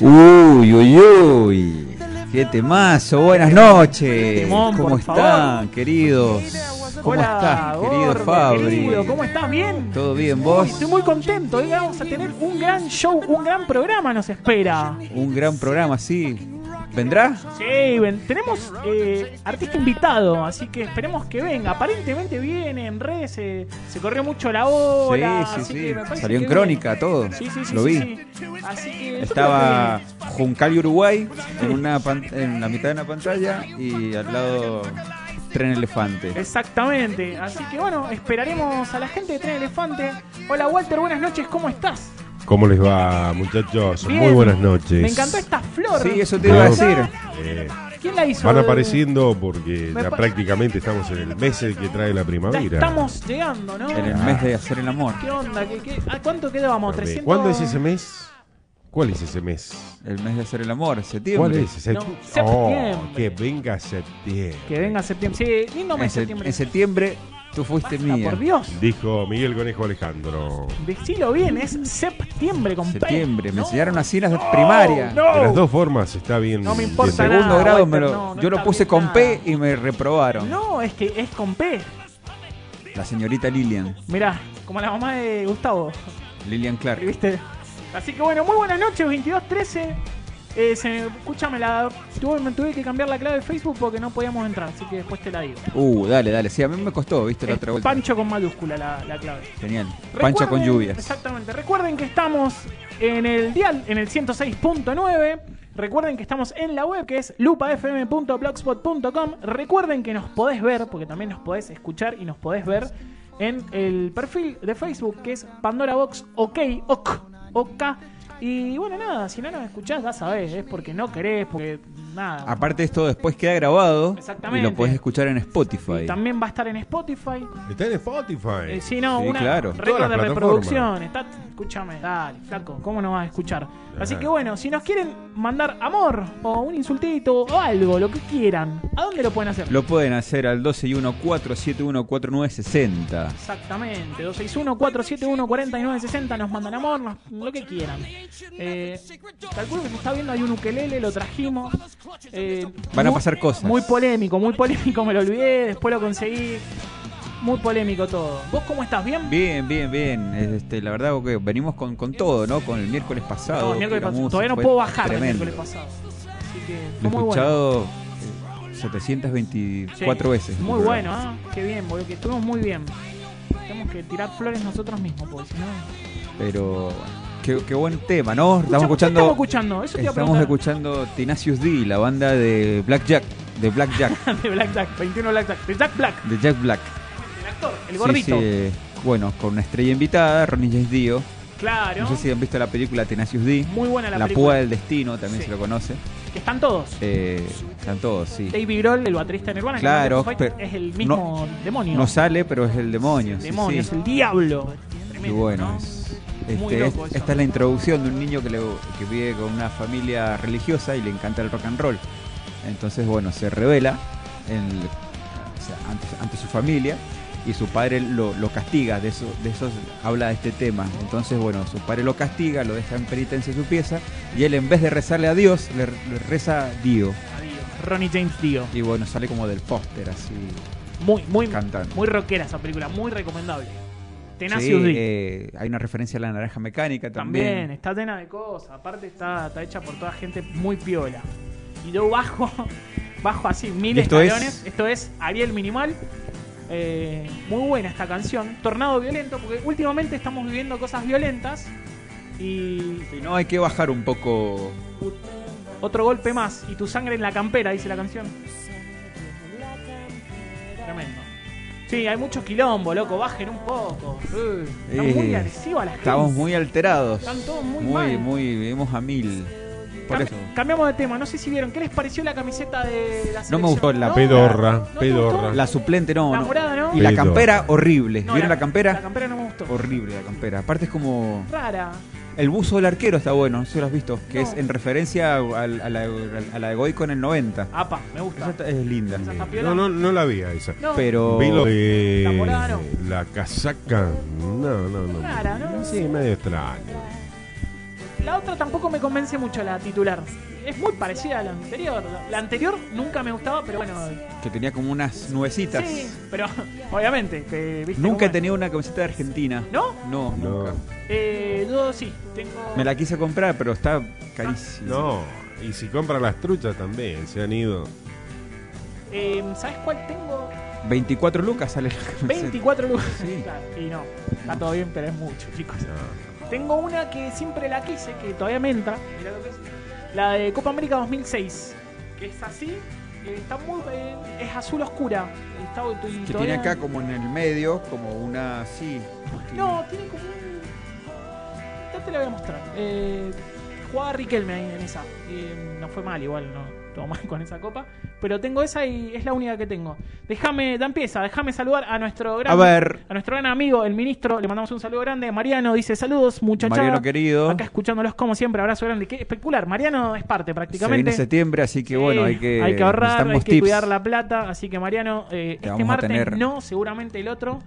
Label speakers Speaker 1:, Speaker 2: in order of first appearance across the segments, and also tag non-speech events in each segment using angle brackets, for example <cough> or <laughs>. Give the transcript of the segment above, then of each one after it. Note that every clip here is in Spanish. Speaker 1: Uy, uy, uy. Qué temazo. Buenas noches.
Speaker 2: Timón,
Speaker 1: ¿Cómo
Speaker 2: por
Speaker 1: están,
Speaker 2: favor?
Speaker 1: queridos? ¿Cómo
Speaker 2: Hola,
Speaker 1: estás, querido
Speaker 2: Gordo,
Speaker 1: Fabri?
Speaker 2: querido, ¿Cómo estás? ¿Bien?
Speaker 1: ¿Todo bien vos?
Speaker 2: Uy, Estoy muy contento. Hoy vamos a tener un gran show, un gran programa nos espera.
Speaker 1: Un gran programa, sí. ¿Vendrá?
Speaker 2: Sí, ven- tenemos eh, artista invitado, así que esperemos que venga. Aparentemente viene en redes, eh, se corrió mucho la
Speaker 1: Sí,
Speaker 2: hora.
Speaker 1: sí,
Speaker 2: así
Speaker 1: sí.
Speaker 2: que me parece
Speaker 1: Salió en
Speaker 2: que
Speaker 1: crónica todo.
Speaker 2: viene. Sí, sí, sí,
Speaker 1: Lo
Speaker 2: sí,
Speaker 1: vi.
Speaker 2: sí. Así que yo creo
Speaker 1: Estaba
Speaker 2: que viene.
Speaker 1: Juncal y Uruguay en, una pan- en la mitad de una pantalla y al lado Tren Elefante.
Speaker 2: Exactamente, así que bueno, esperaremos a la gente de Tren Elefante. Hola Walter, buenas noches, ¿cómo estás?
Speaker 3: ¿Cómo les va, muchachos?
Speaker 2: Bien.
Speaker 3: Muy buenas noches.
Speaker 2: Me encantó esta flor.
Speaker 1: Sí, eso te iba a
Speaker 3: Dios.
Speaker 1: decir.
Speaker 3: Eh,
Speaker 2: ¿Quién la hizo?
Speaker 3: van apareciendo porque
Speaker 2: Me
Speaker 3: ya
Speaker 2: pa-
Speaker 3: prácticamente estamos en el mes el que trae la
Speaker 2: Ya
Speaker 3: primavera.
Speaker 2: estamos llegando, ¿no?
Speaker 1: En el mes de hacer el amor.
Speaker 2: ¿Qué onda? ¿Qué, qué? ¿A cuánto quedábamos?
Speaker 3: Porque,
Speaker 2: 300...
Speaker 3: ¿Cuándo es ese mes? ¿Cuál es ese mes?
Speaker 1: El mes de hacer el amor, septiembre.
Speaker 3: ¿Cuál es? ¿Septi-
Speaker 2: No,
Speaker 3: Oh,
Speaker 2: septiembre.
Speaker 3: que venga septiembre.
Speaker 2: Que venga septiembre. Sí, lindo
Speaker 1: En,
Speaker 2: mes
Speaker 1: se-
Speaker 2: septiembre.
Speaker 1: en septiembre tú fuiste
Speaker 2: Ah,
Speaker 1: mía.
Speaker 2: por Dios.
Speaker 3: Dijo Miguel Conejo Alejandro.
Speaker 2: Decilo bien, es septiembre, compadre.
Speaker 1: Septiembre. Me
Speaker 2: No,
Speaker 1: enseñaron así en la primaria.
Speaker 2: No,
Speaker 3: De las dos formas está bien.
Speaker 2: No me importa
Speaker 3: bien.
Speaker 2: nada.
Speaker 1: Segundo grado
Speaker 2: Walter,
Speaker 1: me lo,
Speaker 2: no, no
Speaker 1: yo lo
Speaker 2: está
Speaker 1: puse
Speaker 2: bien
Speaker 1: con
Speaker 2: nada.
Speaker 1: P y me reprobaron.
Speaker 2: No, es que es con P.
Speaker 1: La señorita Lilian,
Speaker 2: Mirá, como la mamá de Gustavo.
Speaker 1: Lilian Clark.
Speaker 2: ¿Viste? Así que bueno, muy buenas noches, 2213. Eh, se me- escúchame, la, tuve, me tuve que cambiar la clave de Facebook porque no podíamos entrar, así que después te la digo.
Speaker 1: Uh, dale, dale. Sí, a mí me costó, viste, la
Speaker 2: Es
Speaker 1: otra vuelta.
Speaker 2: Pancho con mayúscula la, la clave.
Speaker 1: Genial. Pancha con
Speaker 2: Recuerden-
Speaker 1: lluvias.
Speaker 2: Exactamente. Recuerden que estamos en el dial, en el 106.9. Recuerden que estamos en la web que es lupafm.blogspot.com. Recuerden que nos podés ver, porque también nos podés escuchar y nos podés ver en el perfil de Facebook que es Pandora Box OK, OK, OK. Y bueno, nada, si no nos escuchás, ya sabés, es porque no querés, porque nada.
Speaker 1: Aparte esto después queda grabado y
Speaker 2: Exactamente.
Speaker 1: lo podés escuchar en Spotify.
Speaker 2: También va a estar en Spotify.
Speaker 3: Está en Spotify.
Speaker 2: Eh, sí, no,
Speaker 1: Sí,
Speaker 2: una
Speaker 1: claro.
Speaker 2: récord
Speaker 3: Todas
Speaker 2: de
Speaker 3: las
Speaker 2: reproducción. Está, escúchame, dale, flaco, ¿cómo no vas a escuchar? Así que bueno, si nos quieren mandar amor o un insultito o algo, lo que quieran, ¿a dónde lo pueden hacer?
Speaker 1: Lo pueden hacer al 1214714960.
Speaker 2: Exactamente, 261-471-4960, nos mandan amor, nos- lo que quieran. Eh, calculo que se está viendo, hay un ukelele, lo trajimos. Eh,
Speaker 1: Van a
Speaker 2: mu-
Speaker 1: pasar cosas.
Speaker 2: Muy polémico, muy polémico, me lo olvidé, después lo conseguí. Muy polémico todo. ¿Vos cómo estás? ¿Bien?
Speaker 1: Bien, bien, bien. Este, la verdad que venimos con, con todo, ¿no? Con el miércoles pasado.
Speaker 2: No, el miércoles
Speaker 1: que la
Speaker 2: pasado.
Speaker 1: música
Speaker 2: Todavía no
Speaker 1: fue
Speaker 2: puedo bajar el
Speaker 1: tremendo.
Speaker 2: miércoles pasado. Así que
Speaker 1: Lo he
Speaker 2: fue muy bueno.
Speaker 1: escuchado eh,
Speaker 2: Sí,
Speaker 1: 724 veces.
Speaker 2: Muy bueno, ¿ah? Qué bien, boludo, que estuvimos muy bien. Tenemos que tirar flores nosotros mismos, porque si no.
Speaker 1: Pero qué, qué buen tema, ¿no?
Speaker 2: Escucha,
Speaker 1: Estamos escuchando.
Speaker 2: ¿qué Estamos escuchando, eso te iba a
Speaker 1: Estamos
Speaker 2: preguntar.
Speaker 1: escuchando Tenacious D, la banda de Blackjack, de Blackjack,
Speaker 2: <laughs> de Black Jack, 21 Black Jack. De Jack Black,
Speaker 1: de Jack Black.
Speaker 2: el actor, el
Speaker 1: Sí,
Speaker 2: gordito.
Speaker 1: sí, eh, bueno, con una estrella invitada, Ronnie James Dio.
Speaker 2: Claro.
Speaker 1: No sé si han visto la película Tenacious D.
Speaker 2: Muy buena la,
Speaker 1: La
Speaker 2: película.
Speaker 1: púa del destino también
Speaker 2: Sí.
Speaker 1: se lo conoce.
Speaker 2: Que están todos.
Speaker 1: Eh, están todos, sí.
Speaker 2: David Grohl, el baterista de Nirvana, que
Speaker 1: Claro,
Speaker 2: fue-
Speaker 1: pero-
Speaker 2: es el mismo demonio.
Speaker 1: No sale, pero es el demonio.
Speaker 2: el
Speaker 1: sí,
Speaker 2: demonio,
Speaker 1: sí.
Speaker 2: es el diablo.
Speaker 1: Y
Speaker 2: Tremendo,
Speaker 1: bueno,
Speaker 2: ¿no?
Speaker 1: es-
Speaker 2: Muy
Speaker 1: este,
Speaker 2: loco
Speaker 1: es-
Speaker 2: eso.
Speaker 1: esta es la introducción de un niño que, le- que vive con una familia religiosa y le encanta el rock and roll. Entonces, bueno, se revela en- o sea, ante, ante su familia y su padre lo, lo castiga. De eso, de eso habla este tema. Entonces, bueno, su padre lo castiga, lo deja en penitencia en su pieza y él, en vez de rezarle a Dios, le, le reza a Dio.
Speaker 2: Adiós. Ronnie James Dio.
Speaker 1: Y bueno, sale como del póster así.
Speaker 2: Muy, muy,
Speaker 1: Cantando.
Speaker 2: muy rockera esa película, muy recomendable.
Speaker 1: Sí,
Speaker 2: Tenacious D.
Speaker 1: eh, hay una referencia a la naranja mecánica
Speaker 2: también.
Speaker 1: también.
Speaker 2: está llena de cosas. Aparte está, está hecha por toda gente muy piola. Y yo bajo, <laughs> bajo así mil
Speaker 1: Esto es-
Speaker 2: escalones. Esto es Ariel Minimal. Eh, muy buena esta canción. Tornado violento, porque últimamente estamos viviendo cosas violentas. Y
Speaker 1: Si no, hay que bajar un poco
Speaker 2: otro golpe más. Y tu sangre en la campera, dice la canción. Tremendo. Sí, hay mucho quilombo, loco. Bajen un poco. Uy, está muy
Speaker 1: Eh,
Speaker 2: agresiva la gente.
Speaker 1: Estamos muy alterados.
Speaker 2: Están todos muy
Speaker 1: Muy,
Speaker 2: mal.
Speaker 1: muy, vemos a mil. Por
Speaker 2: Cam-
Speaker 1: eso.
Speaker 2: Cambiamos de tema, no sé si vieron, ¿qué les pareció la camiseta de la selección?
Speaker 1: No me gustó la
Speaker 3: pedorra,
Speaker 2: te
Speaker 3: pedorra.
Speaker 2: gustó?
Speaker 1: La suplente no.
Speaker 2: La
Speaker 1: no.
Speaker 2: morada, ¿no?
Speaker 1: Y la
Speaker 3: Pedorra.
Speaker 1: campera, horrible.
Speaker 2: No,
Speaker 1: ¿Vieron la
Speaker 2: La
Speaker 1: campera?
Speaker 2: campera no me gustó.
Speaker 1: Horrible la campera. Aparte es como.
Speaker 2: Rara.
Speaker 1: El buzo del arquero está bueno, no sé si lo has visto. Que
Speaker 2: No.
Speaker 1: es en referencia al- a, la, a la de Goico en el 90.
Speaker 2: Apa, me
Speaker 1: Esa
Speaker 2: gusta.
Speaker 1: está- es linda.
Speaker 2: Esa está piola.
Speaker 3: No, no, no la vi a esa.
Speaker 2: No,
Speaker 1: Pero.
Speaker 3: Vi lo
Speaker 2: La morada
Speaker 3: de
Speaker 2: no.
Speaker 3: la casaca. Eh, No, no, no.
Speaker 2: Rara, ¿no?
Speaker 3: Sí, medio extraño.
Speaker 2: La otra tampoco me convence mucho, la titular. Es muy parecida a la anterior. La anterior nunca me gustaba, pero bueno.
Speaker 1: Que tenía como unas nubecitas.
Speaker 2: Sí, pero obviamente. que, ¿viste
Speaker 1: Nunca he
Speaker 2: cómo es?
Speaker 1: tenido una camiseta de Argentina.
Speaker 2: ¿No?
Speaker 1: No,
Speaker 3: No.
Speaker 1: nunca.
Speaker 2: Eh, yo sí, tengo.
Speaker 1: Me la quise comprar, pero está carísima.
Speaker 3: No, y si compran las truchas también, se han ido.
Speaker 2: Eh, ¿Sabes cuál
Speaker 1: <laughs>
Speaker 2: tengo?
Speaker 1: 24 lucas sale la camiseta.
Speaker 2: 24 lucas.
Speaker 1: Sí.
Speaker 2: <laughs> Claro, y no, está todo bien, pero es mucho, chicos.
Speaker 3: No.
Speaker 1: Ah.
Speaker 2: Tengo una que siempre la quise, que todavía me entra. mirá lo que es. La de Copa América 2006. Que es así, eh, está muy. eh, es azul oscura. Está, y
Speaker 1: Que tiene
Speaker 2: todavía-
Speaker 1: acá como en el medio, como una este, así.
Speaker 2: No, tiene como un. Ya te la voy a mostrar. Eh, jugaba Riquelme ahí en esa. Eh, no fue mal, igual, no. Todo <laughs> mal con esa copa. Pero tengo esa y es la única que tengo. Déjame, da empieza, déjame saludar a nuestro gran.
Speaker 1: A ver.
Speaker 2: a nuestro gran amigo, el ministro. Le mandamos un saludo grande. Mariano dice saludos, muchachada.
Speaker 1: Mariano querido.
Speaker 2: Acá escuchándolos como siempre, abrazo grande. Qué espectacular. Mariano es
Speaker 1: Se
Speaker 2: parte
Speaker 1: viene
Speaker 2: prácticamente.
Speaker 1: septiembre, así que bueno,
Speaker 2: Sí,
Speaker 1: hay que,
Speaker 2: hay que ahorrar, hay
Speaker 1: necesitamos
Speaker 2: que
Speaker 1: tips.
Speaker 2: cuidar la plata. Así que Mariano, eh,
Speaker 1: Te
Speaker 2: este
Speaker 1: vamos a
Speaker 2: martes
Speaker 1: tener.
Speaker 2: no, seguramente el otro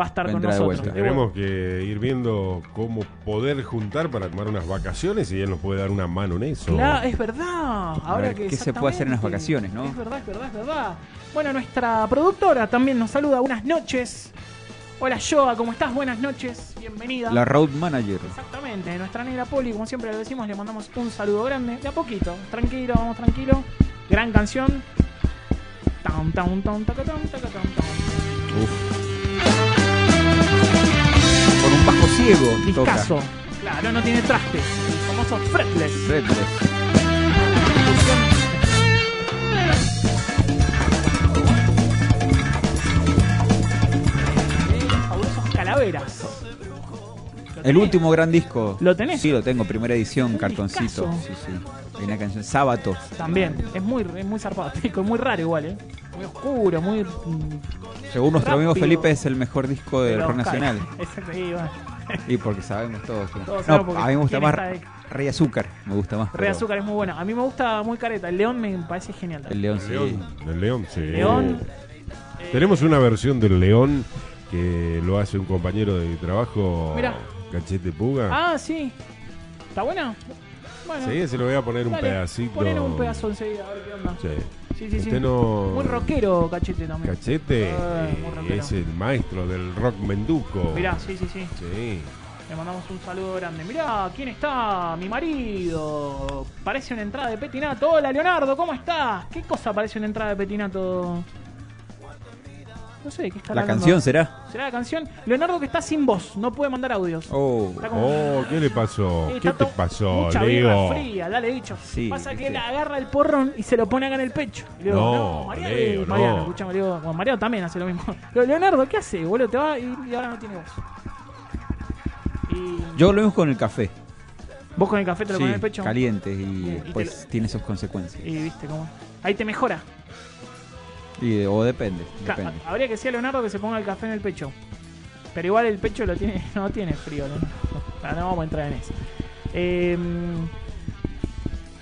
Speaker 2: va a estar con
Speaker 1: Vendrá de
Speaker 2: nosotros.
Speaker 1: vuelta.
Speaker 3: Tenemos que ir viendo cómo poder juntar para tomar unas vacaciones y él nos puede dar una mano en eso.
Speaker 2: Claro, es verdad. Ahora
Speaker 1: ver,
Speaker 2: que
Speaker 1: ¿qué se puede hacer en las vacaciones,
Speaker 2: exactamente.
Speaker 1: no?
Speaker 2: Es verdad, es verdad, es verdad. Bueno, nuestra productora también nos saluda. Buenas noches. Hola, Joa, ¿cómo estás? Buenas noches. Bienvenida.
Speaker 1: La road manager.
Speaker 2: Exactamente, nuestra negra Poli, como siempre lo decimos, le mandamos un saludo grande. De a poquito, tranquilo, vamos tranquilo. Gran canción. Tan, tan, tan, tacatán, tacatán, tan.
Speaker 1: Con un bajo ciego. toca.
Speaker 2: Discazo. Claro, no tiene trastes. El famoso fretless.
Speaker 1: Fretless.
Speaker 2: Eh, los fabulosos calaveras. ¿Lo
Speaker 1: El
Speaker 2: tenés?
Speaker 1: último gran disco.
Speaker 2: ¿Lo tenés?
Speaker 1: Sí, lo tengo, primera edición,
Speaker 2: Un
Speaker 1: cartoncito.
Speaker 2: discazo.
Speaker 1: Sí, sí. Hay una canción, Sábato.
Speaker 2: También, es muy, es muy zarpado, <laughs> es muy raro igual, ¿eh? Muy oscuro, muy... mm,
Speaker 1: Según nuestro amigo
Speaker 2: Rápido.
Speaker 1: Felipe, es el mejor disco del
Speaker 2: pero
Speaker 1: rock
Speaker 2: cae. <laughs>
Speaker 1: nacional.
Speaker 2: Exacto, sí, bueno.
Speaker 1: Y porque sabemos todos. que-
Speaker 2: Todos
Speaker 1: no,
Speaker 2: sabemos porque
Speaker 1: a mí me gusta
Speaker 2: ¿quién
Speaker 1: más
Speaker 2: está
Speaker 1: Rey Azúcar. Me gusta más.
Speaker 2: Re
Speaker 1: pero
Speaker 2: Azúcar es muy buena. A mí me gusta muy careta, el león me parece genial. también.
Speaker 1: El León,
Speaker 3: El
Speaker 1: sí.
Speaker 3: León, el León, sí.
Speaker 2: eh,
Speaker 3: Eh,
Speaker 2: León.
Speaker 3: Tenemos una versión del León que lo hace un compañero de trabajo,
Speaker 2: Mirá.
Speaker 3: Cachete Puga.
Speaker 2: Ah, sí. ¿Está buena? Bueno.
Speaker 3: Sí, se lo voy a poner un
Speaker 2: dale,
Speaker 3: pedacito.
Speaker 2: ponele un pedazo enseguida, a ver qué onda.
Speaker 3: Sí.
Speaker 2: Sí, sí, sí.
Speaker 3: Usted no-
Speaker 2: Muy rockero, cachete también.
Speaker 3: Cachete
Speaker 2: Ah, muy
Speaker 3: eh,
Speaker 2: rockero.
Speaker 3: es el maestro del rock menduco.
Speaker 2: Mirá, sí, sí, sí.
Speaker 3: Sí.
Speaker 2: Le mandamos un saludo grande. Mirá, ¿quién está? Mi marido. Parece una entrada de Petinato. Hola, Leonardo, ¿cómo estás? ¿Qué cosa parece una entrada de Petinato? No sé, ¿qué está
Speaker 1: La
Speaker 2: hablando?
Speaker 1: canción será.
Speaker 2: ¿Será la canción? Leonardo que está sin voz, no puede mandar audios.
Speaker 1: Oh.
Speaker 2: Está como-
Speaker 3: Oh, ¿qué le pasó?
Speaker 2: Eh,
Speaker 3: ¿Qué
Speaker 2: está
Speaker 3: te
Speaker 2: to-
Speaker 3: pasó,
Speaker 2: Mucha birra
Speaker 3: Leo?
Speaker 2: fría, dale dicho.
Speaker 1: Sí,
Speaker 2: Pasa que
Speaker 1: viste.
Speaker 2: él agarra el porrón y se lo pone acá en el pecho. Y le digo,
Speaker 3: No,
Speaker 2: Mariano,
Speaker 3: Leo,
Speaker 2: eh, Mariano,
Speaker 3: no.
Speaker 2: escuchame, Leo. Bueno, Mariano también hace lo mismo. <laughs> Pero Leonardo, ¿qué hace? Boludo, te va y, y ahora no tiene voz. Y
Speaker 1: Yo lo vemos con el café.
Speaker 2: vos con el café te lo
Speaker 1: Sí,
Speaker 2: pones en el pecho.
Speaker 1: caliente y
Speaker 2: y te
Speaker 1: después tiene sus consecuencias.
Speaker 2: Y viste cómo. Ahí te mejora.
Speaker 1: Y, o depende,
Speaker 2: Ca-
Speaker 1: depende.
Speaker 2: Habría que decir a Leonardo que se ponga el café en el pecho. Pero igual el pecho lo tiene, <laughs> no tiene frío, ¿no? Ah, no vamos a entrar en eso. Eh,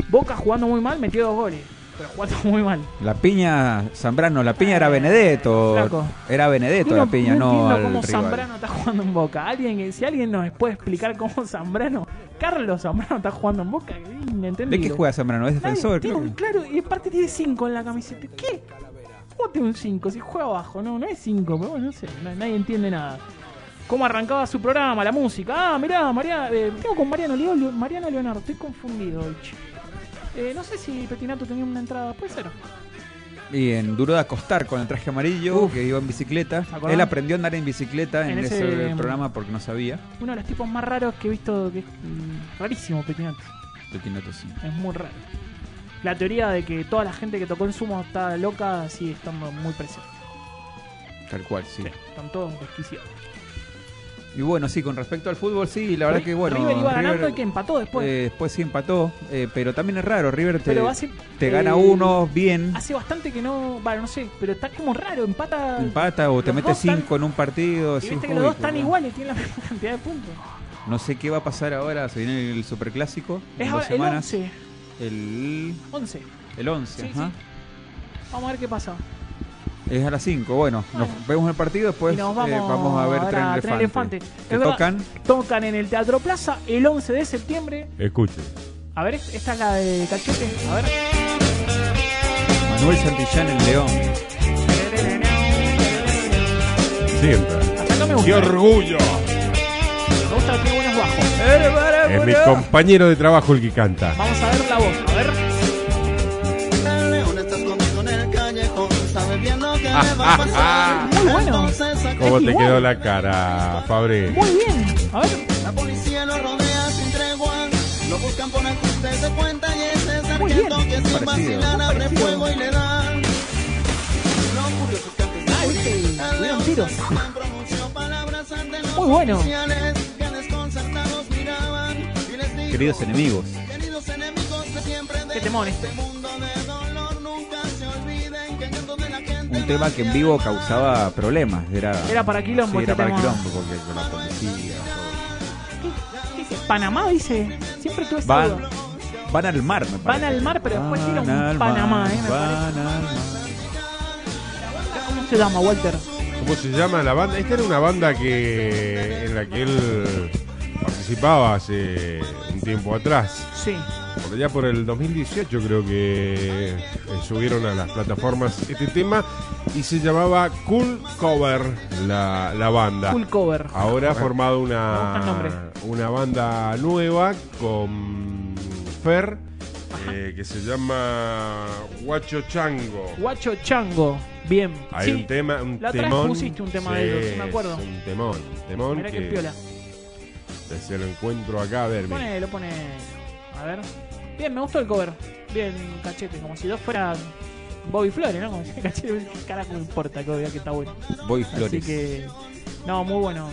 Speaker 2: Boca jugando muy mal, metió dos goles. Pero jugando <laughs> muy mal.
Speaker 1: La piña Zambrano, la piña era Benedetto.
Speaker 2: Flaco.
Speaker 1: Era Benedetto
Speaker 2: Yo
Speaker 1: la piña, no,
Speaker 2: entiendo
Speaker 1: al
Speaker 2: cómo
Speaker 1: rival.
Speaker 2: Zambrano está jugando en Boca. Alguien, que- si alguien nos puede explicar cómo Zambrano, Carlos Zambrano está jugando en Boca, es inentendible.
Speaker 1: ¿De qué juega Zambrano? ¿Es
Speaker 2: Nadie
Speaker 1: defensor?
Speaker 2: tiene
Speaker 1: creo?
Speaker 2: un- claro, y aparte tiene 5 en la camiseta. ¿Qué? ¿Cómo tiene un 5? Si juega abajo, no, no es 5, pero bueno, no sé, na- nadie entiende nada. ¿Cómo arrancaba su programa, la música? Ah, mirá, Mariano, tengo con Mariano, Leo- Leo- Mariano Leonardo, estoy confundido hoy. che. Eh, no sé si Petinato tenía una entrada, puede ser.
Speaker 1: Y en duro de acostar con el traje amarillo,
Speaker 2: Uf.
Speaker 1: que iba en bicicleta.
Speaker 2: acordás?
Speaker 1: Él aprendió a andar en bicicleta en,
Speaker 2: En
Speaker 1: ese,
Speaker 2: ese-
Speaker 1: programa porque no sabía.
Speaker 2: Uno de los tipos más raros que he visto, que es mm, rarísimo Petinato.
Speaker 1: Pequinato sí.
Speaker 2: Es muy raro. La teoría de que toda la gente que tocó en Sumo está loca sigue estando muy presente.
Speaker 1: Tal cual, sí.
Speaker 2: Sí, están todos desquiciados.
Speaker 1: Y bueno, sí, con respecto al fútbol, sí, la verdad que bueno.
Speaker 2: River iba ganando
Speaker 1: River,
Speaker 2: y que empató después.
Speaker 1: eh, después sí empató, eh, pero también es raro. River te,
Speaker 2: pero hace,
Speaker 1: te
Speaker 2: eh,
Speaker 1: gana uno bien,
Speaker 2: Hace bastante que no. Bueno, no sé, pero está como raro. Empata.
Speaker 1: empata o te
Speaker 2: los
Speaker 1: mete
Speaker 2: dos están-
Speaker 1: cinco en un partido.
Speaker 2: y
Speaker 1: sí,
Speaker 2: viste que
Speaker 1: uy,
Speaker 2: los dos
Speaker 1: qué
Speaker 2: están
Speaker 1: bueno.
Speaker 2: iguales, tienen la misma <laughs> cantidad de puntos.
Speaker 1: No sé qué va a pasar ahora, se viene el superclásico. en dos
Speaker 2: Es ahora el
Speaker 1: semanas.
Speaker 2: 11.
Speaker 1: El,
Speaker 2: 11.
Speaker 1: 11,
Speaker 2: Sí,
Speaker 1: ajá.
Speaker 2: Vamos a ver qué pasa.
Speaker 1: Es a las 5, bueno,
Speaker 2: Bueno.
Speaker 1: nos vemos el partido, después
Speaker 2: Y nos
Speaker 1: eh, vamos, a ver Tren
Speaker 2: a
Speaker 1: Elefante.
Speaker 2: Tren Elefante.
Speaker 1: Que
Speaker 2: Es verdad,
Speaker 1: tocan
Speaker 2: Tocan en el Teatro Plaza el 11 de septiembre.
Speaker 3: Escuche.
Speaker 2: A ver, esta es la de Cachete. A ver.
Speaker 1: Manuel Santillán en León.
Speaker 3: Sienta.
Speaker 2: Hasta acá me gusta.
Speaker 3: ¡Qué orgullo!
Speaker 2: Me gusta que tiene buenos bajos.
Speaker 3: Es mi compañero de trabajo el que canta.
Speaker 2: Vamos a ver la voz. A ver.
Speaker 4: Aún estás conmigo en el callejón, sabes bien lo
Speaker 2: Ah,
Speaker 4: que me
Speaker 2: <laughs>
Speaker 4: va a pasar.
Speaker 2: Muy bueno.
Speaker 4: Entonces, aquí
Speaker 3: Ah, ¿Cómo te
Speaker 2: ah. igual.
Speaker 3: quedó la cara, Fabre?
Speaker 2: Muy bien. A ver.
Speaker 4: La policía lo rodea sin tregua. Lo buscan por ajuste de cuenta y ese
Speaker 2: Muy bien.
Speaker 4: sargento que sin
Speaker 1: Parecido.
Speaker 4: vacilar abre
Speaker 2: Parecido.
Speaker 4: fuego y le dan. Los curiosos que antes de
Speaker 2: Ah, viste,
Speaker 4: morir, al
Speaker 2: tuvieron
Speaker 4: león
Speaker 2: tiros.
Speaker 4: Santillán pronunció palabras ante los
Speaker 2: Muy bueno.
Speaker 4: oficiales que desconcertados miraban y les dijo,
Speaker 1: Queridos enemigos.
Speaker 4: Queridos enemigos de siempre de
Speaker 2: Qué temón este.
Speaker 4: este mundo de dolor, nunca se olviden que el canto de la gente
Speaker 1: Un tema que en vivo causaba problemas. Era,
Speaker 2: Era para
Speaker 1: Sí,
Speaker 2: quilombo este
Speaker 1: era para
Speaker 2: tema.
Speaker 1: quilombo, porque con la policía. todo.
Speaker 2: ¿Qué dice? Panamá dice. Siempre tuve esa
Speaker 1: Van,
Speaker 2: duda.
Speaker 1: van al mar, me parece.
Speaker 2: Van al mar, pero después
Speaker 1: Van
Speaker 2: tiran un
Speaker 1: al
Speaker 2: Panamá,
Speaker 1: mar,
Speaker 2: eh, me
Speaker 1: van al mar.
Speaker 2: ¿Cómo se llama, Walter?
Speaker 3: ¿Cómo se llama la banda? Esta era una banda que en la que él participaba hace un tiempo atrás.
Speaker 2: Sí.
Speaker 3: Por allá por el 2018 creo que eh, subieron a las plataformas este tema y se llamaba Cool Cover la, la banda.
Speaker 2: Full cover.
Speaker 3: Ahora ha formado
Speaker 2: Me gusta el
Speaker 3: una, una banda nueva con Fer eh, que se llama Guacho Chango.
Speaker 2: Guacho Chango. Bien.
Speaker 3: Hay
Speaker 2: sí.
Speaker 3: un tema, un
Speaker 2: La otra vez
Speaker 3: temón.
Speaker 2: pusiste un tema de ellos, me acuerdo.
Speaker 3: es Un temón, temón
Speaker 2: Mirá
Speaker 3: que,
Speaker 2: que piola.
Speaker 3: se lo encuentro acá a ver. mira.
Speaker 2: Pone, lo pone. A ver. Bien, me gustó el cover. Bien, cachete. Como si dos fueran Bobby Flores, ¿no? Como si cachete. ¿Qué carajo me importa que obvio que está bueno?
Speaker 1: Voy
Speaker 2: Así
Speaker 1: Flores.
Speaker 2: que. No, muy bueno.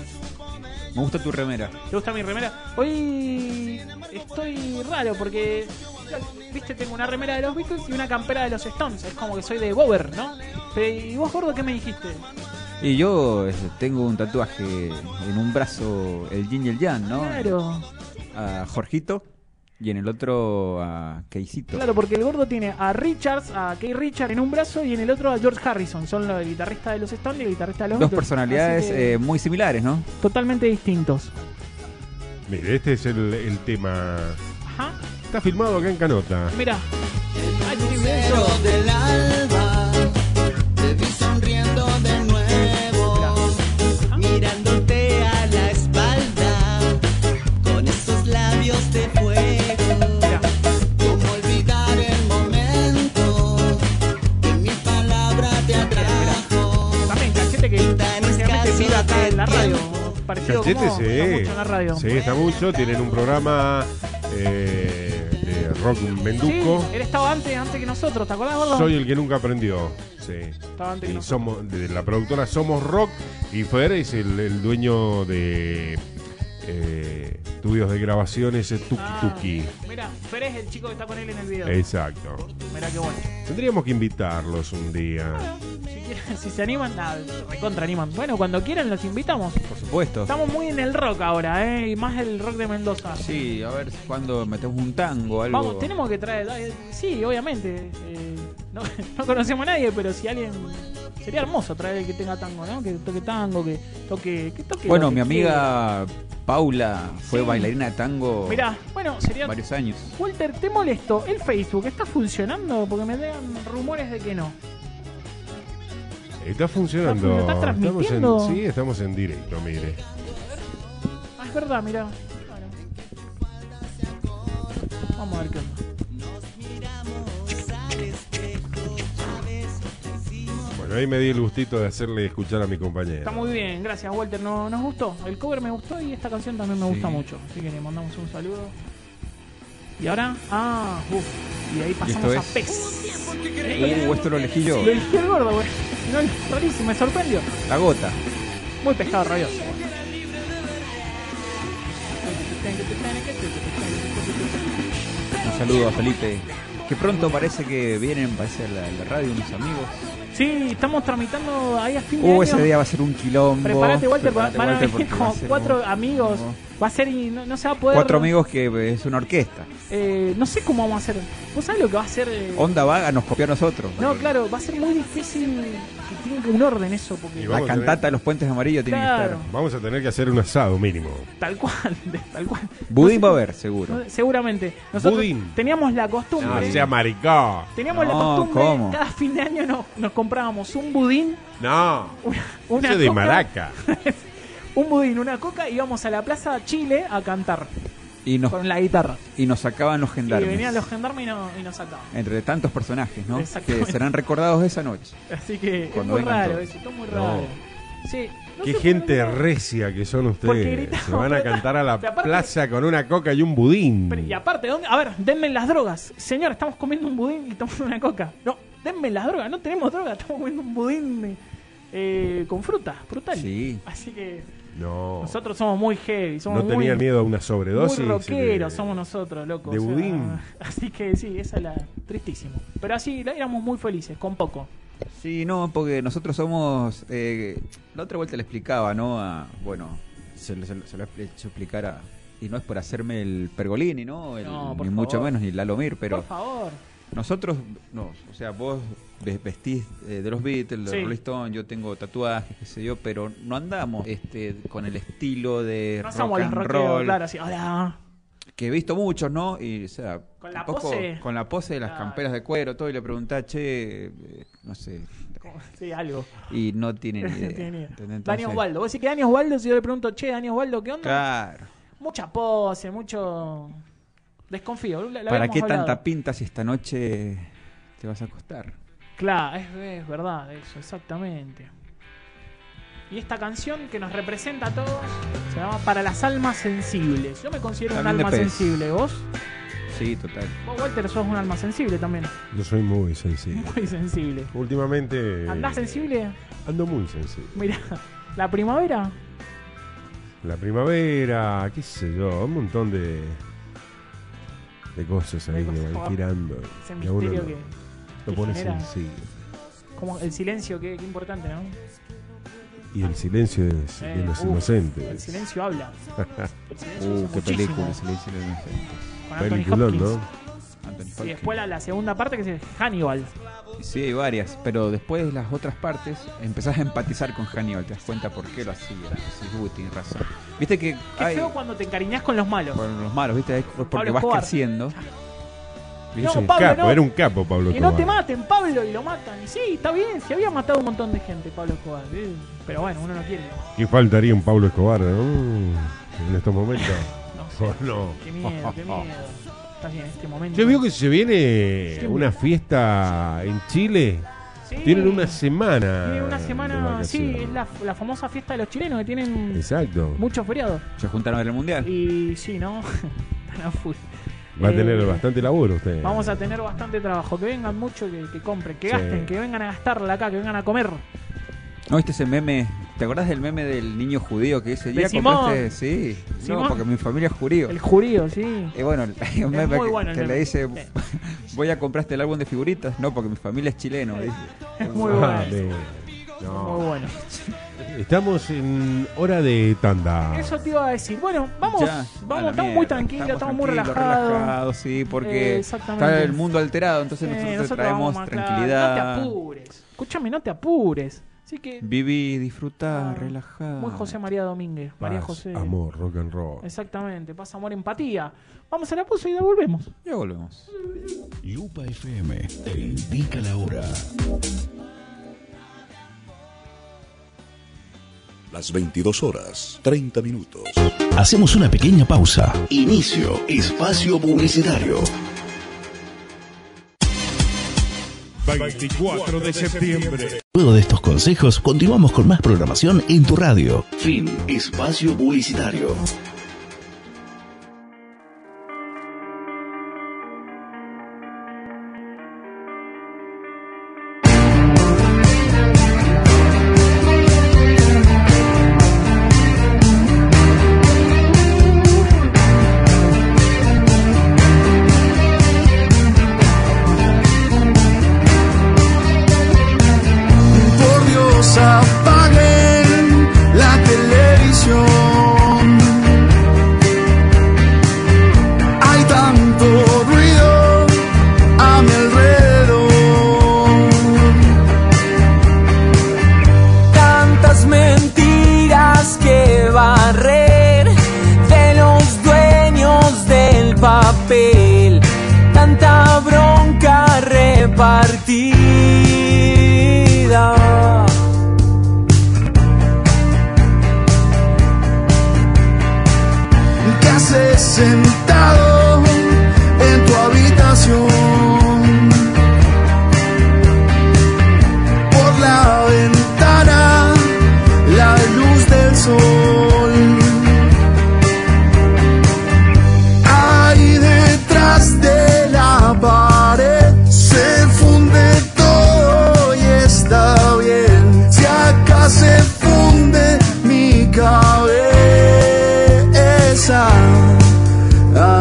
Speaker 1: Me gusta tu remera.
Speaker 2: ¿Te gusta mi remera? Hoy estoy raro porque. Viste, tengo una remera de los Beatles y una campera de los Stones. Es como que soy de Bober, ¿no? Pero, ¿Y vos, gordo, qué me dijiste?
Speaker 1: Y yo eh, tengo un tatuaje en un brazo, el yin y el yang, ¿no?
Speaker 2: Claro.
Speaker 1: A Jorgito y en el otro a Keisito.
Speaker 2: Claro, porque el gordo tiene a Richards, a Kay Richards en un brazo y en el otro a George Harrison. Son los, el guitarrista de los Stones y el guitarrista de los
Speaker 1: Dos
Speaker 2: Beatles.
Speaker 1: personalidades
Speaker 2: Así que,
Speaker 1: eh, muy similares, ¿no?
Speaker 2: totalmente distintos.
Speaker 3: Mire, este es el, el tema.
Speaker 2: Ajá.
Speaker 3: Está filmado acá en Canota.
Speaker 2: Mira.
Speaker 4: Lucero del alba, te vi sonriendo de nuevo, mirándote a la espalda, con esos labios de fuego. Cómo olvidar el momento que mi palabra te atrajo.
Speaker 2: También cachete que
Speaker 4: Tan
Speaker 2: prácticamente vive acá en la radio. Parecido
Speaker 3: Cachete,
Speaker 2: como
Speaker 3: sí.
Speaker 2: está mucho en la radio.
Speaker 3: Sí, está mucho. Tienen un programa eh, de rock menduco.
Speaker 2: Sí, él estaba antes, antes que nosotros, ¿te acordás, gordo?
Speaker 3: Soy el que nunca aprendió. Sí.
Speaker 2: Estaba antes que
Speaker 3: Y
Speaker 2: nosotros.
Speaker 3: somos, de la productora Somos Rock y Fer es el, el dueño de eh, estudios de grabaciones eh, Tuki
Speaker 2: Ah,
Speaker 3: Tuki.
Speaker 2: Mira, Fer es el chico que está con él en el video.
Speaker 3: Exacto.
Speaker 2: Mira qué bueno.
Speaker 3: Tendríamos que invitarlos un día.
Speaker 2: Si, quieren- si se animan, nada, recontra animan. Bueno, cuando quieran los invitamos.
Speaker 1: Por supuesto.
Speaker 2: Estamos muy en el rock ahora, ¿eh? Y más el rock de Mendoza.
Speaker 1: Sí, a ver cuando metemos un tango algo.
Speaker 2: Vamos, tenemos que traer. ay, Sí, obviamente. eh, no, <laughs> no conocemos a nadie, pero si alguien. Sería hermoso traer el que tenga tango, ¿no? Que toque tango, que toque. Que toque
Speaker 1: Bueno,
Speaker 2: lo que
Speaker 1: mi amiga Paula fue
Speaker 2: Sí.
Speaker 1: bailarina de tango
Speaker 2: quiera. Mirá, bueno, sería.
Speaker 1: varios años.
Speaker 2: Walter, te molesto. ¿El Facebook está funcionando? Porque me dan rumores de que no.
Speaker 3: Está funcionando.
Speaker 2: Está- está
Speaker 3: estamos en,
Speaker 2: transmitiendo.
Speaker 3: sí, estamos en directo, mire.
Speaker 2: Ah, es verdad, mirá. Bueno. Vamos a ver qué onda.
Speaker 3: Bueno, ahí me di el gustito de hacerle escuchar a mi compañero.
Speaker 2: Está muy bien, gracias Walter, no, nos gustó. El cover me gustó y esta canción también me
Speaker 1: Sí.
Speaker 2: gusta mucho. Así que le mandamos un saludo. Y ahora, ah, uff, y ahí pasamos
Speaker 1: esto
Speaker 2: a
Speaker 1: es?
Speaker 2: Pez.
Speaker 1: Uh, esto lo elegí yo.
Speaker 2: Lo elegí el gordo, güey. No, rarísimo, me sorprendió.
Speaker 1: La gota.
Speaker 2: Muy pescado rabioso.
Speaker 1: Un saludo a Felipe. Que pronto parece que vienen, parece a la, la radio unos amigos.
Speaker 2: Sí, estamos tramitando ahí a fin de
Speaker 1: Uh,
Speaker 2: año.
Speaker 1: ese día va a ser un quilombo.
Speaker 2: Preparate, Walter, va-
Speaker 1: Preparate,
Speaker 2: van a <laughs>
Speaker 1: Walter,
Speaker 2: venir
Speaker 1: porque va
Speaker 2: como
Speaker 1: a ser
Speaker 2: cuatro
Speaker 1: un-
Speaker 2: amigos.
Speaker 1: como
Speaker 2: Va a ser y no, no se va a poder.
Speaker 1: Cuatro amigos que es una orquesta.
Speaker 2: Eh, no sé cómo vamos a hacer. ¿Vos sabés lo que va a ser? eh?
Speaker 1: Onda Vaga nos copió a nosotros.
Speaker 2: No, claro, va a ser muy difícil que tenga un orden eso,
Speaker 3: Y
Speaker 2: porque
Speaker 3: va-
Speaker 1: La
Speaker 3: vamos a
Speaker 1: cantata
Speaker 3: tener-
Speaker 1: de los puentes amarillos tiene
Speaker 2: Claro.
Speaker 3: Vamos a tener que hacer un asado mínimo.
Speaker 2: tal cual, <laughs> de- tal cual.
Speaker 1: que estar. Budín va a
Speaker 2: No sé-
Speaker 1: haber, seguro.
Speaker 2: no- seguramente. Nosotros
Speaker 3: Budín.
Speaker 2: teníamos la costumbre.
Speaker 3: No, Ah, sea maricón.
Speaker 2: Teníamos la
Speaker 1: Ah, No,
Speaker 2: costumbre,
Speaker 1: ¿cómo?
Speaker 2: cada fin de año nos, nos comprábamos un budín,
Speaker 3: No.
Speaker 2: una, una
Speaker 3: Una de
Speaker 2: coca,
Speaker 3: maraca.
Speaker 2: un budín, una coca, y íbamos a la plaza Chile a cantar
Speaker 1: Y nos,
Speaker 2: con la guitarra.
Speaker 1: y nos sacaban los
Speaker 2: Y
Speaker 1: gendarmes.
Speaker 2: venían los gendarmes y, no- y nos sacaban.
Speaker 1: Entre tantos personajes, ¿no? Que
Speaker 2: Exactamente.
Speaker 1: serán recordados esa noche.
Speaker 2: Así que es
Speaker 1: Cuando
Speaker 2: muy
Speaker 1: vengan
Speaker 2: raro
Speaker 1: todos.
Speaker 2: eso, todo muy raro. Sí, no
Speaker 3: Qué
Speaker 2: sé por
Speaker 3: gente
Speaker 2: no-
Speaker 3: recia que son
Speaker 2: Porque
Speaker 3: ustedes.
Speaker 2: gritamos,
Speaker 3: Se van a
Speaker 2: pero-
Speaker 3: cantar a la
Speaker 2: pero aparte-
Speaker 3: plaza con una coca y un budín.
Speaker 2: Pero, y aparte, ¿dónde? A ver, denme las drogas. Señor, estamos comiendo un budín y tomando una coca. No, denme las drogas, no tenemos drogas, estamos comiendo un budín eh, con fruta, frutal.
Speaker 1: Sí. Oh.
Speaker 2: Así que
Speaker 3: No.
Speaker 2: nosotros somos muy heavy, somos
Speaker 3: no
Speaker 2: muy,
Speaker 3: tenían miedo a una
Speaker 2: muy
Speaker 3: sobredosis.
Speaker 2: rockeros,
Speaker 3: Eh,
Speaker 2: somos nosotros, loco.
Speaker 3: de
Speaker 2: o sea,
Speaker 3: budín.
Speaker 2: <laughs> Así que sí, esa es la tristísimo. Pero así la- éramos muy felices, con poco.
Speaker 1: Sí, no, porque nosotros somos. eh, la otra vuelta le explicaba, ¿no? A- bueno, se, lo- se lo- se lo expli- se explicara. Y no es por hacerme el pergolini, ¿no? El-
Speaker 2: No, por
Speaker 1: ni mucho
Speaker 2: favor.
Speaker 1: menos, ni Lalomir, pero
Speaker 2: Por favor.
Speaker 1: nosotros, no, o sea, vos ve- vestís eh, de los Beatles, de
Speaker 2: Sí.
Speaker 1: Rolling Stone, yo tengo tatuajes, qué sé yo, pero no andamos este con el estilo de
Speaker 2: No
Speaker 1: rock
Speaker 2: somos los
Speaker 1: and
Speaker 2: rockeros,
Speaker 1: roll,
Speaker 2: claro, así, hola.
Speaker 1: que he visto muchos, ¿no? Y, o sea,
Speaker 2: Con la
Speaker 1: tampoco-
Speaker 2: pose. Ah.
Speaker 1: con la pose de las
Speaker 2: Claro.
Speaker 1: camperas de cuero, todo, y le preguntás, che, eh, no sé,
Speaker 2: <laughs> Sí, algo.
Speaker 1: y no
Speaker 2: <laughs>
Speaker 1: tienen idea.
Speaker 2: Tenía ni idea.
Speaker 1: ¿entendés? Entonces,
Speaker 2: Dani Osvaldo. Vos decís que Dani Osvaldo, si yo le pregunto, che, Dani Osvaldo, ¿qué onda?
Speaker 1: Claro.
Speaker 2: Mucha pose, mucho. Desconfío. la- la
Speaker 1: ¿Para
Speaker 2: habíamos
Speaker 1: qué
Speaker 2: hablado.
Speaker 1: tanta pinta si esta noche te vas a acostar?
Speaker 2: Claro, es, es verdad, eso, exactamente. Y esta canción que nos representa a todos se llama Para las almas sensibles. Yo me considero un
Speaker 1: También de
Speaker 2: alma
Speaker 1: pez.
Speaker 2: sensible. ¿Vos?
Speaker 1: Sí, total.
Speaker 2: Vos, Walter, sos un alma sensible también. <laughs>
Speaker 3: Yo soy muy sensible.
Speaker 2: Muy sensible.
Speaker 3: Últimamente.
Speaker 2: ¿Andás sensible?
Speaker 3: Ando muy sensible.
Speaker 2: Mirá, la primavera.
Speaker 3: La primavera, qué sé yo, un montón de. de cosas ahí
Speaker 2: De
Speaker 3: que
Speaker 2: cosas.
Speaker 3: van tirando.
Speaker 2: Ese
Speaker 3: que a uno
Speaker 2: misterio
Speaker 3: lo-
Speaker 2: que. que
Speaker 3: Lo pone
Speaker 2: genera.
Speaker 3: sencillo.
Speaker 2: Como el silencio, qué, qué importante, ¿no?
Speaker 3: Y el silencio es
Speaker 2: Eh,
Speaker 3: de los
Speaker 2: uh,
Speaker 3: inocentes.
Speaker 2: El silencio habla.
Speaker 3: <laughs>
Speaker 2: El silencio
Speaker 1: Uh,
Speaker 2: dice
Speaker 1: qué
Speaker 2: muchísimo.
Speaker 1: película, Silencio de los Inocentes.
Speaker 2: Con Anthony
Speaker 3: Peliculón,
Speaker 2: Hopkins.
Speaker 3: ¿no?
Speaker 1: Anthony
Speaker 2: Y
Speaker 1: Hopkins.
Speaker 2: después la, la segunda parte que es Hannibal.
Speaker 1: Sí, hay varias, pero después de las otras partes empezás a empatizar con Hannibal, te das cuenta por qué lo hacía. Decís, "Uy, tiene razón. Viste que
Speaker 2: Qué
Speaker 1: hay
Speaker 2: feo cuando te encariñás con los malos.
Speaker 1: con los malos, viste, es porque
Speaker 2: Pablo
Speaker 1: vas
Speaker 2: Escobar.
Speaker 1: creciendo.
Speaker 2: No,
Speaker 3: Es un
Speaker 2: Pablo,
Speaker 3: capo,
Speaker 2: no.
Speaker 3: era un capo Pablo
Speaker 2: Que no te
Speaker 3: Escobar.
Speaker 2: maten, Pablo, y lo matan. Y sí, está bien, se había matado un montón de gente, Pablo Escobar. eh. Pero bueno, uno no quiere.
Speaker 3: ¿Qué faltaría un Pablo Escobar ¿no? en estos momentos? <laughs>
Speaker 2: No sé.
Speaker 3: Oh, no.
Speaker 2: Qué miedo, qué miedo. Estás bien, en este momento.
Speaker 3: Yo veo que se viene
Speaker 2: Sí.
Speaker 3: una fiesta en Chile.
Speaker 2: Sí,
Speaker 3: Tienen una semana.
Speaker 2: tienen una
Speaker 3: de
Speaker 2: semana, sí,
Speaker 3: vacaciones.
Speaker 2: es la, la famosa fiesta de los chilenos que tienen
Speaker 3: Exacto.
Speaker 2: muchos feriados.
Speaker 1: Se juntaron en el mundial.
Speaker 2: Y sí, ¿no? <laughs> Están a full.
Speaker 3: Va a
Speaker 2: Eh,
Speaker 3: tener bastante laburo usted.
Speaker 2: Vamos a tener bastante trabajo. Que vengan mucho, que, que compren, que
Speaker 3: Sí.
Speaker 2: gasten, que vengan a gastarla acá, que vengan a comer.
Speaker 1: ¿No viste ese meme? ¿Te acordás del meme del niño judío que dice,
Speaker 2: De
Speaker 1: ya
Speaker 2: Simón.
Speaker 1: compraste? Sí,
Speaker 2: Simón.
Speaker 1: no, porque mi familia es judío.
Speaker 2: El jurío, sí.
Speaker 1: Y bueno, hay un
Speaker 2: Es
Speaker 1: meme
Speaker 2: muy
Speaker 1: que,
Speaker 2: bueno el
Speaker 1: que
Speaker 2: meme.
Speaker 1: le dice, <laughs>
Speaker 2: Sí.
Speaker 1: voy a comprarte el álbum de figuritas. No, porque mi familia es chileno. dice.
Speaker 2: Es muy
Speaker 3: Ah,
Speaker 2: bueno.
Speaker 3: bien.
Speaker 2: Muy bueno.
Speaker 3: Estamos en hora de tanda.
Speaker 2: Eso te iba a decir. Bueno, vamos,
Speaker 1: Ya, a
Speaker 2: vamos,
Speaker 1: la
Speaker 2: estamos
Speaker 1: mierda.
Speaker 2: muy tranquilos, estamos, muy
Speaker 1: tranquilos,
Speaker 2: relajados.
Speaker 1: relajados, sí, porque
Speaker 2: Eh, exactamente.
Speaker 1: está el mundo alterado, entonces
Speaker 2: Eh,
Speaker 1: nosotros,
Speaker 2: nosotros
Speaker 1: te traemos
Speaker 2: vamos a- claro,
Speaker 1: tranquilidad.
Speaker 2: No te apures. Escúchame, no te apures. Así que.
Speaker 1: Viví, disfrutar,
Speaker 2: Ah,
Speaker 1: relajar.
Speaker 2: Muy José María Domínguez. María
Speaker 3: Paz,
Speaker 2: José.
Speaker 3: Amor, rock and roll.
Speaker 2: Exactamente. Pasa amor, empatía. Vamos a la pausa y la volvemos.
Speaker 1: Ya volvemos.
Speaker 5: Lupa FM te indica la hora.
Speaker 6: Las 22 horas, 30 minutos.
Speaker 5: Hacemos una pequeña pausa. Inicio espacio publicitario.
Speaker 3: 24 de septiembre.
Speaker 5: Luego de estos consejos, continuamos con más programación en tu radio. Fin espacio publicitario.
Speaker 7: papel, tanta bronca repartida.
Speaker 8: ¿Qué haces sentado en tu habitación? Por la ventana, la luz del sol. Ahí detrás de la pared se funde todo y está bien. Si acá se funde mi cabeza. Ah.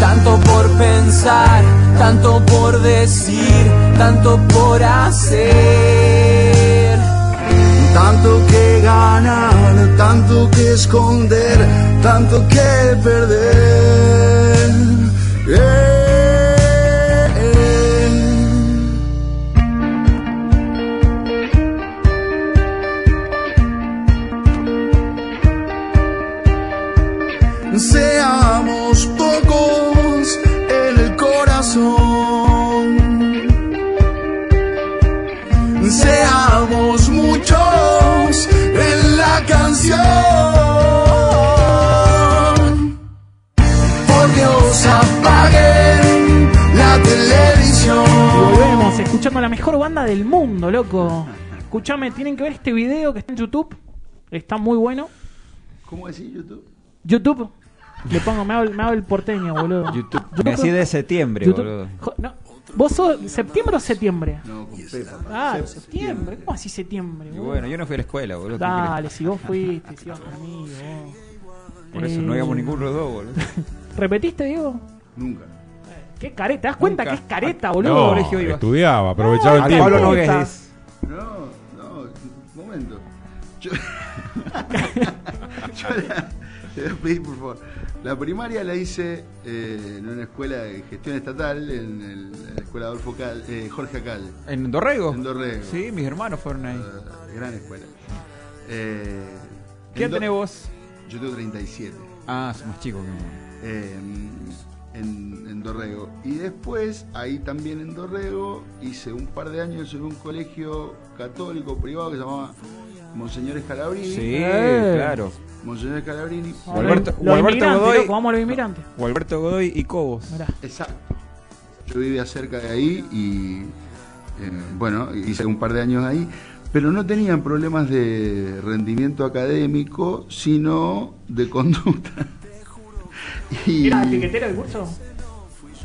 Speaker 7: Tanto por pensar, tanto por decir, tanto por hacer.
Speaker 8: Tanto que ganar, tanto que esconder, tanto que perder. Eh, eh. Seamos pocos en el corazón. Seamos muchos en la canción. Por Dios, apaguen la televisión.
Speaker 2: Volvemos escuchando la mejor banda del mundo, loco. Escúchame, tienen que ver este video que está en YouTube. Está muy bueno.
Speaker 9: ¿Cómo decís YouTube?
Speaker 2: YouTube. Le pongo, me hago, el- me hago el porteño, boludo.
Speaker 1: YouTube. Me hacía de septiembre,
Speaker 2: YouTube.
Speaker 1: boludo.
Speaker 2: Jo- no. ¿Vos sos septiembre o septiembre?
Speaker 9: No, con P, papá.
Speaker 2: Ah, septiembre. ¿Cómo así septiembre?
Speaker 1: Y
Speaker 2: boludo?
Speaker 1: bueno, yo no fui a la escuela, boludo. ¿qué
Speaker 2: Dale, si vos fuiste,
Speaker 1: <laughs>
Speaker 2: si vas conmigo. vos.
Speaker 1: querés? Por eso no
Speaker 2: Eh,
Speaker 1: íbamos ninguno de los dos, boludo.
Speaker 2: ¿Repetiste, Diego?
Speaker 9: Nunca.
Speaker 2: ¿Qué careta? ¿Te das cuenta
Speaker 1: Nunca.
Speaker 2: que es careta,
Speaker 1: No,
Speaker 2: boludo?
Speaker 1: colegio iba.
Speaker 3: estudiaba, aprovechaba
Speaker 2: Ah,
Speaker 3: el
Speaker 1: Al
Speaker 3: tiempo.
Speaker 1: Pablo
Speaker 2: no-
Speaker 1: Nogués
Speaker 2: puta.
Speaker 1: es.
Speaker 9: No, no, un momento. Yo, <laughs> Yo la- te voy a pedir, por favor. La primaria la hice eh, en una escuela de gestión estatal, en, el- en la escuela Adolfo Cal- eh, Jorge Acal.
Speaker 1: ¿En Dorrego?
Speaker 9: En Dorrego.
Speaker 1: Oh, Sí, mis hermanos fueron ahí.
Speaker 9: Eh, gran escuela. Eh,
Speaker 1: ¿Qué
Speaker 9: en
Speaker 1: edad tenés
Speaker 9: Do-
Speaker 1: vos?
Speaker 9: Yo tengo 37.
Speaker 1: Ah, soy más chico que yo.
Speaker 9: eh, en, en Dorrego. Y después, ahí también en Dorrego, hice un par de años en un colegio católico privado que se llamaba Monseñor Escalabrini.
Speaker 1: Sí,
Speaker 2: Eh.
Speaker 1: claro.
Speaker 9: Monseñor Escalabrini.
Speaker 2: Vamos a
Speaker 1: Gualberto-
Speaker 2: los- los
Speaker 1: Gualberto
Speaker 2: inmigrantes,
Speaker 1: Godoy.
Speaker 2: loco, vamos a los inmigrantes.
Speaker 1: Gualberto Godoy y Cobos.
Speaker 2: Mirá.
Speaker 9: Exacto. Yo vivía cerca de ahí y eh, bueno, hice un par de años ahí, pero no tenían problemas de rendimiento académico, sino de conducta. <laughs> Y,
Speaker 2: ¿Era etiquetero el curso?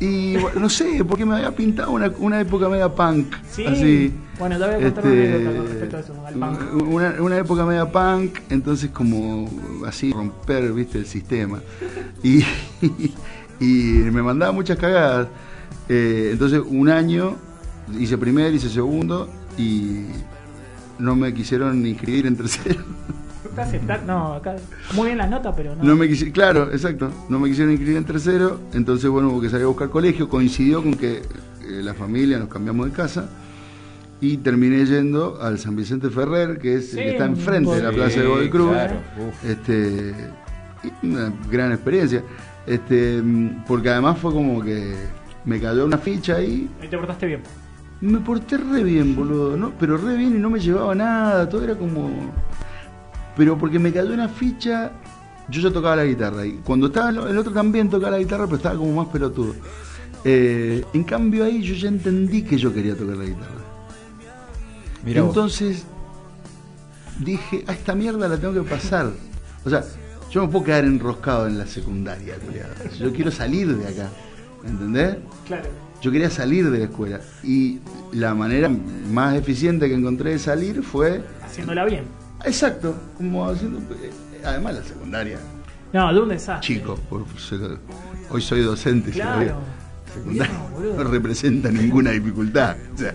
Speaker 9: Y bueno, no sé, porque me había pintado una, una época media punk.
Speaker 2: Sí.
Speaker 9: Así. Este,
Speaker 2: Bueno, te voy a contar una anécdota con respecto a eso, al punk.
Speaker 9: Una, una época media punk, entonces como así romper, viste, el sistema. Y, <laughs> y me mandaba muchas cagadas. Eh, entonces un año hice primero, hice segundo y no me quisieron inscribir en tercero.
Speaker 2: Estás- estás- No, acá. Muy bien las notas, pero no.
Speaker 9: No me quisi- claro, exacto. No me quisieron inscribir en tercero, entonces bueno, hubo que salir a buscar colegio. Coincidió con que eh, la familia nos cambiamos de casa y terminé yendo al San Vicente Ferrer, que es
Speaker 2: Sí,
Speaker 9: el que está enfrente de la
Speaker 2: sí,
Speaker 9: Plaza de Godoy Cruz.
Speaker 1: claro, uf.
Speaker 9: Este, y una gran experiencia. Este, mm, porque además fue como que me cayó una ficha ahí
Speaker 2: Y te portaste bien.
Speaker 9: me porté re bien, boludo, ¿no? Pero re bien y no me llevaba nada, todo era como. Pero porque me cayó una ficha, yo ya tocaba la guitarra. Y cuando estaba el- el otro también tocaba la guitarra, pero estaba como más pelotudo. Eh, en cambio ahí yo ya entendí que yo quería tocar la guitarra.
Speaker 1: Mira
Speaker 9: Entonces dije, a esta mierda la tengo que pasar. O sea, yo no puedo quedar enroscado en la secundaria, culiado. Yo quiero salir de acá. ¿Entendés?
Speaker 2: Claro.
Speaker 9: Yo quería salir de la escuela y la manera más eficiente que encontré de salir fue,
Speaker 2: Haciéndola bien.
Speaker 9: exacto, como haciendo, eh, además la secundaria,
Speaker 2: No, de un desastre.
Speaker 9: chico, por- hoy soy docente, si
Speaker 2: Claro.
Speaker 9: lo digo. secundaria
Speaker 2: No,
Speaker 9: no,
Speaker 2: boludo.
Speaker 9: representa ninguna dificultad, o sea,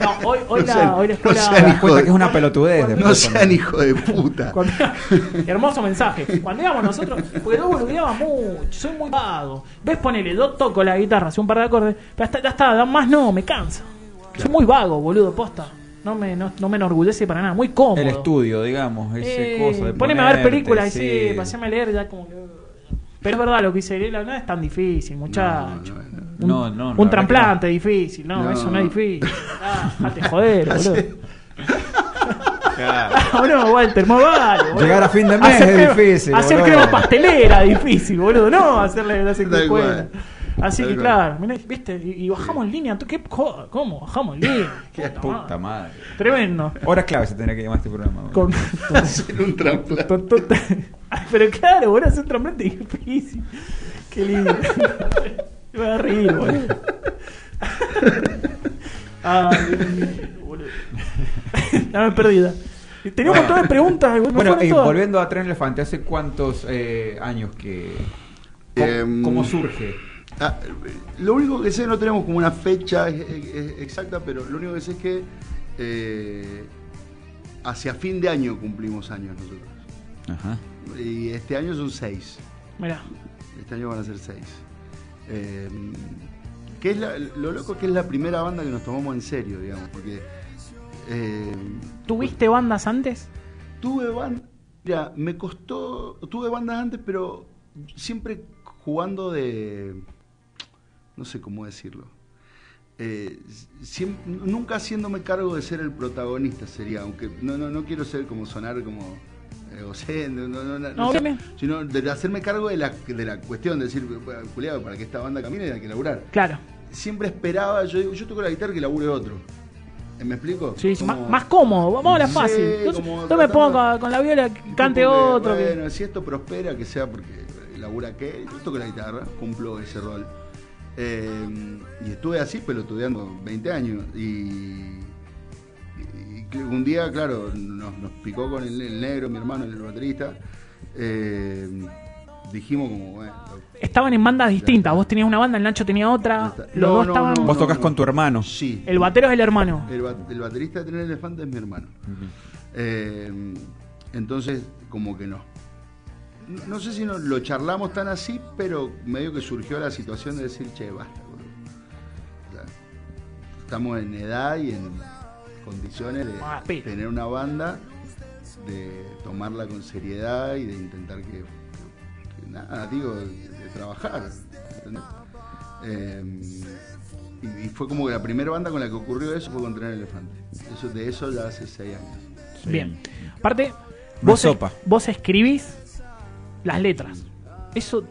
Speaker 2: No, hoy,
Speaker 1: <laughs>
Speaker 2: hoy,
Speaker 9: No
Speaker 2: la,
Speaker 9: sé,
Speaker 2: hoy la
Speaker 9: no sé,
Speaker 1: Das
Speaker 2: escuela.
Speaker 9: ni-
Speaker 1: cuenta que es una pelotudez. después
Speaker 9: no
Speaker 1: cuando-
Speaker 9: sean hijo de puta.
Speaker 2: Cuando- <laughs> hermoso mensaje. Cuando íbamos nosotros, porque yo boludeaba mucho, soy muy vago. ¿Ves? Ponele, yo toco la guitarra, hace un par de acordes, pero hasta, ya está, da más no, me cansa. Soy muy vago, boludo, posta. no me, no, no me enorgullece para nada. Muy cómodo.
Speaker 1: El estudio, digamos, ese
Speaker 2: Eh,
Speaker 1: cosa de
Speaker 2: poneme a ver
Speaker 1: ponerte,
Speaker 2: películas y sí, pasame a leer ya como que... Pero es verdad lo que dice Lela, no es tan difícil, muchacho. Un-
Speaker 1: No, no, la
Speaker 2: un
Speaker 1: verdad
Speaker 2: trasplante difícil, no,
Speaker 1: No.
Speaker 2: eso no es
Speaker 1: <laughs>
Speaker 2: difícil. Ah, dejate joder, boludo. Ah, <laughs> no, Walter, más vale. boludo.
Speaker 1: Llegar a fin de mes
Speaker 2: Hacer
Speaker 1: es
Speaker 2: crema-
Speaker 1: difícil,
Speaker 2: Hacer
Speaker 1: boludo.
Speaker 2: crema pastelera difícil, boludo. No, hacerle la secuela.
Speaker 1: cual.
Speaker 2: Así
Speaker 1: Tal
Speaker 2: que
Speaker 1: cual.
Speaker 2: claro, mirá, viste, y, y bajamos en línea. ¿Qué, joda, ¿Cómo? Bajamos en línea.
Speaker 1: <laughs> Qué puta madre.
Speaker 2: Tremendo.
Speaker 1: Horas claves se tendría que llamar este programa. boludo.
Speaker 2: Con- <laughs> Ay, Pero claro, boludo, hacer un trasplante difícil. Qué lindo. <laughs> Me voy a reír,
Speaker 1: <laughs>
Speaker 2: boludo. Ay, Dios mío, boludo. <laughs> No, me perdida. Tenía un montón de preguntas. y me
Speaker 1: Bueno,
Speaker 2: fueron
Speaker 1: y
Speaker 2: todas.
Speaker 1: volviendo a Tren Elefante, ¿hace cuántos eh, años que. ¿Cómo,
Speaker 9: Em,
Speaker 1: cómo surge?
Speaker 9: Ah, lo único que sé, no tenemos como una fecha eh, eh, exacta, pero lo único que sé es que eh, hacia fin de año cumplimos años nosotros.
Speaker 1: Ajá.
Speaker 9: Y este año son seis.
Speaker 2: Mirá.
Speaker 9: Este año van a ser seis. Eh, que es la- lo loco es que es la primera banda que nos tomamos en serio, digamos, porque... eh,
Speaker 2: ¿Tuviste bandas antes?
Speaker 9: Tuve bandas. Mira, me costó. Tuve bandas antes, pero siempre jugando de. No sé cómo decirlo. Eh, siem- nunca haciéndome cargo de ser el protagonista sería, aunque no, no, no quiero ser como sonar como egocéntrico, no, no, no,
Speaker 2: No,
Speaker 9: sé,
Speaker 2: bien, bien.
Speaker 9: sino de hacerme cargo de la, de la cuestión, de decir, "Bueno, culiao, para que esta banda camine hay que laburar.
Speaker 2: Claro.
Speaker 9: Siempre esperaba, yo digo, yo toco la guitarra que labure otro. ¿Me explico?
Speaker 2: Sí,
Speaker 9: Como-
Speaker 2: más, más cómodo, vamos a la
Speaker 9: Sí,
Speaker 2: fácil. Yo,
Speaker 9: como
Speaker 2: yo me
Speaker 9: tratando-
Speaker 2: pongo con, con la viola que cante
Speaker 9: Tipo que,
Speaker 2: otro. que-
Speaker 9: Bueno, si esto prospera, que sea porque labura aquel. Yo toco la guitarra, cumplo ese rol. Eh, y estuve así pelotudeando 20 años. Y, y que un día, claro, nos, nos picó con el, el negro, mi hermano, el baterista. Eh, dijimos como, bueno,
Speaker 2: Estaban en bandas distintas. Vos tenías una banda, el Nacho tenía otra. Los
Speaker 9: No,
Speaker 2: dos
Speaker 9: no,
Speaker 2: estaban.
Speaker 9: no,
Speaker 1: ¿Vos tocas con tu hermano?
Speaker 9: Sí.
Speaker 2: El batero es el hermano.
Speaker 9: El, ba- el baterista de Tren Elefante es mi hermano. Eh, entonces, como que no. No, no sé si nos lo charlamos tan así, pero medio que surgió la situación de decir, che, basta, boludo. O sea, estamos en edad y en condiciones
Speaker 2: Ah,
Speaker 9: de tener una banda, de tomarla con seriedad y de intentar que, que- que nada, digo, de, de trabajar. ¿entendés? Eh, y, y fue como que la primera banda con la que ocurrió eso fue con Tren Elefante. Eso, de eso ya hace seis años.
Speaker 2: Bien. Aparte,
Speaker 9: No
Speaker 2: vos,
Speaker 9: es sopa.
Speaker 2: es- vos escribís las letras. Eso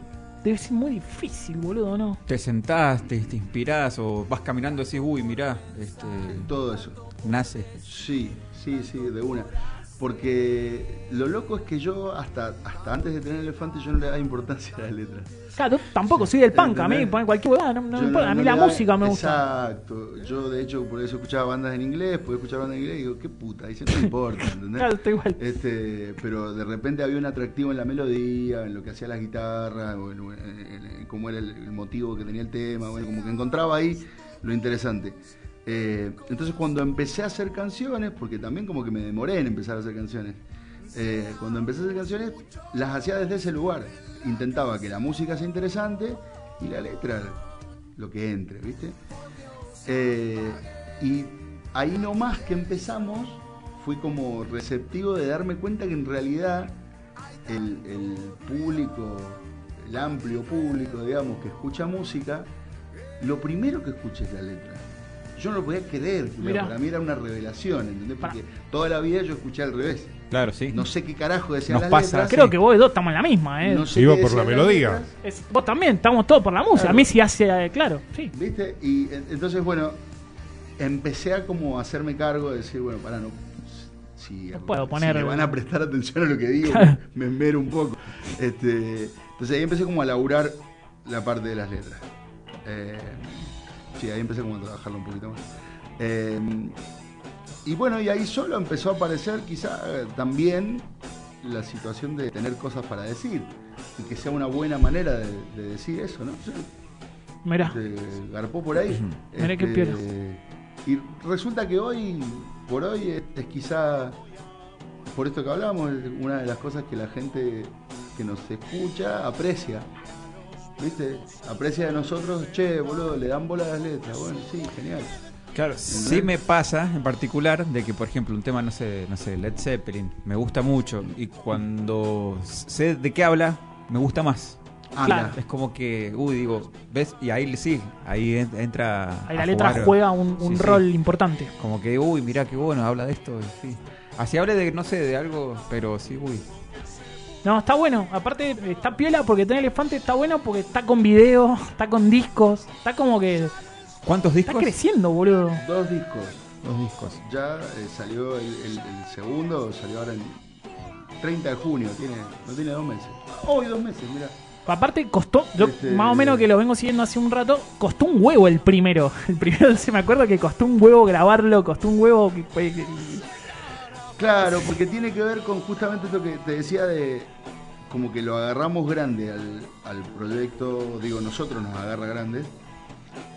Speaker 2: debe ser muy difícil, boludo, ¿no?
Speaker 1: ¿Te sentás, te, te inspirás o vas caminando y decís, uy, mirá? Este,
Speaker 9: Todo eso.
Speaker 1: Nace.
Speaker 9: Sí, sí, sí, de una. Porque lo loco es que yo, hasta, hasta antes de Tren Elefante, yo no le daba importancia a las letras.
Speaker 2: Claro, yo tampoco soy del punk. A mí
Speaker 9: Entendés.
Speaker 2: me ponen cualquier huevada. No, no
Speaker 9: Yo
Speaker 2: me importa.
Speaker 9: no-
Speaker 2: a mí
Speaker 9: no
Speaker 2: la
Speaker 9: le daba-
Speaker 2: música me gusta.
Speaker 9: Exacto. Yo, de hecho, por eso escuchaba bandas en inglés, podía escuchar bandas en inglés y digo, qué puta, dice, no
Speaker 2: <laughs>
Speaker 9: me importa, ¿entendés?
Speaker 2: Claro, estoy igual.
Speaker 9: Este, pero de repente había un atractivo en la melodía, en lo que hacía las guitarras, o en, en- en cómo era el, el motivo que tenía el tema, bueno, como que encontraba ahí lo interesante. Eh, entonces cuando empecé a hacer canciones, porque también como que me demoré en empezar a hacer canciones, eh, cuando empecé a hacer canciones las hacía desde ese lugar. Intentaba que la música sea interesante y la letra lo que entre, ¿viste? Eh, y ahí nomás que empezamos, fui como receptivo de darme cuenta que en realidad el, el público, el amplio público, digamos, que escucha música, lo primero que escucha es la letra. Yo no lo podía creer, pero
Speaker 2: Mirá.
Speaker 9: para mí era una revelación, ¿entendés? Porque toda la vida yo escuché al revés.
Speaker 1: Claro, sí.
Speaker 9: No sé qué carajo decían
Speaker 1: Nos
Speaker 9: las
Speaker 1: pasa
Speaker 9: letras.
Speaker 2: Creo que vos y dos estamos en la misma, ¿eh?
Speaker 9: No sé Iba qué por la decían las melodía. letras.
Speaker 2: Es- vos también, estamos todos por la música. A mí sí hace. eh, claro, sí.
Speaker 9: ¿Viste? Y en- entonces, bueno, empecé a como hacerme cargo de decir, bueno, para no. Si,
Speaker 2: puedo
Speaker 9: si
Speaker 2: poner-
Speaker 9: le van a prestar atención a lo que digo, me envero un poco. Este, entonces ahí empecé como a laburar la parte de las letras. Eh, sí, ahí empecé como a trabajarlo un poquito más. Eh, y bueno, y ahí solo empezó a aparecer quizá eh, también la situación de tener cosas para decir y que sea una buena manera de, de decir eso, ¿no? Sí.
Speaker 2: Mirá.
Speaker 9: Este, garpó por ahí. Este,
Speaker 2: Mirá qué piola.
Speaker 9: Y resulta que hoy, por hoy, es, es quizá, por esto que hablamos, es una de las cosas que la gente que nos escucha aprecia. ¿Viste? Aprecia de nosotros, che, boludo, le dan bola a las letras. Bueno, sí, genial.
Speaker 1: Claro, sí me pasa en particular de que, por ejemplo, un tema, no sé, no sé, Led Zeppelin, me gusta mucho y cuando sé de qué habla, me gusta más.
Speaker 9: Ah, Claro. mirá.
Speaker 1: Es como que, uy, digo, ¿ves? Y ahí sí, ahí en- entra.
Speaker 2: Ahí
Speaker 1: a
Speaker 2: la letra
Speaker 1: jugar.
Speaker 2: juega un, un
Speaker 1: Sí, sí.
Speaker 2: rol importante.
Speaker 1: Como que, uy, mirá qué bueno, habla de esto. sí. Así hable de, no sé, de algo, pero sí, uy.
Speaker 2: No, está bueno. Aparte, está piola porque tiene elefante, está bueno porque está con video, <laughs> está con discos, está como que.
Speaker 1: ¿Cuántos discos?
Speaker 2: Está creciendo, boludo.
Speaker 9: Dos discos.
Speaker 1: Dos discos.
Speaker 9: Ya eh, salió el, el- el segundo, salió ahora en 30 de junio, tiene, no tiene dos meses. Hoy dos meses, mira.
Speaker 2: Aparte, costó, yo
Speaker 9: Este-
Speaker 2: más o menos que lo vengo siguiendo hace un rato, costó un huevo el primero. <laughs> El primero se me acuerdo que costó un huevo grabarlo, costó un huevo. que- eh, que- que-
Speaker 9: Claro, porque tiene que ver con justamente esto que te decía de como que lo agarramos grande al, al proyecto, digo, nosotros nos agarra grande.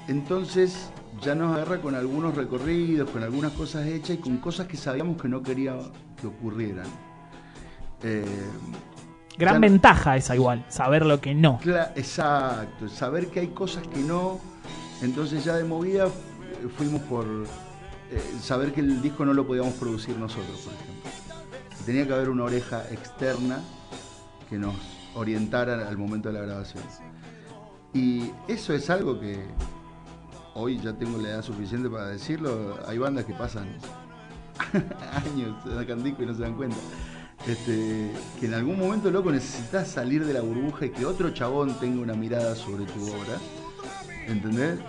Speaker 9: Entonces ya nos agarra con algunos recorridos, con algunas cosas hechas y con cosas que sabíamos que no quería que ocurrieran. Eh,
Speaker 2: gran
Speaker 9: Ya no-
Speaker 2: ventaja esa, igual, saber lo que no.
Speaker 9: Cla- exacto, saber que hay cosas que no. Entonces ya de movida eh, fuimos por eh, saber que el disco no lo podíamos producir nosotros, por ejemplo. Tenía que haber una oreja externa que nos orientara al momento de la grabación. Y eso es algo que hoy ya tengo la edad suficiente para decirlo. Hay bandas que pasan <laughs> años sacan disco y no se dan cuenta. Este, que en algún momento, loco, necesitas salir de la burbuja y que otro chabón tenga una mirada sobre tu obra. ¿Entendés?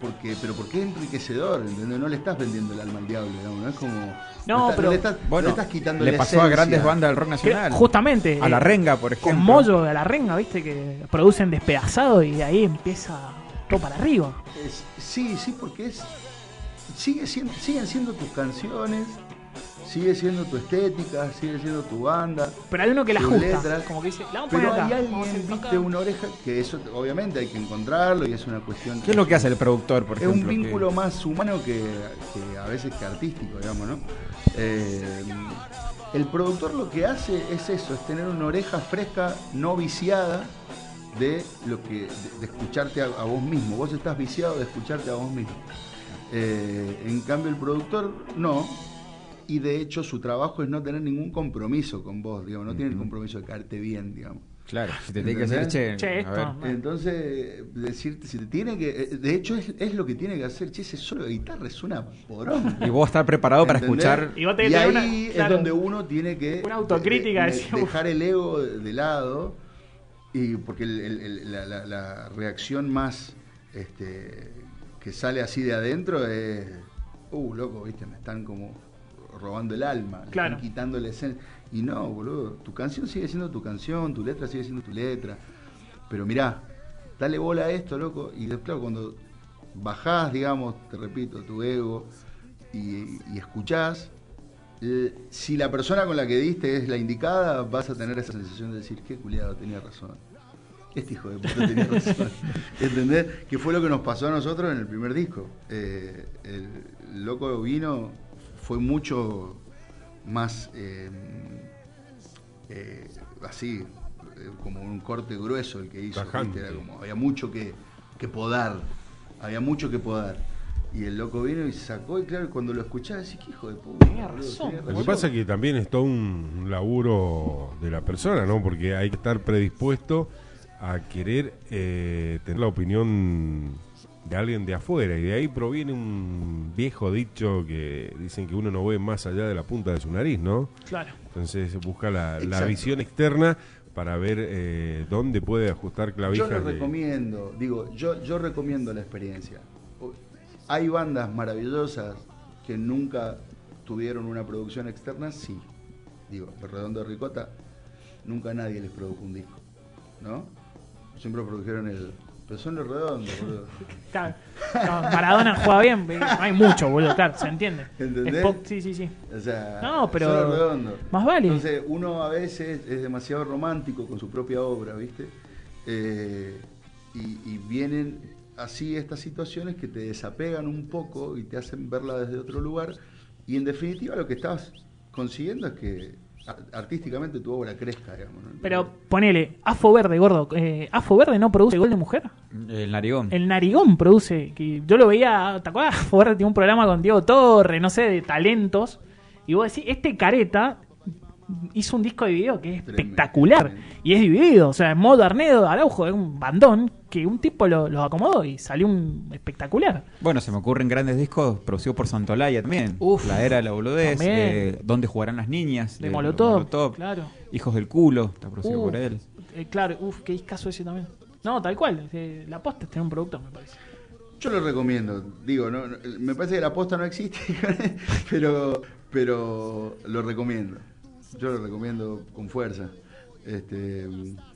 Speaker 9: Porque, pero porque es enriquecedor, ¿entendés? No le estás vendiendo el alma al diablo, digamos, no es como.
Speaker 2: No,
Speaker 9: le estás-
Speaker 2: pero-
Speaker 9: le estás, no
Speaker 1: Bueno,
Speaker 9: le estás quitando
Speaker 1: le
Speaker 9: la
Speaker 1: pasó a
Speaker 9: esencia.
Speaker 1: grandes bandas del rock
Speaker 2: Que-
Speaker 1: nacional.
Speaker 2: justamente.
Speaker 1: A la
Speaker 2: eh,
Speaker 1: renga, por ejemplo.
Speaker 2: Con Moyo de la renga, viste, que producen despedazado y de ahí empieza todo para arriba.
Speaker 9: Es- sí, sí, porque es. Sigue siendo, siguen siendo tus canciones, sigue siendo tu estética, sigue siendo tu banda.
Speaker 2: Pero hay uno que la
Speaker 9: tus
Speaker 2: ajusta.
Speaker 9: letras.
Speaker 2: Como que dice, la vamos a poner
Speaker 9: Pero
Speaker 2: acá.
Speaker 9: hay
Speaker 2: vamos a hacer
Speaker 9: alguien,
Speaker 2: acá.
Speaker 9: viste, una oreja, que eso obviamente hay que encontrarlo y es una cuestión...
Speaker 1: ¿Qué es lo que hace el productor, por
Speaker 9: Es
Speaker 1: ejemplo?
Speaker 9: un
Speaker 1: que-
Speaker 9: vínculo más humano que, que a veces que artístico, digamos, ¿no? Eh, el productor lo que hace es eso, es tener una oreja fresca, no viciada, de lo que de, de escucharte a, a vos mismo. Vos estás viciado de escucharte a vos mismo. Eh, en cambio el productor no. Y de hecho su trabajo es no tener ningún compromiso con vos, digamos, no tiene el compromiso de caerte bien, digamos.
Speaker 1: Claro, si te tiene que hacer,
Speaker 9: ¿Entendés?
Speaker 1: che,
Speaker 2: Che,
Speaker 1: a ver.
Speaker 2: esto.
Speaker 9: Entonces, decirte, si te tiene que. eh, De hecho, es, es lo que tiene que hacer. Che, ese solo de guitarra es una poronga.
Speaker 1: Y vos estar preparado para
Speaker 9: ¿Entendés?
Speaker 1: escuchar
Speaker 2: Y vos tenés
Speaker 9: Y
Speaker 2: que
Speaker 9: ahí
Speaker 2: tener una-
Speaker 9: es
Speaker 2: claro.
Speaker 9: donde uno tiene que.
Speaker 2: Una autocrítica,
Speaker 9: de- de-
Speaker 2: decimos.
Speaker 9: dejar el ego de, de lado. Y porque el- el- el- la, la- la reacción más este, que sale así de adentro es. Uh, loco, viste, me están como robando el alma, le
Speaker 2: Claro.
Speaker 9: están quitando la esencia. Y no, boludo, tu canción sigue siendo tu canción, tu letra sigue siendo tu letra. Pero mirá, dale bola a esto, loco. Y después, claro, cuando bajás, digamos, te repito, tu ego y, y escuchás, eh, si la persona con la que diste es la indicada, vas a tener esa sensación de decir, qué culiado, tenía razón. Este hijo de puta tenía razón. ¿Entendés? Que fue lo que nos pasó a nosotros en el primer disco. Eh, el loco vino, fue mucho más eh, eh, así, eh, como un corte grueso el que hizo.
Speaker 3: Tajante.
Speaker 9: ¿viste? Era como, había mucho que, que podar, había mucho que podar. Y el loco vino y sacó, y claro, cuando lo escuchaba, decís, que hijo de puta.
Speaker 2: Tenía
Speaker 9: boludo,
Speaker 2: razón,
Speaker 9: tenía
Speaker 3: Lo que pasa es que también es todo un laburo de la persona, ¿no? Porque hay que estar predispuesto a querer eh, tener la opinión de alguien de afuera. Y de ahí proviene un viejo dicho que dicen que uno no ve más allá de la punta de su nariz, ¿no?
Speaker 2: Claro.
Speaker 3: Entonces se busca la, la
Speaker 9: Exacto.
Speaker 3: visión externa para ver eh, dónde puede ajustar
Speaker 9: Yo
Speaker 3: clavijas.
Speaker 9: lo
Speaker 3: que-
Speaker 9: recomiendo, digo, yo, yo recomiendo la experiencia. O- Hay bandas maravillosas que nunca tuvieron una producción externa, sí. Digo, Redondo de Ricota, nunca nadie les produjo un disco, ¿no? Siempre produjeron el... Pero son los redondos,
Speaker 2: <laughs>
Speaker 9: boludo.
Speaker 2: Claro. No, Maradona juega bien, pero no hay mucho, boludo, claro, se entiende.
Speaker 9: ¿Entendés?
Speaker 2: Es po- sí, sí, sí.
Speaker 9: O sea,
Speaker 2: No, pero-
Speaker 9: son los redondos.
Speaker 2: más vale.
Speaker 9: Entonces, uno a veces es demasiado romántico con su propia obra, ¿viste? Eh, y, y vienen así estas situaciones que te desapegan un poco y te hacen verla desde otro lugar. Y en definitiva, lo que estás consiguiendo es que a- artísticamente tu obra crezca, digamos. ¿no?
Speaker 2: Pero ponele, Afo Verde, gordo. eh, ¿Afo Verde no produce gol de mujer?
Speaker 1: El narigón.
Speaker 2: El Narigón produce. Que yo lo veía, ¿te <laughs> acuerdas? Afo Verde tiene un programa con Diego Torre, no sé, de talentos. Y vos decís, este careta hizo un disco de video que es espectacular. Y es dividido. O sea, en modo Arnedo, Araujo, es un bandón que un tipo lo- los acomodó y salió un espectacular.
Speaker 1: Bueno, se me ocurren grandes discos producidos por Santolaya también. la era de la boludez,
Speaker 2: también.
Speaker 1: eh, ¿Dónde jugarán las niñas?
Speaker 2: De
Speaker 1: los
Speaker 2: Molotov, claro.
Speaker 1: Hijos del culo, está producido
Speaker 2: Uh,
Speaker 1: por él.
Speaker 2: eh, claro, uff, qué discazo ese también. No, tal cual. eh, la posta tiene un producto, me parece.
Speaker 9: Yo lo recomiendo, digo, no, no, me parece que la posta no existe, <laughs> pero, pero lo recomiendo. Yo lo recomiendo con fuerza. Este,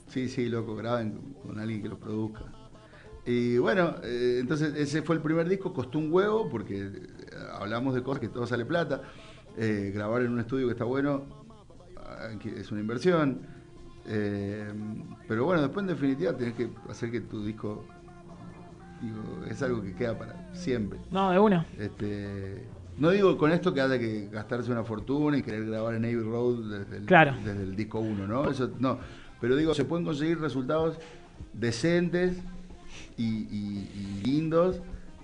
Speaker 9: sí, sí, loco, graben con- con alguien que lo produzca. Y bueno, eh, entonces ese fue el primer disco, costó un huevo, porque eh, hablamos de cosas que todo sale plata. Eh, grabar en un estudio que está bueno ah, que es una inversión. Eh, pero bueno, después en definitiva tenés que hacer que tu disco digo, es algo que queda para siempre.
Speaker 2: No, de una.
Speaker 9: Este, no digo con esto que haya que gastarse una fortuna y querer grabar en Abbey Road desde el,
Speaker 2: Claro.
Speaker 9: desde el disco 1, ¿no? Eso no. Pero digo, se pueden conseguir resultados decentes y, y- y lindos,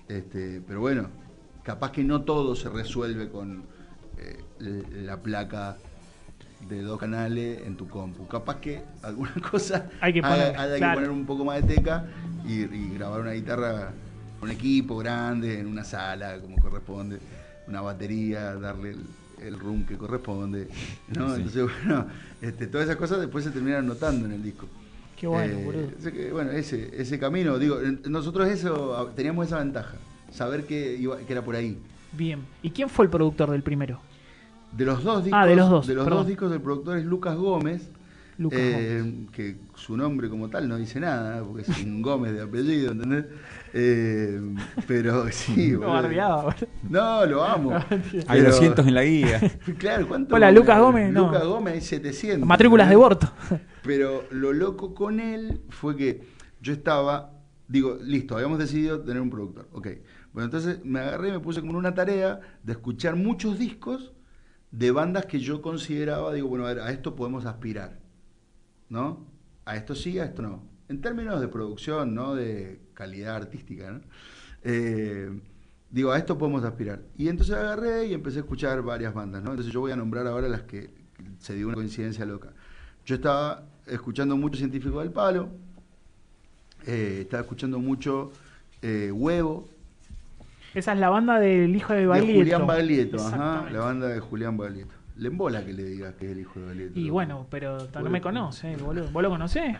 Speaker 9: este, pero bueno, capaz que no todo se resuelve con eh, l- la placa de dos canales en tu compu. Capaz que alguna <laughs> cosa
Speaker 2: Hay que
Speaker 9: haya-
Speaker 2: poner,
Speaker 9: haya que
Speaker 2: claro.
Speaker 9: poner un poco más de teca y, y grabar una guitarra con un equipo grande, en una sala, como corresponde, una batería, darle el, el room que corresponde.
Speaker 1: Sí.
Speaker 9: ¿no? Entonces, <laughs> bueno, este, todas esas cosas después se terminan notando en el disco.
Speaker 2: Qué bueno,
Speaker 9: Eh,
Speaker 2: boludo.
Speaker 9: así que, bueno, ese, ese camino, digo, en- nosotros eso ah, teníamos esa ventaja, saber que, iba- que era por ahí.
Speaker 2: Bien. ¿Y quién fue el productor del primero?
Speaker 9: De los dos discos,
Speaker 2: Ah, de los dos, perdón.
Speaker 9: dos discos del productor es Lucas Gómez,
Speaker 2: Lucas
Speaker 9: eh, que su nombre como tal no dice nada, porque es un Gómez de apellido, ¿entendés? Eh,
Speaker 2: <laughs>
Speaker 9: pero sí,
Speaker 2: Lo
Speaker 9: boludo.
Speaker 2: bardeaba, boludo.
Speaker 9: No,
Speaker 2: <laughs>
Speaker 9: lo amo.
Speaker 1: Hay
Speaker 9: Pero-
Speaker 1: 200 en la
Speaker 9: <laughs>
Speaker 1: guía.
Speaker 9: Claro, ¿cuánto?
Speaker 2: Hola, Lucas Gómez, no.
Speaker 9: Lucas Gómez hay 700.
Speaker 2: Matrículas de
Speaker 9: ¿entendés?
Speaker 2: Borto.
Speaker 9: Pero lo loco con él fue que yo estaba, digo, listo, habíamos decidido tener un productor. Ok. Bueno, entonces me agarré y me puse como una tarea de escuchar muchos discos de bandas que yo consideraba, digo, bueno, a ver, a esto podemos aspirar. ¿No? A esto sí, a esto no. En términos de producción, ¿no? De calidad artística, ¿no? Eh, digo, a esto podemos aspirar. Y entonces agarré y empecé a escuchar varias bandas, ¿no? Entonces yo voy a nombrar ahora las que se dio una coincidencia loca. Yo estaba escuchando mucho Científico del Palo, eh, estaba escuchando mucho eh, Huevo,
Speaker 2: <laughs> Esa es la banda del hijo de Baglietto.
Speaker 9: de Julián Baglietto, ajá,
Speaker 2: Exactamente.
Speaker 9: la banda de Julián Baglietto. Le embola que le digas que es el hijo de Baglietto.
Speaker 2: Y
Speaker 9: loco.
Speaker 2: bueno, pero no
Speaker 9: Boludo.
Speaker 2: me conoce, eh, boludo. ¿Vos lo conocés?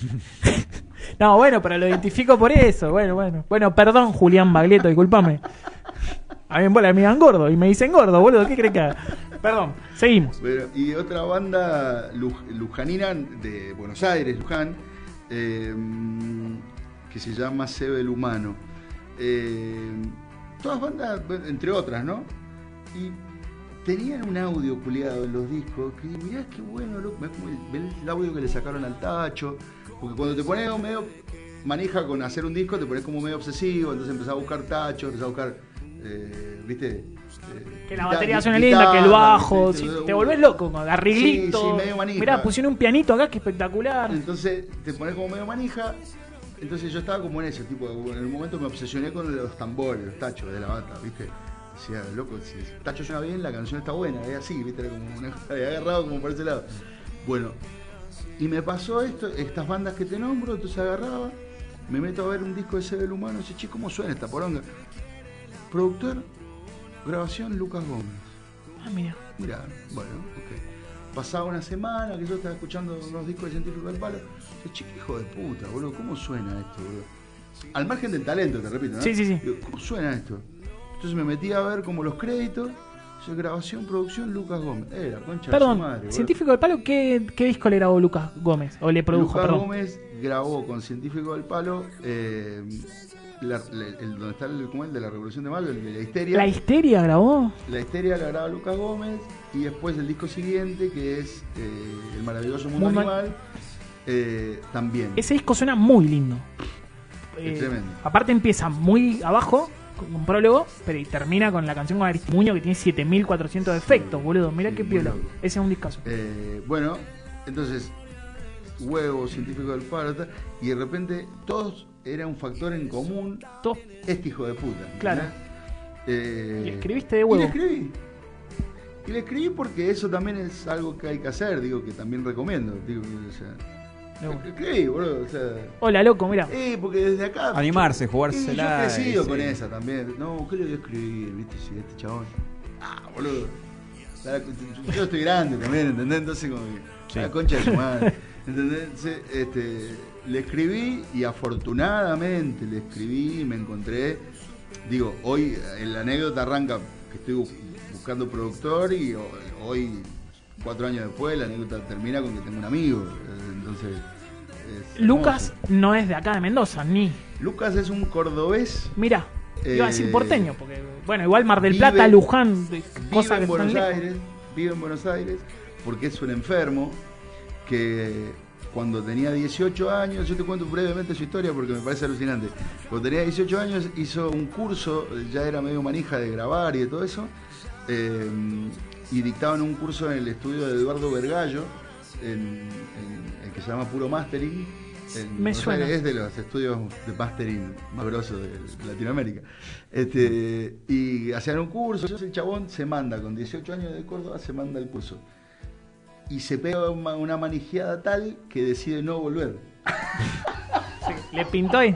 Speaker 2: <laughs> no, bueno, pero lo identifico por eso. Bueno, bueno. Bueno, perdón, Julián Baglietto, discúlpame. A mí en bola me dan gordo y me dicen gordo, boludo. ¿Qué crees que haga? Perdón, seguimos.
Speaker 9: Bueno, y otra banda luj- lujanina de Buenos Aires, Luján, eh, que se llama Sebel Humano. Eh, todas bandas, bueno, entre otras, ¿no? Y tenían un audio culiado en los discos que mirá qué bueno, loco, ves cómo el- ves el audio que le sacaron al tacho, porque cuando te pones medio manija con hacer un disco, te pones como medio obsesivo, entonces empezás a buscar tachos, empezás a buscar, eh, viste... eh,
Speaker 2: Que la
Speaker 9: guita-
Speaker 2: batería suene
Speaker 9: guitarra,
Speaker 2: linda, que el bajo.
Speaker 9: ¿viste?
Speaker 2: si
Speaker 9: Entonces,
Speaker 2: te
Speaker 9: uh,
Speaker 2: volvés loco con arreglitos.
Speaker 9: Sí, sí, medio manija.
Speaker 2: Mirá, pusieron un pianito acá que espectacular.
Speaker 9: Entonces te pones como medio manija. Entonces yo estaba como en ese tipo. En un momento me obsesioné con los tambores, los tachos de la bata, ¿viste? Decía, loco, si el tacho suena bien, la canción está buena. Es así, ¿viste? Era como una <laughs> cosa de agarrado como por ese lado. Bueno, y me pasó esto, estas bandas que te nombro, entonces agarraba, me meto a ver un disco de Sebel Humano, y decía, che, ¿cómo suena esta poronga? Productor, grabación Lucas Gómez.
Speaker 2: Ah, mira.
Speaker 9: Mirá, bueno, ok. Pasaba una semana que yo estaba escuchando unos discos de Científico del Palo. Yo, che, qué hijo de puta, boludo, ¿cómo suena esto, boludo? Al margen del talento, te repito, ¿no?
Speaker 2: Sí, sí, sí.
Speaker 9: Digo, ¿Cómo suena esto? Entonces me metí a ver como los créditos. Yo, grabación, producción, Lucas Gómez. Eh, la concha de
Speaker 2: Perdón,
Speaker 9: su madre, boludo.
Speaker 2: científico del palo, ¿qué, ¿qué disco le grabó Lucas Gómez? O le produjo,
Speaker 9: Lucas
Speaker 2: perdón.
Speaker 9: Gómez grabó con Científico del Palo eh, la- la- el, donde está el, ¿cómo es? el de la Revolución de Mayo, el de la histeria.
Speaker 2: La histeria grabó.
Speaker 9: La histeria la graba Lucas Gómez y después el disco siguiente, que es eh, El maravilloso mundo
Speaker 2: Mundo-
Speaker 9: animal, eh, también.
Speaker 2: Ese disco suena muy lindo.
Speaker 9: Es tremendo.
Speaker 2: Aparte empieza muy abajo, un prólogo, pero y termina con la canción con Aristimuño que tiene 7400 efectos, boludo. Mirá qué piola. Ese es un discazo.
Speaker 9: Eh, bueno, entonces, huevo, científico del faro, tal, y de repente todos era un factor en común. Este hijo de puta. ¿entendés?
Speaker 2: Claro.
Speaker 9: Eh,
Speaker 2: Y escribiste de huevo.
Speaker 9: Y le escribí. Y le escribí porque eso también es algo que hay que hacer, digo, que también recomiendo. Digo, o sea,
Speaker 2: De una.
Speaker 9: escribí, boludo, o sea,
Speaker 2: Hola, loco, mirá.
Speaker 9: eh, porque desde acá.
Speaker 1: Animarse,
Speaker 9: Yo
Speaker 1: jugársela.
Speaker 9: he crecido
Speaker 1: eh,
Speaker 9: con
Speaker 1: sí.
Speaker 9: esa también. No, ¿qué le voy a escribir? ¿Viste? Si este chabón. Ah, boludo. La- yo estoy grande también, ¿entendés? Entonces, como que. La concha de su madre. ¿Entendés? Entonces, este, le escribí y afortunadamente le escribí y me encontré. Digo, hoy en la anécdota arranca que estoy bu- buscando productor y ho- hoy, cuatro años después, la anécdota termina con que tengo un amigo. Entonces. es
Speaker 2: Lucas no es de acá de Mendoza, ni.
Speaker 9: hermoso. Lucas es un cordobés
Speaker 2: Mirá. Iba a decir
Speaker 9: Eh,
Speaker 2: porteño, porque. Bueno, igual Mar del
Speaker 9: vive-
Speaker 2: Plata, Luján, de-
Speaker 9: vive
Speaker 2: cosas que
Speaker 9: en Buenos
Speaker 2: están lejos.
Speaker 9: Aires, vive en Buenos Aires, porque es un enfermo que cuando tenía 18 años, yo te cuento brevemente su historia porque me parece alucinante. Cuando tenía 18 años hizo un curso, ya era medio manija de grabar y de todo eso, eh, y dictaban un curso en el estudio de Eduardo Vergallo, en, en- en que se llama Puro Mastering. en
Speaker 2: Me
Speaker 9: Buenos
Speaker 2: suena.
Speaker 9: Aires, es de los estudios de mastering más grosos de Latinoamérica. Este, y hacían un curso, entonces el chabón se manda, con 18 años de Córdoba, se manda el curso. Y se pega una, una manijeada tal que decide no volver.
Speaker 2: Le pintó
Speaker 9: <laughs>
Speaker 2: ahí.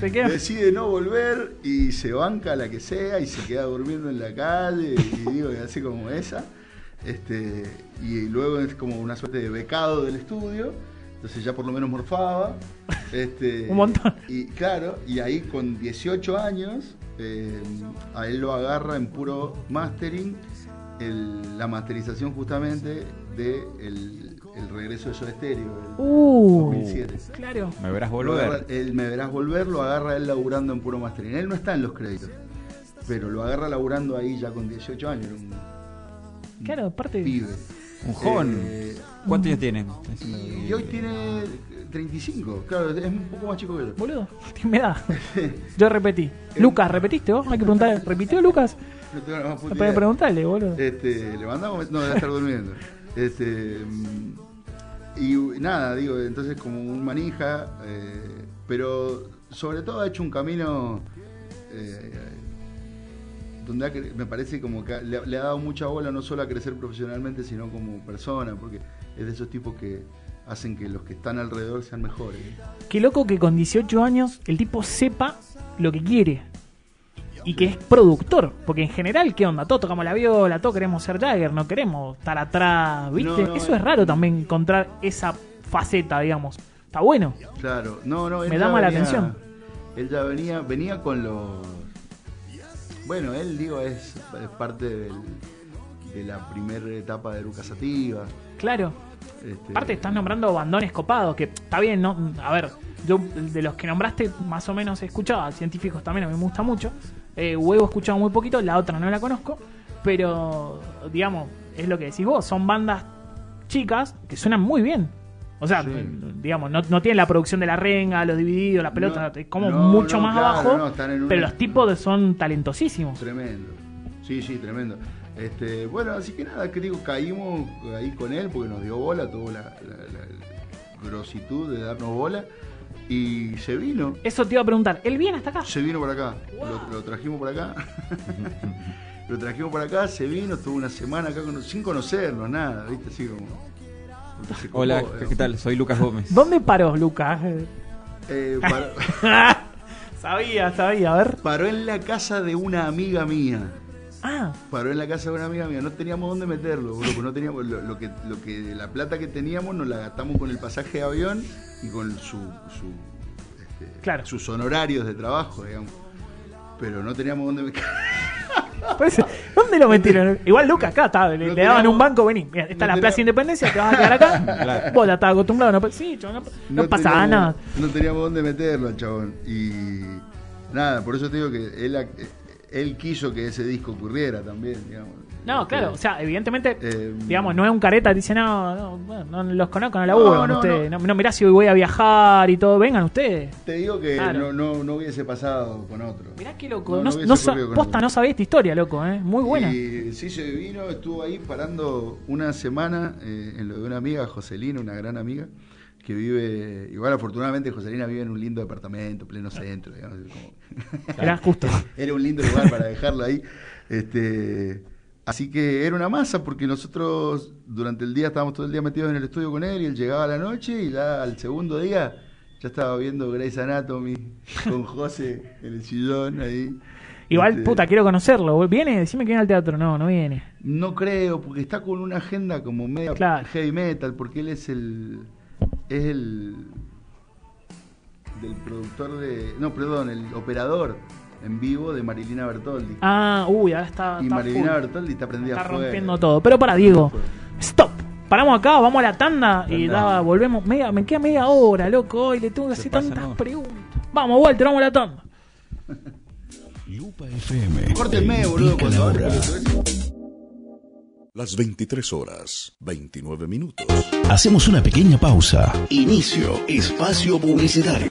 Speaker 2: Se queda.
Speaker 9: Decide no volver y se banca la que sea y se queda durmiendo en la calle y digo, y así como esa. Este, y luego es como una suerte de becado del estudio, entonces ya por lo menos
Speaker 2: <laughs>
Speaker 9: morfaba. Este,
Speaker 2: Un montón.
Speaker 9: Y claro, y ahí con 18 años, eh, a él lo agarra en puro mastering, el- la masterización justamente de el, el regreso de Soda Stereo, el
Speaker 2: Uh,
Speaker 9: 2007.
Speaker 2: claro.
Speaker 1: Me verás
Speaker 9: Lo agarra-
Speaker 1: volver.
Speaker 9: él me verás volver, lo agarra él laburando en puro mastering. Él no está en los créditos, pero lo agarra laburando ahí ya con 18 años, era un
Speaker 2: Claro, aparte.
Speaker 9: pibe.
Speaker 1: Un joven.
Speaker 9: Eh,
Speaker 1: ¿Cuántos años tienen?
Speaker 9: y, y hoy tiene 35, claro, es un poco más chico que yo.
Speaker 2: Boludo, me
Speaker 9: <laughs>
Speaker 2: da. Yo repetí. Lucas, ¿repetiste vos? Hay que preguntarle. ¿Repitió Lucas?
Speaker 9: No tengo la más puta
Speaker 2: Para
Speaker 9: idea.
Speaker 2: preguntarle, boludo.
Speaker 9: Este, le mandamos, no, debe estar durmiendo. Este, mm, y nada, digo, entonces como un manija, eh, pero sobre todo ha hecho un camino eh, donde ha cre- me parece como que ha- le, ha- le ha dado mucha bola no solo a crecer profesionalmente, sino como persona, porque es de esos tipos que hacen que los que están alrededor sean mejores.
Speaker 2: Qué loco que con 18 años el tipo sepa lo que quiere. Y que es productor. Porque en general, ¿qué onda? Todos tocamos la viola, todos queremos ser Jagger, no queremos estar atrás, ¿viste?
Speaker 9: No, no,
Speaker 2: Eso
Speaker 9: eh.
Speaker 2: es raro también encontrar esa faceta, digamos. Está bueno.
Speaker 9: Claro, no, no. él
Speaker 2: Me
Speaker 9: ya
Speaker 2: llama la
Speaker 9: venía-
Speaker 2: atención.
Speaker 9: Él ya venía, venía con los. Bueno, él, digo, es, es parte del- de la primera etapa de Lucas Sativa.
Speaker 2: Claro.
Speaker 9: este,
Speaker 2: Aparte estás nombrando bandones copados, que está bien, ¿no? A ver, yo de los que nombraste más o menos he escuchado, a científicos también a mí me gusta mucho. Eh, Huevo he escuchado muy poquito, la otra no la conozco, pero digamos, es lo que decís vos, son bandas chicas que suenan muy bien. O sea,
Speaker 9: Sí.
Speaker 2: digamos, no, no tienen la producción de la renga, los divididos, la pelota,
Speaker 9: No,
Speaker 2: es como
Speaker 9: no,
Speaker 2: mucho
Speaker 9: no,
Speaker 2: más
Speaker 9: claro,
Speaker 2: abajo,
Speaker 9: no, están en un-
Speaker 2: pero los tipos de- son talentosísimos.
Speaker 9: Tremendo. Sí, sí, tremendo. Este, bueno, así que nada, que digo, caímos ahí con él porque nos dio bola, tuvo la, la- la grositud de darnos bola y se vino.
Speaker 2: Eso te iba a preguntar, ¿él viene hasta acá?
Speaker 9: Se vino por acá, lo, lo trajimos por acá. <laughs> lo trajimos por acá, se vino, estuvo una semana acá con- sin conocernos, nada, ¿viste? Así como. se copó,
Speaker 1: Hola,
Speaker 9: digamos.
Speaker 1: ¿qué tal? Soy Lucas Gómez.
Speaker 2: ¿Dónde paró, Lucas? <laughs>
Speaker 9: Eh, paró,
Speaker 2: sabía, sabía, a ver.
Speaker 9: <laughs> paró en la casa de una amiga mía.
Speaker 2: Ah,
Speaker 9: Paró en la casa de una amiga mía, no teníamos dónde meterlo, boludo, porque no teníamos lo, lo que, lo que la plata que teníamos nos la gastamos con el pasaje de avión y con su, su, este,
Speaker 2: Claro.
Speaker 9: sus honorarios de trabajo, digamos. Pero no teníamos dónde meterlo.
Speaker 2: Pues, ¿Dónde lo metieron? Igual Lucas acá está, le,
Speaker 9: No
Speaker 2: le daban
Speaker 9: teníamos-
Speaker 2: un banco, vení. Mira, está la
Speaker 9: no teníamos-
Speaker 2: Plaza Independencia, te vas a quedar acá. Vos la estás acostumbrado, no, pa- sí, yo no, no pasaba
Speaker 9: teníamos-
Speaker 2: nada.
Speaker 9: No teníamos dónde meterlo al chabón. Y nada, por eso te digo que él, ac- él quiso que ese disco ocurriera también, digamos. Este,
Speaker 2: No, claro, o sea, evidentemente,
Speaker 9: em,
Speaker 2: digamos, no es un careta, dice, no, no, bueno, no los conozco, no laburan
Speaker 9: No, no,
Speaker 2: ustedes. No. no, mirá si voy a viajar y todo, vengan ustedes.
Speaker 9: Te digo que
Speaker 2: Claro.
Speaker 9: no, no, no hubiese pasado con otro.
Speaker 2: Mirá qué loco,
Speaker 9: No,
Speaker 2: no,
Speaker 9: no hubiese
Speaker 2: no sa-
Speaker 9: ocurrido con
Speaker 2: posta,
Speaker 9: otro.
Speaker 2: no sabía esta historia, loco, eh, muy buena.
Speaker 9: Y sí, se vino, estuvo ahí parando una semana eh, en lo de una amiga, Joselina, una gran amiga, que vive, igual afortunadamente Joselina vive en un lindo departamento, pleno centro, digamos, como-
Speaker 2: Era justo.
Speaker 9: era un lindo lugar para dejarlo ahí. Este, así que era una masa, porque nosotros durante el día estábamos todo el día metidos en el estudio con él, y él llegaba a la noche y ya al segundo día ya estaba viendo Grey's Anatomy con José en el sillón ahí.
Speaker 2: Igual,
Speaker 9: Este,
Speaker 2: puta, quiero conocerlo. güey. ¿Viene? Decime que viene al teatro. No, no viene.
Speaker 9: No creo, porque está con una agenda como medio
Speaker 2: Claro.
Speaker 9: heavy metal, porque él es el. Es el. Del productor de. No, perdón, el operador en vivo de Marilina Bertoldi.
Speaker 2: Ah, uy, ahora está.
Speaker 9: y
Speaker 2: está full.
Speaker 9: Marilina Bertoldi está prendida
Speaker 2: Está
Speaker 9: a fuego.
Speaker 2: rompiendo todo. Pero para Diego, stop. Paramos acá, vamos a la tanda y da, volvemos. Media, me queda media hora, loco. Hoy le tengo que hacer
Speaker 5: pasa,
Speaker 2: tantas
Speaker 5: ¿no?
Speaker 2: preguntas. Vamos, Walter, vamos a la tanda.
Speaker 5: Lupa FM.
Speaker 9: Córteme,
Speaker 5: te
Speaker 9: boludo,
Speaker 5: indica
Speaker 9: cuando
Speaker 5: la
Speaker 9: abres,
Speaker 5: hora.
Speaker 6: Las 23 horas, 29 minutos.
Speaker 5: Hacemos una pequeña pausa. Inicio espacio publicitario.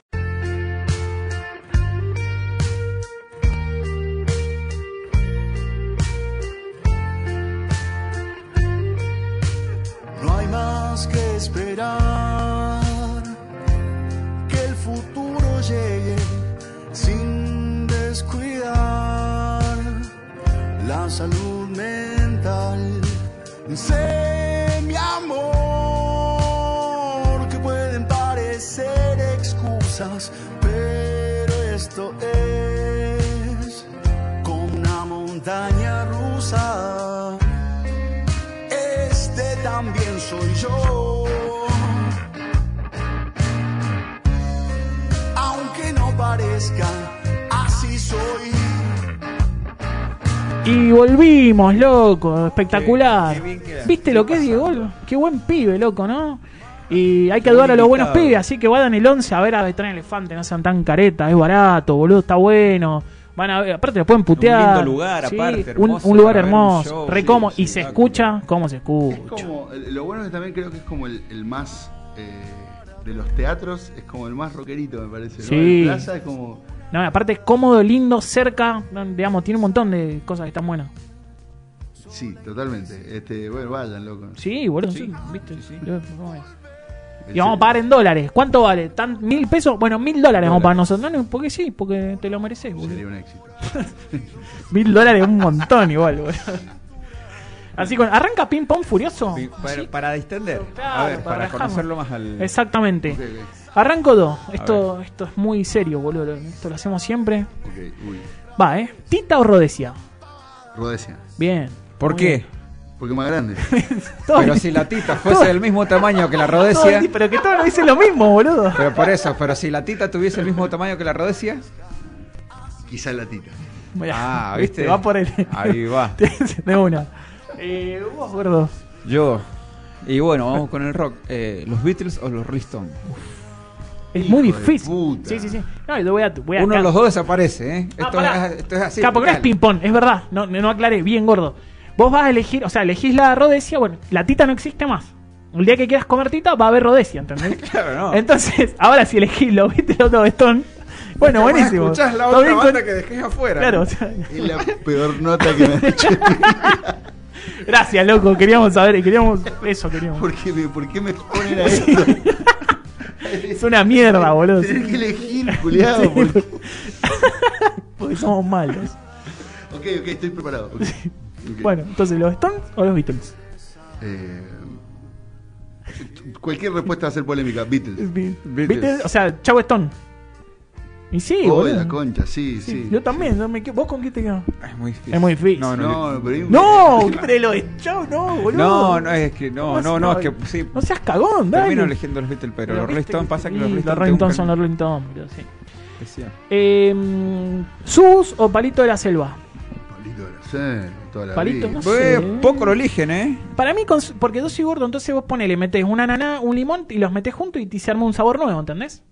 Speaker 8: No hay más que esperar que el futuro llegue sin descuidar la salud mental. Sé, mi amor, que pueden parecer excusas, pero esto es como una montaña rusa. Este también soy yo. Aunque no parezca, así soy.
Speaker 2: Y volvimos, loco. Espectacular.
Speaker 1: Qué- qué bien queda.
Speaker 2: ¿Viste lo que es Diego? Qué buen pibe, loco, ¿no? Y hay que ayudar a los
Speaker 1: invitado.
Speaker 2: buenos pibes, así que vayan el 11 a ver a Betran Elefante. No sean tan caretas, es barato, boludo, está bueno. Van a ver, aparte lo pueden putear.
Speaker 1: lindo lugar, aparte,
Speaker 2: un-
Speaker 1: hermoso
Speaker 2: un, lugar
Speaker 1: para ver un
Speaker 2: hermoso,
Speaker 1: show,
Speaker 2: re
Speaker 1: sí,
Speaker 2: cómodo.
Speaker 1: sí,
Speaker 2: y se
Speaker 1: está
Speaker 2: escucha, ¿cómo se escucha?
Speaker 9: Es como, lo bueno es que también creo que es como el, el más eh, de los teatros, es como el más rockerito, me parece. ¿no?
Speaker 2: Sí.
Speaker 9: El plaza es como.
Speaker 2: No, aparte es cómodo, lindo, cerca, no, digamos, tiene un montón de cosas que están buenas.
Speaker 9: Sí, totalmente. Este, bueno, vayan, loco.
Speaker 2: Sí, boludo,
Speaker 1: Sí,
Speaker 2: sí, viste.
Speaker 1: sí, sí.
Speaker 2: Yo- no es. Y vamos a pagar en dólares. ¿Cuánto vale? ¿Tan, ¿Mil pesos? Bueno, mil dólares vamos a pagar nosotros. No, no, porque sí, porque te lo mereces, boludo.
Speaker 9: Sería un éxito.
Speaker 2: Mil dólares es un montón igual, boludo. Así con. ¿Arranca ping pong furioso?
Speaker 1: Sí, Para, para distender,
Speaker 2: Claro,
Speaker 1: a ver, para,
Speaker 2: para relajarnos.
Speaker 1: conocerlo más al.
Speaker 2: Exactamente.
Speaker 9: Ok,
Speaker 2: Arranco dos. Esto, esto es muy serio, boludo. Esto lo hacemos siempre.
Speaker 9: ok, ok, uy.
Speaker 2: Va, ¿eh? ¿Tita o Rodesia?
Speaker 9: Rodesia.
Speaker 2: Bien.
Speaker 1: ¿Por
Speaker 2: Muy
Speaker 1: qué?
Speaker 2: bien.
Speaker 9: Porque más
Speaker 2: <laughs>
Speaker 9: grande.
Speaker 2: Todo
Speaker 1: Pero
Speaker 2: el-
Speaker 1: si la tita
Speaker 2: todo-
Speaker 1: fuese del mismo tamaño que la
Speaker 2: <laughs> todo el
Speaker 1: Rodesia.
Speaker 2: día- Pero que todos nos dicen lo mismo, boludo.
Speaker 1: Pero por eso, pero si la tita tuviese el mismo tamaño que la Rodesia.
Speaker 9: Quizá la tita.
Speaker 2: Mirá, <laughs>
Speaker 1: Ah, ¿viste?
Speaker 2: Va por el.
Speaker 1: Ahí va.
Speaker 2: <laughs> De una. Eh, vos, gordo.
Speaker 1: Yo. Y bueno, vamos con el rock. Eh, ¿Los Beatles o los Rolling Stones?
Speaker 2: Es
Speaker 9: Hijo
Speaker 2: muy
Speaker 9: de
Speaker 2: difícil.
Speaker 9: puta.
Speaker 2: Sí, sí, sí. No, yo voy a. Voy a
Speaker 1: Uno
Speaker 2: acá.
Speaker 1: de los dos desaparece, ¿eh?
Speaker 2: Ah,
Speaker 1: Esto,
Speaker 2: pará.
Speaker 1: es, esto es así.
Speaker 2: Claro, porque no es
Speaker 1: total.
Speaker 2: ping-pong, es verdad. No, no, no aclaré, bien gordo. Vos vas a elegir, o sea, elegís la Rodesia, bueno, la tita no existe más. El día que quieras comer tita, va a haber Rodesia, ¿entendés?
Speaker 1: Claro, <laughs> no.
Speaker 2: Entonces, ahora si elegís lo viste el otro bestón. Bueno,
Speaker 1: Además,
Speaker 2: buenísimo.
Speaker 1: Escuchás la
Speaker 2: Todo
Speaker 1: otra
Speaker 2: bien
Speaker 1: banda
Speaker 2: con-
Speaker 1: que dejés afuera.
Speaker 2: <laughs> Claro, o sea,
Speaker 9: Es la peor nota que me han hecho.
Speaker 2: gracias, loco. Queríamos saber, queríamos eso,
Speaker 1: <laughs>
Speaker 2: queríamos.
Speaker 9: ¿Por qué me, por qué me
Speaker 2: <laughs>
Speaker 9: ponen a esto?
Speaker 2: Es una mierda, boludo.
Speaker 9: Tenés que elegir, culiado. boludo.
Speaker 2: Porque somos malos.
Speaker 9: Ok, ok, estoy preparado. ok. Ok.
Speaker 2: Bueno, entonces, ¿los Stones o los Beatles?
Speaker 9: Eh, cualquier respuesta va a ser polémica. Beatles.
Speaker 2: Beatles. o sea, Chavo Stone. Y sí,
Speaker 9: Oh, de
Speaker 2: boludo.
Speaker 9: la concha, sí, sí.
Speaker 2: Yo también, yo me quedo- ¿vos con qué te quedas?
Speaker 1: Es muy difícil.
Speaker 2: Es muy difícil.
Speaker 1: No, no,
Speaker 9: No, pero hay un-
Speaker 2: No, de lo de Chau, no, boludo.
Speaker 1: no, no, es que no, no, no, es que sí.
Speaker 2: No seas cagón, dale.
Speaker 1: Termino eligiendo los Beatles, pero, los Rolling
Speaker 2: viste
Speaker 1: Stones pasa que los
Speaker 2: sí,
Speaker 1: Rolling Stones.
Speaker 2: Rolling
Speaker 1: te
Speaker 2: Stones son
Speaker 1: buscan-
Speaker 2: los Rolling Stones, boludo, sí.
Speaker 1: decía.
Speaker 2: Eh, ¿Sus o Palito de la Selva?
Speaker 9: Palito de la selva, toda la
Speaker 2: Palito,
Speaker 9: vida.
Speaker 2: no
Speaker 1: Eh,
Speaker 2: sé.
Speaker 1: poco lo eligen, ¿eh?
Speaker 2: Para mí, con su- porque yo soy gordo, entonces vos ponele, metés una naná, un limón y los metés juntos y te se arma un sabor nuevo, ¿entendés?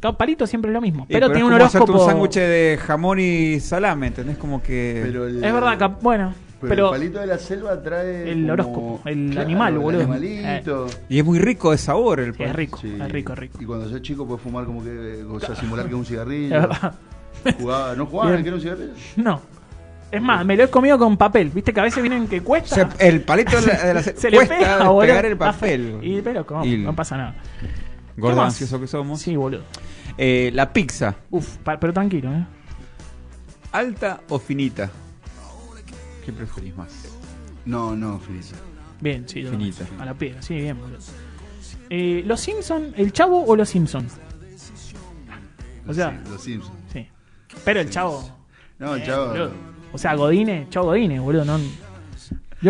Speaker 2: Cada Palito siempre es lo mismo,
Speaker 1: Y
Speaker 2: pero, tiene
Speaker 1: es
Speaker 2: un
Speaker 1: como hacerte
Speaker 2: horóscopo.
Speaker 1: un sándwich de jamón y salame, ¿entendés? Como que.
Speaker 9: Pero el-
Speaker 2: Es verdad, cap- bueno,
Speaker 9: Pero,
Speaker 2: Pero
Speaker 9: el palito de la selva trae.
Speaker 2: el
Speaker 9: como-
Speaker 2: horóscopo, el
Speaker 9: Claro,
Speaker 2: animal,
Speaker 9: el
Speaker 2: boludo.
Speaker 9: animalito.
Speaker 1: Y es muy rico de sabor el
Speaker 2: Sí, es
Speaker 1: pan.
Speaker 2: rico,
Speaker 9: Sí.
Speaker 2: es rico, es rico.
Speaker 9: Y cuando sos chico puedes fumar como que. O sea, simular que es un
Speaker 2: Es
Speaker 9: cigarrillo.
Speaker 2: verdad.
Speaker 9: Jugaba, no jugaban,
Speaker 2: Bien.
Speaker 9: que era un cigarrillo.
Speaker 2: <laughs> No. Es más, me lo he comido con papel. Viste que a veces vienen que
Speaker 1: O sea,
Speaker 2: cuesta.
Speaker 1: el palito de la, eh, de la
Speaker 2: <laughs> se le
Speaker 1: cuesta
Speaker 2: pega,
Speaker 1: despegar
Speaker 2: boludo.
Speaker 1: el papel.
Speaker 2: Y, pero como,
Speaker 1: Y-
Speaker 2: no pasa nada. ¿Qué
Speaker 1: Gordo
Speaker 2: más?
Speaker 1: ansioso que somos.
Speaker 2: Sí, boludo.
Speaker 1: Eh, la pizza,
Speaker 2: Uf, pa- pero tranquilo, ¿eh?
Speaker 1: ¿alta o finita? ¿Qué preferís más?
Speaker 9: No, no, Felisa.
Speaker 2: Bien, sí. yo-
Speaker 1: Finita.
Speaker 2: A la piedra, sí, bien, boludo. Eh, ¿Los Simpson, el chavo o los Simpson? O sea,
Speaker 9: Los Simpsons.
Speaker 2: sí. Pero el chavo.
Speaker 9: No,
Speaker 2: eh,
Speaker 9: chavo.
Speaker 2: boludo. O sea, Godine, chavo Godine, boludo. No, yo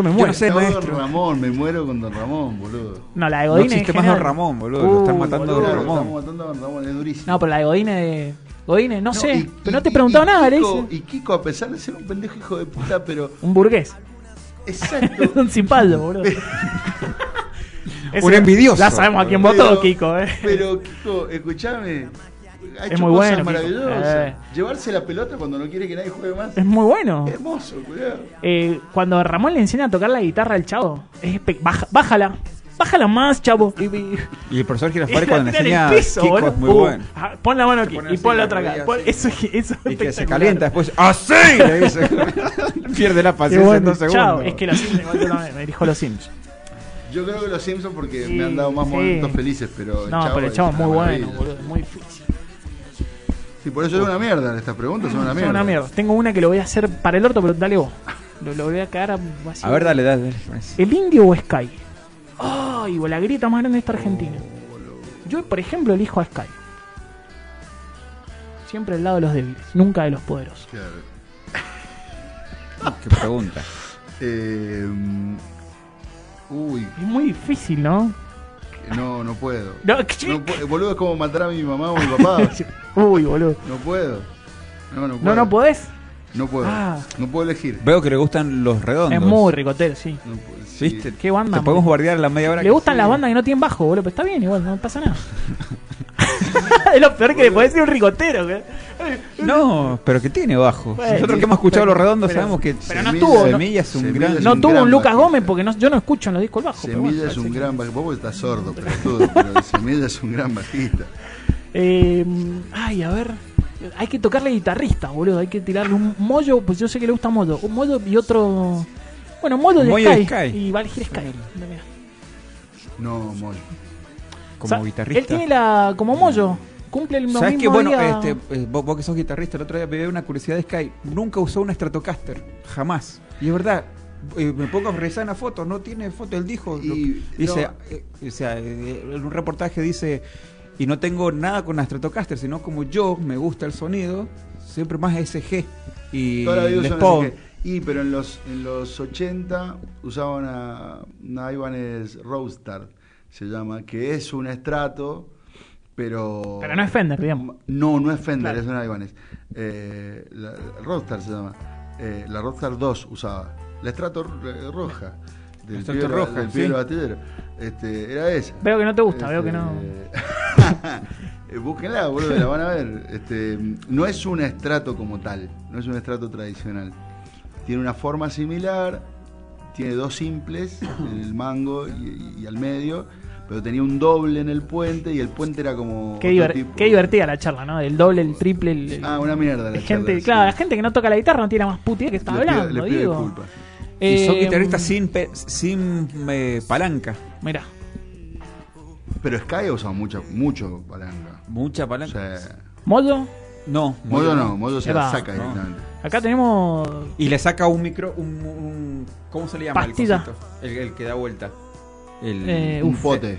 Speaker 2: me
Speaker 1: Yo
Speaker 2: muero.
Speaker 1: no sé,
Speaker 9: Chavo
Speaker 1: maestro.
Speaker 9: Don Ramón, me muero con Don Ramón, boludo.
Speaker 2: No, la de
Speaker 1: No
Speaker 2: Godine.
Speaker 1: existe
Speaker 2: en
Speaker 1: más Don
Speaker 2: general- Uh,
Speaker 1: Ramón, boludo. Lo están matando
Speaker 2: boludo.
Speaker 1: Don
Speaker 9: Claro,
Speaker 1: Ramón.
Speaker 9: Estamos matando a Don Ramón, es durísimo.
Speaker 2: No, pero la de Godine de. Godine, no, sé.
Speaker 9: y-
Speaker 2: pero no te
Speaker 9: y-
Speaker 2: he preguntado
Speaker 9: y
Speaker 2: nada, le
Speaker 9: Kiko-
Speaker 2: hice.
Speaker 9: Y Kiko, a pesar de ser un pendejo hijo de puta, pero.
Speaker 2: Un <laughs> burgués.
Speaker 9: Exacto.
Speaker 2: <laughs> un cipaldo, boludo. <laughs> Ese-
Speaker 1: Un envidioso.
Speaker 2: Ya sabemos a quién votó,
Speaker 9: Pero-
Speaker 2: Kiko, eh.
Speaker 9: Pero, Kiko, escuchame. Ha hecho
Speaker 2: muy
Speaker 9: cosas
Speaker 2: bueno, Kiko.
Speaker 9: maravillosas.
Speaker 2: Eh.
Speaker 9: Llevarse la pelota cuando no quiere que nadie juegue más.
Speaker 2: Es muy bueno.
Speaker 9: Hermoso, cuidado.
Speaker 2: Eh, cuando Ramón le enseña a tocar la guitarra al chavo, es espe- baja- bájala. Bájala más, chavo. Y, <laughs> y-
Speaker 1: Y el profesor
Speaker 2: y
Speaker 1: Girafari
Speaker 2: la
Speaker 1: cuando le
Speaker 2: tira en el
Speaker 1: enseña
Speaker 2: piso,
Speaker 1: Kiko
Speaker 2: boludo.
Speaker 1: es muy
Speaker 2: Uh,
Speaker 1: bueno.
Speaker 2: ah, Pon la mano aquí
Speaker 1: pone
Speaker 2: y
Speaker 1: así
Speaker 2: pon la
Speaker 1: la
Speaker 2: otra acá.
Speaker 1: rodilla,
Speaker 2: Pon-
Speaker 1: así.
Speaker 2: eso, eso es
Speaker 1: Y que se
Speaker 2: espectacular.
Speaker 1: calienta después. ¡Así! Le dice. <laughs> Pierde la
Speaker 2: Qué
Speaker 1: paciencia en
Speaker 2: bueno,
Speaker 1: dos segundos.
Speaker 2: chao. Es que los Sims, yo también, me dijo los Sims.
Speaker 9: Yo creo que los Simpsons porque
Speaker 2: Sí,
Speaker 9: me han dado más
Speaker 2: sí.
Speaker 9: momentos felices, pero.
Speaker 2: No, pero el chavo es
Speaker 9: una
Speaker 2: muy bueno,
Speaker 9: maravilla.
Speaker 2: boludo. es Muy difícil.
Speaker 9: Sí, por eso es una mierda. Estas preguntas son una
Speaker 2: Es
Speaker 9: mierda.
Speaker 2: una mierda. Tengo una que lo voy a hacer para el orto, pero dale vos. Lo, lo voy a cagar a vacío.
Speaker 1: A ver, dale, dale. dale.
Speaker 2: ¿El indio o Sky? Ay, la grieta más grande de esta Argentina. Yo, por ejemplo, elijo a Sky. Siempre al lado de los débiles, nunca de los poderosos.
Speaker 9: Claro.
Speaker 1: Qué pregunta.
Speaker 9: Eh, uy,
Speaker 2: Es muy difícil, ¿no?
Speaker 9: no, no puedo.
Speaker 2: No, <laughs>
Speaker 9: No pu- boludo, es como matar a mi mamá o mi papá.
Speaker 2: Uy, boludo.
Speaker 9: No puedo. No, no puedo.
Speaker 2: No, no podés.
Speaker 9: No puedo.
Speaker 2: Ah.
Speaker 9: No puedo elegir.
Speaker 1: Veo que le gustan los redondos.
Speaker 2: Es muy ricotero, sí.
Speaker 9: No puedo- sí.
Speaker 1: ¿Viste?
Speaker 2: Qué banda,
Speaker 1: Te podemos
Speaker 2: boludo.
Speaker 1: guardear la media hora.
Speaker 2: Le
Speaker 1: que
Speaker 2: gustan
Speaker 1: sigue.
Speaker 2: las bandas que no tienen bajo, boludo, pero está bien, igual, no pasa nada. <laughs> es lo peor que le podés decir a un ricotero, güey.
Speaker 1: No, pero que tiene bajo.
Speaker 2: Bueno,
Speaker 1: Nosotros que hemos escuchado
Speaker 2: pero-
Speaker 1: los redondos
Speaker 2: pero-
Speaker 1: sabemos que
Speaker 2: pero no
Speaker 1: Semilla-
Speaker 2: tuvo, no-
Speaker 1: Semilla es un
Speaker 9: Semilla
Speaker 1: gran.
Speaker 9: es
Speaker 2: No
Speaker 9: un
Speaker 2: tuvo
Speaker 9: gran
Speaker 2: un Lucas
Speaker 9: bajista.
Speaker 2: Gómez porque no, yo no escucho en los discos el bajo. pero
Speaker 9: Semilla
Speaker 2: bueno,
Speaker 9: es un
Speaker 2: parece
Speaker 9: gran bajista. Vos estás sordo, pelotudo, pero Semilla es un gran bajista.
Speaker 2: que- Eh, ay, a ver. Hay que tocarle guitarrista, boludo. Hay que tirarle un mollo. Pues yo sé que le gusta mollo. Un mollo y otro. Bueno, mollo de
Speaker 1: Mollo
Speaker 2: Sky,
Speaker 1: de Sky.
Speaker 2: Y va a elegir Sky. Mira.
Speaker 9: No, mol.
Speaker 1: Como
Speaker 2: O sea, Él
Speaker 1: guitarrista.
Speaker 2: tiene la. Como mollo. Cumple los
Speaker 1: ¿Sabes
Speaker 2: mismos
Speaker 1: qué? Bueno,
Speaker 2: días-
Speaker 1: este, eh, vos, vos que sos guitarrista, el otro día me dio una curiosidad de Sky. Nunca usó una Stratocaster. Jamás. Y es verdad. eh, me pongo a revisar una foto, no tiene foto. Él dijo. lo-
Speaker 9: Y-
Speaker 1: dice,
Speaker 9: no.
Speaker 1: eh, o sea, eh, en un reportaje dice. Y no tengo nada con la Stratocaster, sino como yo me gusta el sonido, siempre más SG. Y
Speaker 9: Toda la vida
Speaker 1: Les
Speaker 9: usan
Speaker 1: Paul.
Speaker 9: SG. Y pero en los en los 80 usaban a una Ibanez Roadstar, se llama, que es un estrato, pero
Speaker 2: Pero no es Fender, digamos.
Speaker 9: No, no es Fender,
Speaker 2: Claro.
Speaker 9: es una Ibanez. Eh, la Roadstar se llama. Eh, la Roadstar 2 usaba. La estrato eh, roja.
Speaker 1: La
Speaker 9: Del
Speaker 1: Strato
Speaker 9: pibe de la-
Speaker 1: roja,
Speaker 9: del pibe de
Speaker 1: sí.
Speaker 9: la batidera. Este, era esa.
Speaker 2: Veo que no te gusta, veo
Speaker 9: Este,
Speaker 2: que no.
Speaker 9: <laughs> eh, Búsquenla, boludo, la van a ver. Este, no es un estrato como tal, no es un estrato tradicional. Tiene una forma similar, tiene dos simples en el mango y, y al medio, pero tenía un doble en el puente y el puente era como.
Speaker 2: Qué, diver-
Speaker 9: otro tipo.
Speaker 2: qué divertida la charla, ¿no? El doble, el triple, el. el-
Speaker 9: Ah, una mierda. La
Speaker 2: gente,
Speaker 9: charla, sí.
Speaker 2: claro, la gente que no toca la guitarra no tiene la más putea que está
Speaker 9: Les pido-
Speaker 2: hablando,
Speaker 9: les pido
Speaker 2: digo.
Speaker 9: disculpas.
Speaker 1: Y son
Speaker 2: Eh,
Speaker 1: guitarristas sin, pe- sin eh, palanca.
Speaker 2: Mira,
Speaker 9: Pero Sky ha usado mucho, mucho palanca.
Speaker 1: Mucha
Speaker 9: O
Speaker 1: palanca.
Speaker 9: sea,
Speaker 2: Mollo,
Speaker 1: No.
Speaker 9: Moyo no, Moyo se
Speaker 2: Epa.
Speaker 9: la saca
Speaker 1: No.
Speaker 9: directamente.
Speaker 2: acá tenemos.
Speaker 1: Y le saca un micro, un, un- ¿cómo se le llama?
Speaker 2: Pastilla.
Speaker 1: El, cosito? el, el que da vuelta. El,
Speaker 2: Eh,
Speaker 9: Un
Speaker 2: Uf.
Speaker 9: pote,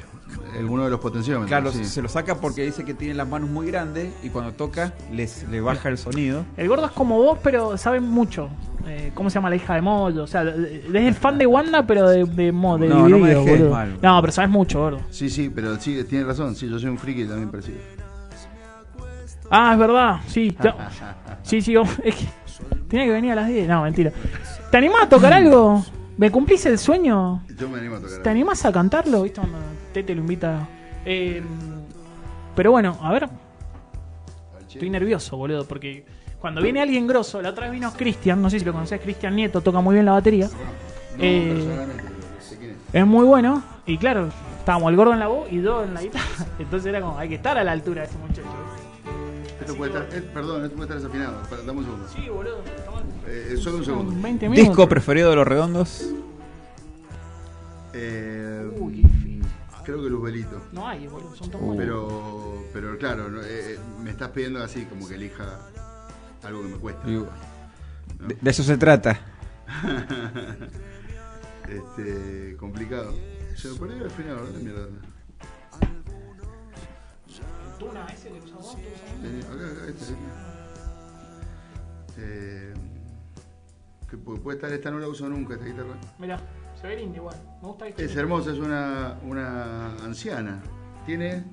Speaker 9: eh, uno de los potenciómetros.
Speaker 1: claro,
Speaker 9: sí.
Speaker 1: se lo saca porque dice que tiene las manos muy grandes y cuando toca les, le baja el sonido.
Speaker 2: El gordo es como vos, pero sabe mucho. Eh, ¿Cómo se llama la hija de Mollo? O sea, es el fan de Wanda, pero de, de Mo- de
Speaker 1: No, no me
Speaker 2: Dividido,
Speaker 1: dejes
Speaker 2: boludo.
Speaker 1: mal.
Speaker 2: No, pero sabes mucho, gordo.
Speaker 9: Sí, sí, pero sí, tiene razón. Sí, yo soy un friki también parecido.
Speaker 2: Ah, es verdad, sí.
Speaker 1: <laughs>
Speaker 2: yo- sí, sí, vos- es que tenía que venir a las 10. No, mentira. ¿Te animás a tocar algo? ¿Me cumplís el sueño?
Speaker 9: Yo me animo a tocar.
Speaker 2: ¿Te animás a cantarlo? ¿Viste cuando Tete lo invita? Eh, pero bueno, a ver. Estoy nervioso, boludo, porque Cuando viene alguien grosso, la otra vez vino Cristian, no sé si lo conocés, Cristian Nieto, toca muy bien la batería. Eh, es muy bueno, y claro, estábamos el gordo en la voz y dos en la guitarra. <laughs> Entonces era como, hay que estar a la altura de ese muchacho.
Speaker 10: Esto puede estar, eh, perdón, esto puede estar desafinado. Espera, Dame un segundo.
Speaker 2: Sí, boludo.
Speaker 10: Eh, solo un segundo.
Speaker 2: 20 minutos.
Speaker 1: Disco preferido de los redondos.
Speaker 10: Eh,
Speaker 2: Uy, qué Uh. fin.
Speaker 10: creo que Luzbelito.
Speaker 2: No hay, boludo, son tan buenos.
Speaker 10: Pero, pero claro, no, eh, eh, me estás pidiendo así como que elija algo que me cuesta.
Speaker 1: Y- De, de eso se trata.
Speaker 10: <laughs> Este, complicado. Se me perdió al final, ¿verdad? Mierda. Eh, acá, acá, este sí. Eh, que pu- puede estar esta, no la uso nunca esta guitarra.
Speaker 2: Mirá, se ve lindo igual. Me gusta este.
Speaker 10: Es hermosa, es una, una anciana. Tiene.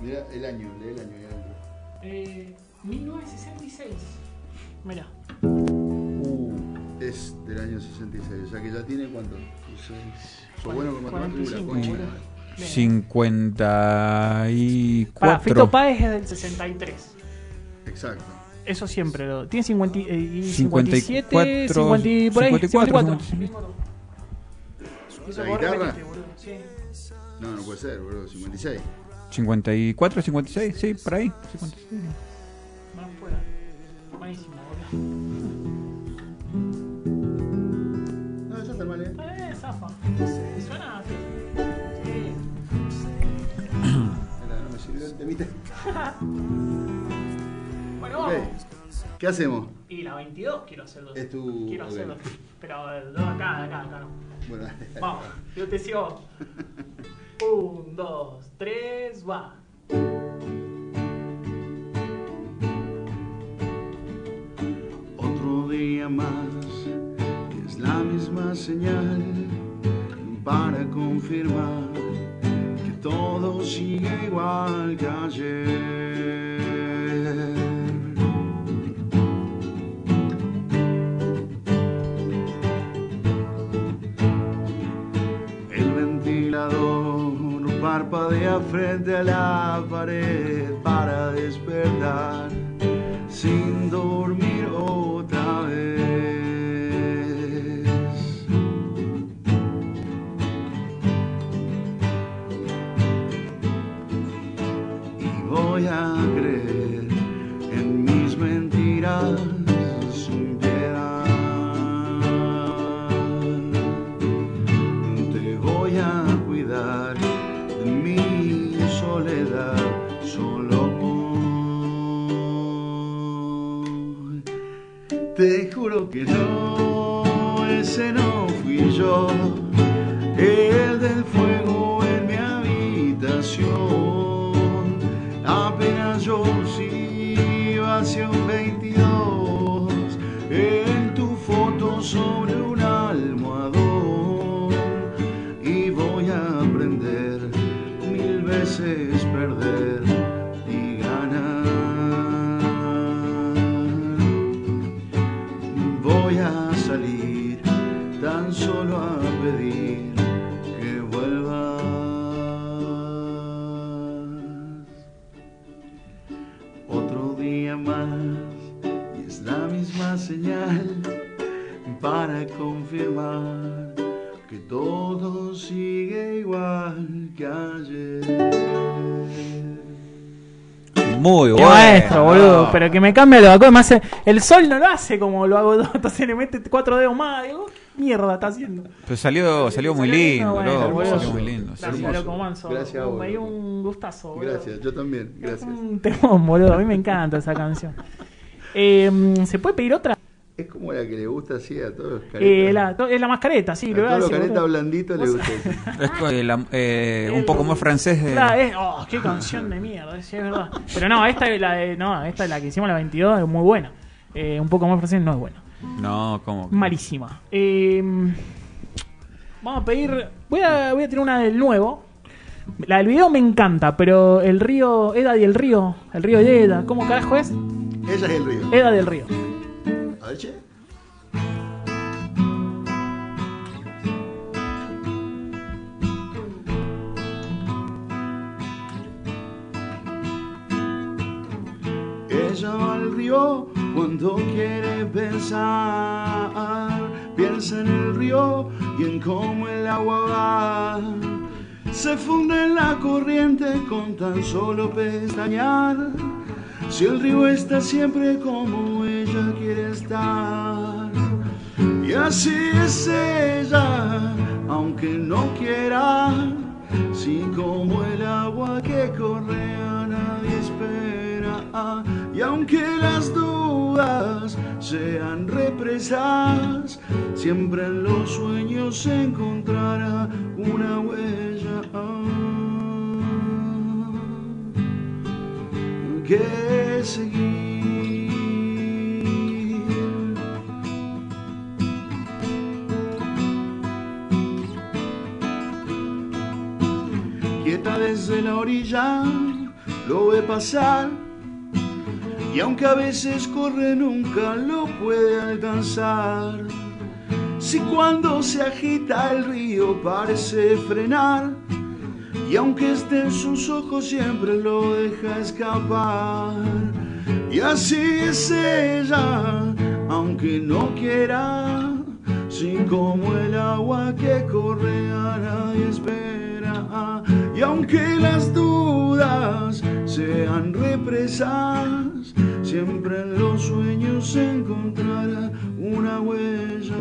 Speaker 10: Mira el año, lee el año ahí adentro.
Speaker 2: Eh, 1966. Mirá.
Speaker 10: Es del año 66, o sea que ya tiene cuánto? Soy bueno con matemáticas, la
Speaker 2: 45,
Speaker 10: concha.
Speaker 2: boludo. Bien.
Speaker 1: 54.
Speaker 2: Pará, Fito Páez es del 63.
Speaker 10: Exacto.
Speaker 2: Eso siempre lo. Tiene 50, eh, y 57,
Speaker 1: 54,
Speaker 2: 50, y por ahí,
Speaker 1: 54.
Speaker 2: 54. Eso
Speaker 10: ¿La
Speaker 2: vos
Speaker 10: guitarra?
Speaker 2: repetiste, boludo. Sí.
Speaker 10: No, no puede ser, boludo, 56.
Speaker 1: 54, 56, sí, por ahí. 56.
Speaker 2: Van fuera. Buenísimo, boludo.
Speaker 10: No, ya está mal, eh.
Speaker 2: Eh, zafa. Suena así. Eh,
Speaker 10: Era, no me sirvió el temita.
Speaker 2: Sí. Bueno,
Speaker 10: Ok.
Speaker 2: vamos.
Speaker 10: ¿Qué hacemos?
Speaker 2: Y la 22 quiero hacerlo.
Speaker 10: Es tu-
Speaker 2: Quiero
Speaker 10: ok.
Speaker 2: hacerlo. Pero eh, no, acá, acá, acá no.
Speaker 10: Bueno, dale, dale.
Speaker 2: Vamos, yo
Speaker 10: <laughs>
Speaker 2: te sigo. Un, dos, tres, va.
Speaker 9: otro día más, que es la misma señal para confirmar que todo sigue igual que ayer. El ventilador parpadea frente a la pared para despertar sin dormir otra vez. Y voy a creer en mis mentiras sin piedad. Te voy a cuidar de mi soledad solo hoy. Te juro que no, ese no fui yo, el del fuego en mi habitación. Apenas yo sí iba hacia un 22, en tu foto sobre un almohadón. Y voy a aprender mil veces perder y ganar voy a salir tan solo a pedir que vuelvas. Otro día más y es la misma señal para confirmar que todo sigue igual que ayer.
Speaker 1: Muy
Speaker 2: Qué
Speaker 1: bueno.
Speaker 2: maestro, boludo. Pero que me cambia los acordes. Me hace, el sol no lo hace como lo hago yo. <laughs> Entonces le mete cuatro dedos más. Digo, ¿qué mierda está haciendo?
Speaker 1: Pero salió, salió muy lindo,
Speaker 2: bueno,
Speaker 1: boludo,
Speaker 2: boludo.
Speaker 1: Salió muy lindo. sí.
Speaker 2: Gracias,
Speaker 10: hermoso.
Speaker 2: loco Manso.
Speaker 10: Gracias a vos,
Speaker 2: Me dio
Speaker 10: loco.
Speaker 2: un gustazo, boludo.
Speaker 10: Gracias, yo también, gracias.
Speaker 2: Un temón, boludo. A mí me encanta esa canción. Eh, ¿Se puede pedir otra?
Speaker 10: Es como la que le gusta así a todos los
Speaker 2: Eh,
Speaker 10: caretas.
Speaker 2: la, to- es la mascareta, sí.
Speaker 10: a
Speaker 2: lo voy a
Speaker 10: todos los
Speaker 2: decir,
Speaker 10: caretas
Speaker 2: boludo.
Speaker 10: blanditos le gusta
Speaker 2: <laughs>
Speaker 10: eso.
Speaker 1: Es co- eh, la- eh, un poco más francés. de-
Speaker 2: Claro, es- oh, qué canción de mierda, sí, es verdad. Pero no, esta es la de, no, esta es la que hicimos la 22, es muy buena. Eh, un poco más francés no es buena.
Speaker 1: No, como. que-
Speaker 2: Malísima. Eh, vamos a pedir. Voy a, voy a tirar una del nuevo. La del video me encanta, pero el río. Eda y el río. El río de Eda. ¿Cómo carajo es?
Speaker 10: Ella es el río.
Speaker 2: Eda del río. Eh.
Speaker 10: A ver, che.
Speaker 9: Ella va al
Speaker 8: el río cuando quiere pensar. Piensa en el río y en cómo el agua va. Se funde en la corriente con tan solo pestañear. Si el río está siempre como ella quiere estar. Y así es ella, aunque no quiera, si como el agua que corre a nadie espera. Y aunque las dudas sean represas, siempre en los sueños se encontrará una huella que seguir. quieta desde la orilla lo ve pasar y aunque a veces corre nunca lo puede alcanzar. Si cuando se agita el río parece frenar y aunque esté en sus ojos siempre lo deja escapar. Y así es ella, aunque no quiera, si como el agua que corre a nadie espera. Y aunque las dudas sean represas, siempre en los sueños se encontrará una huella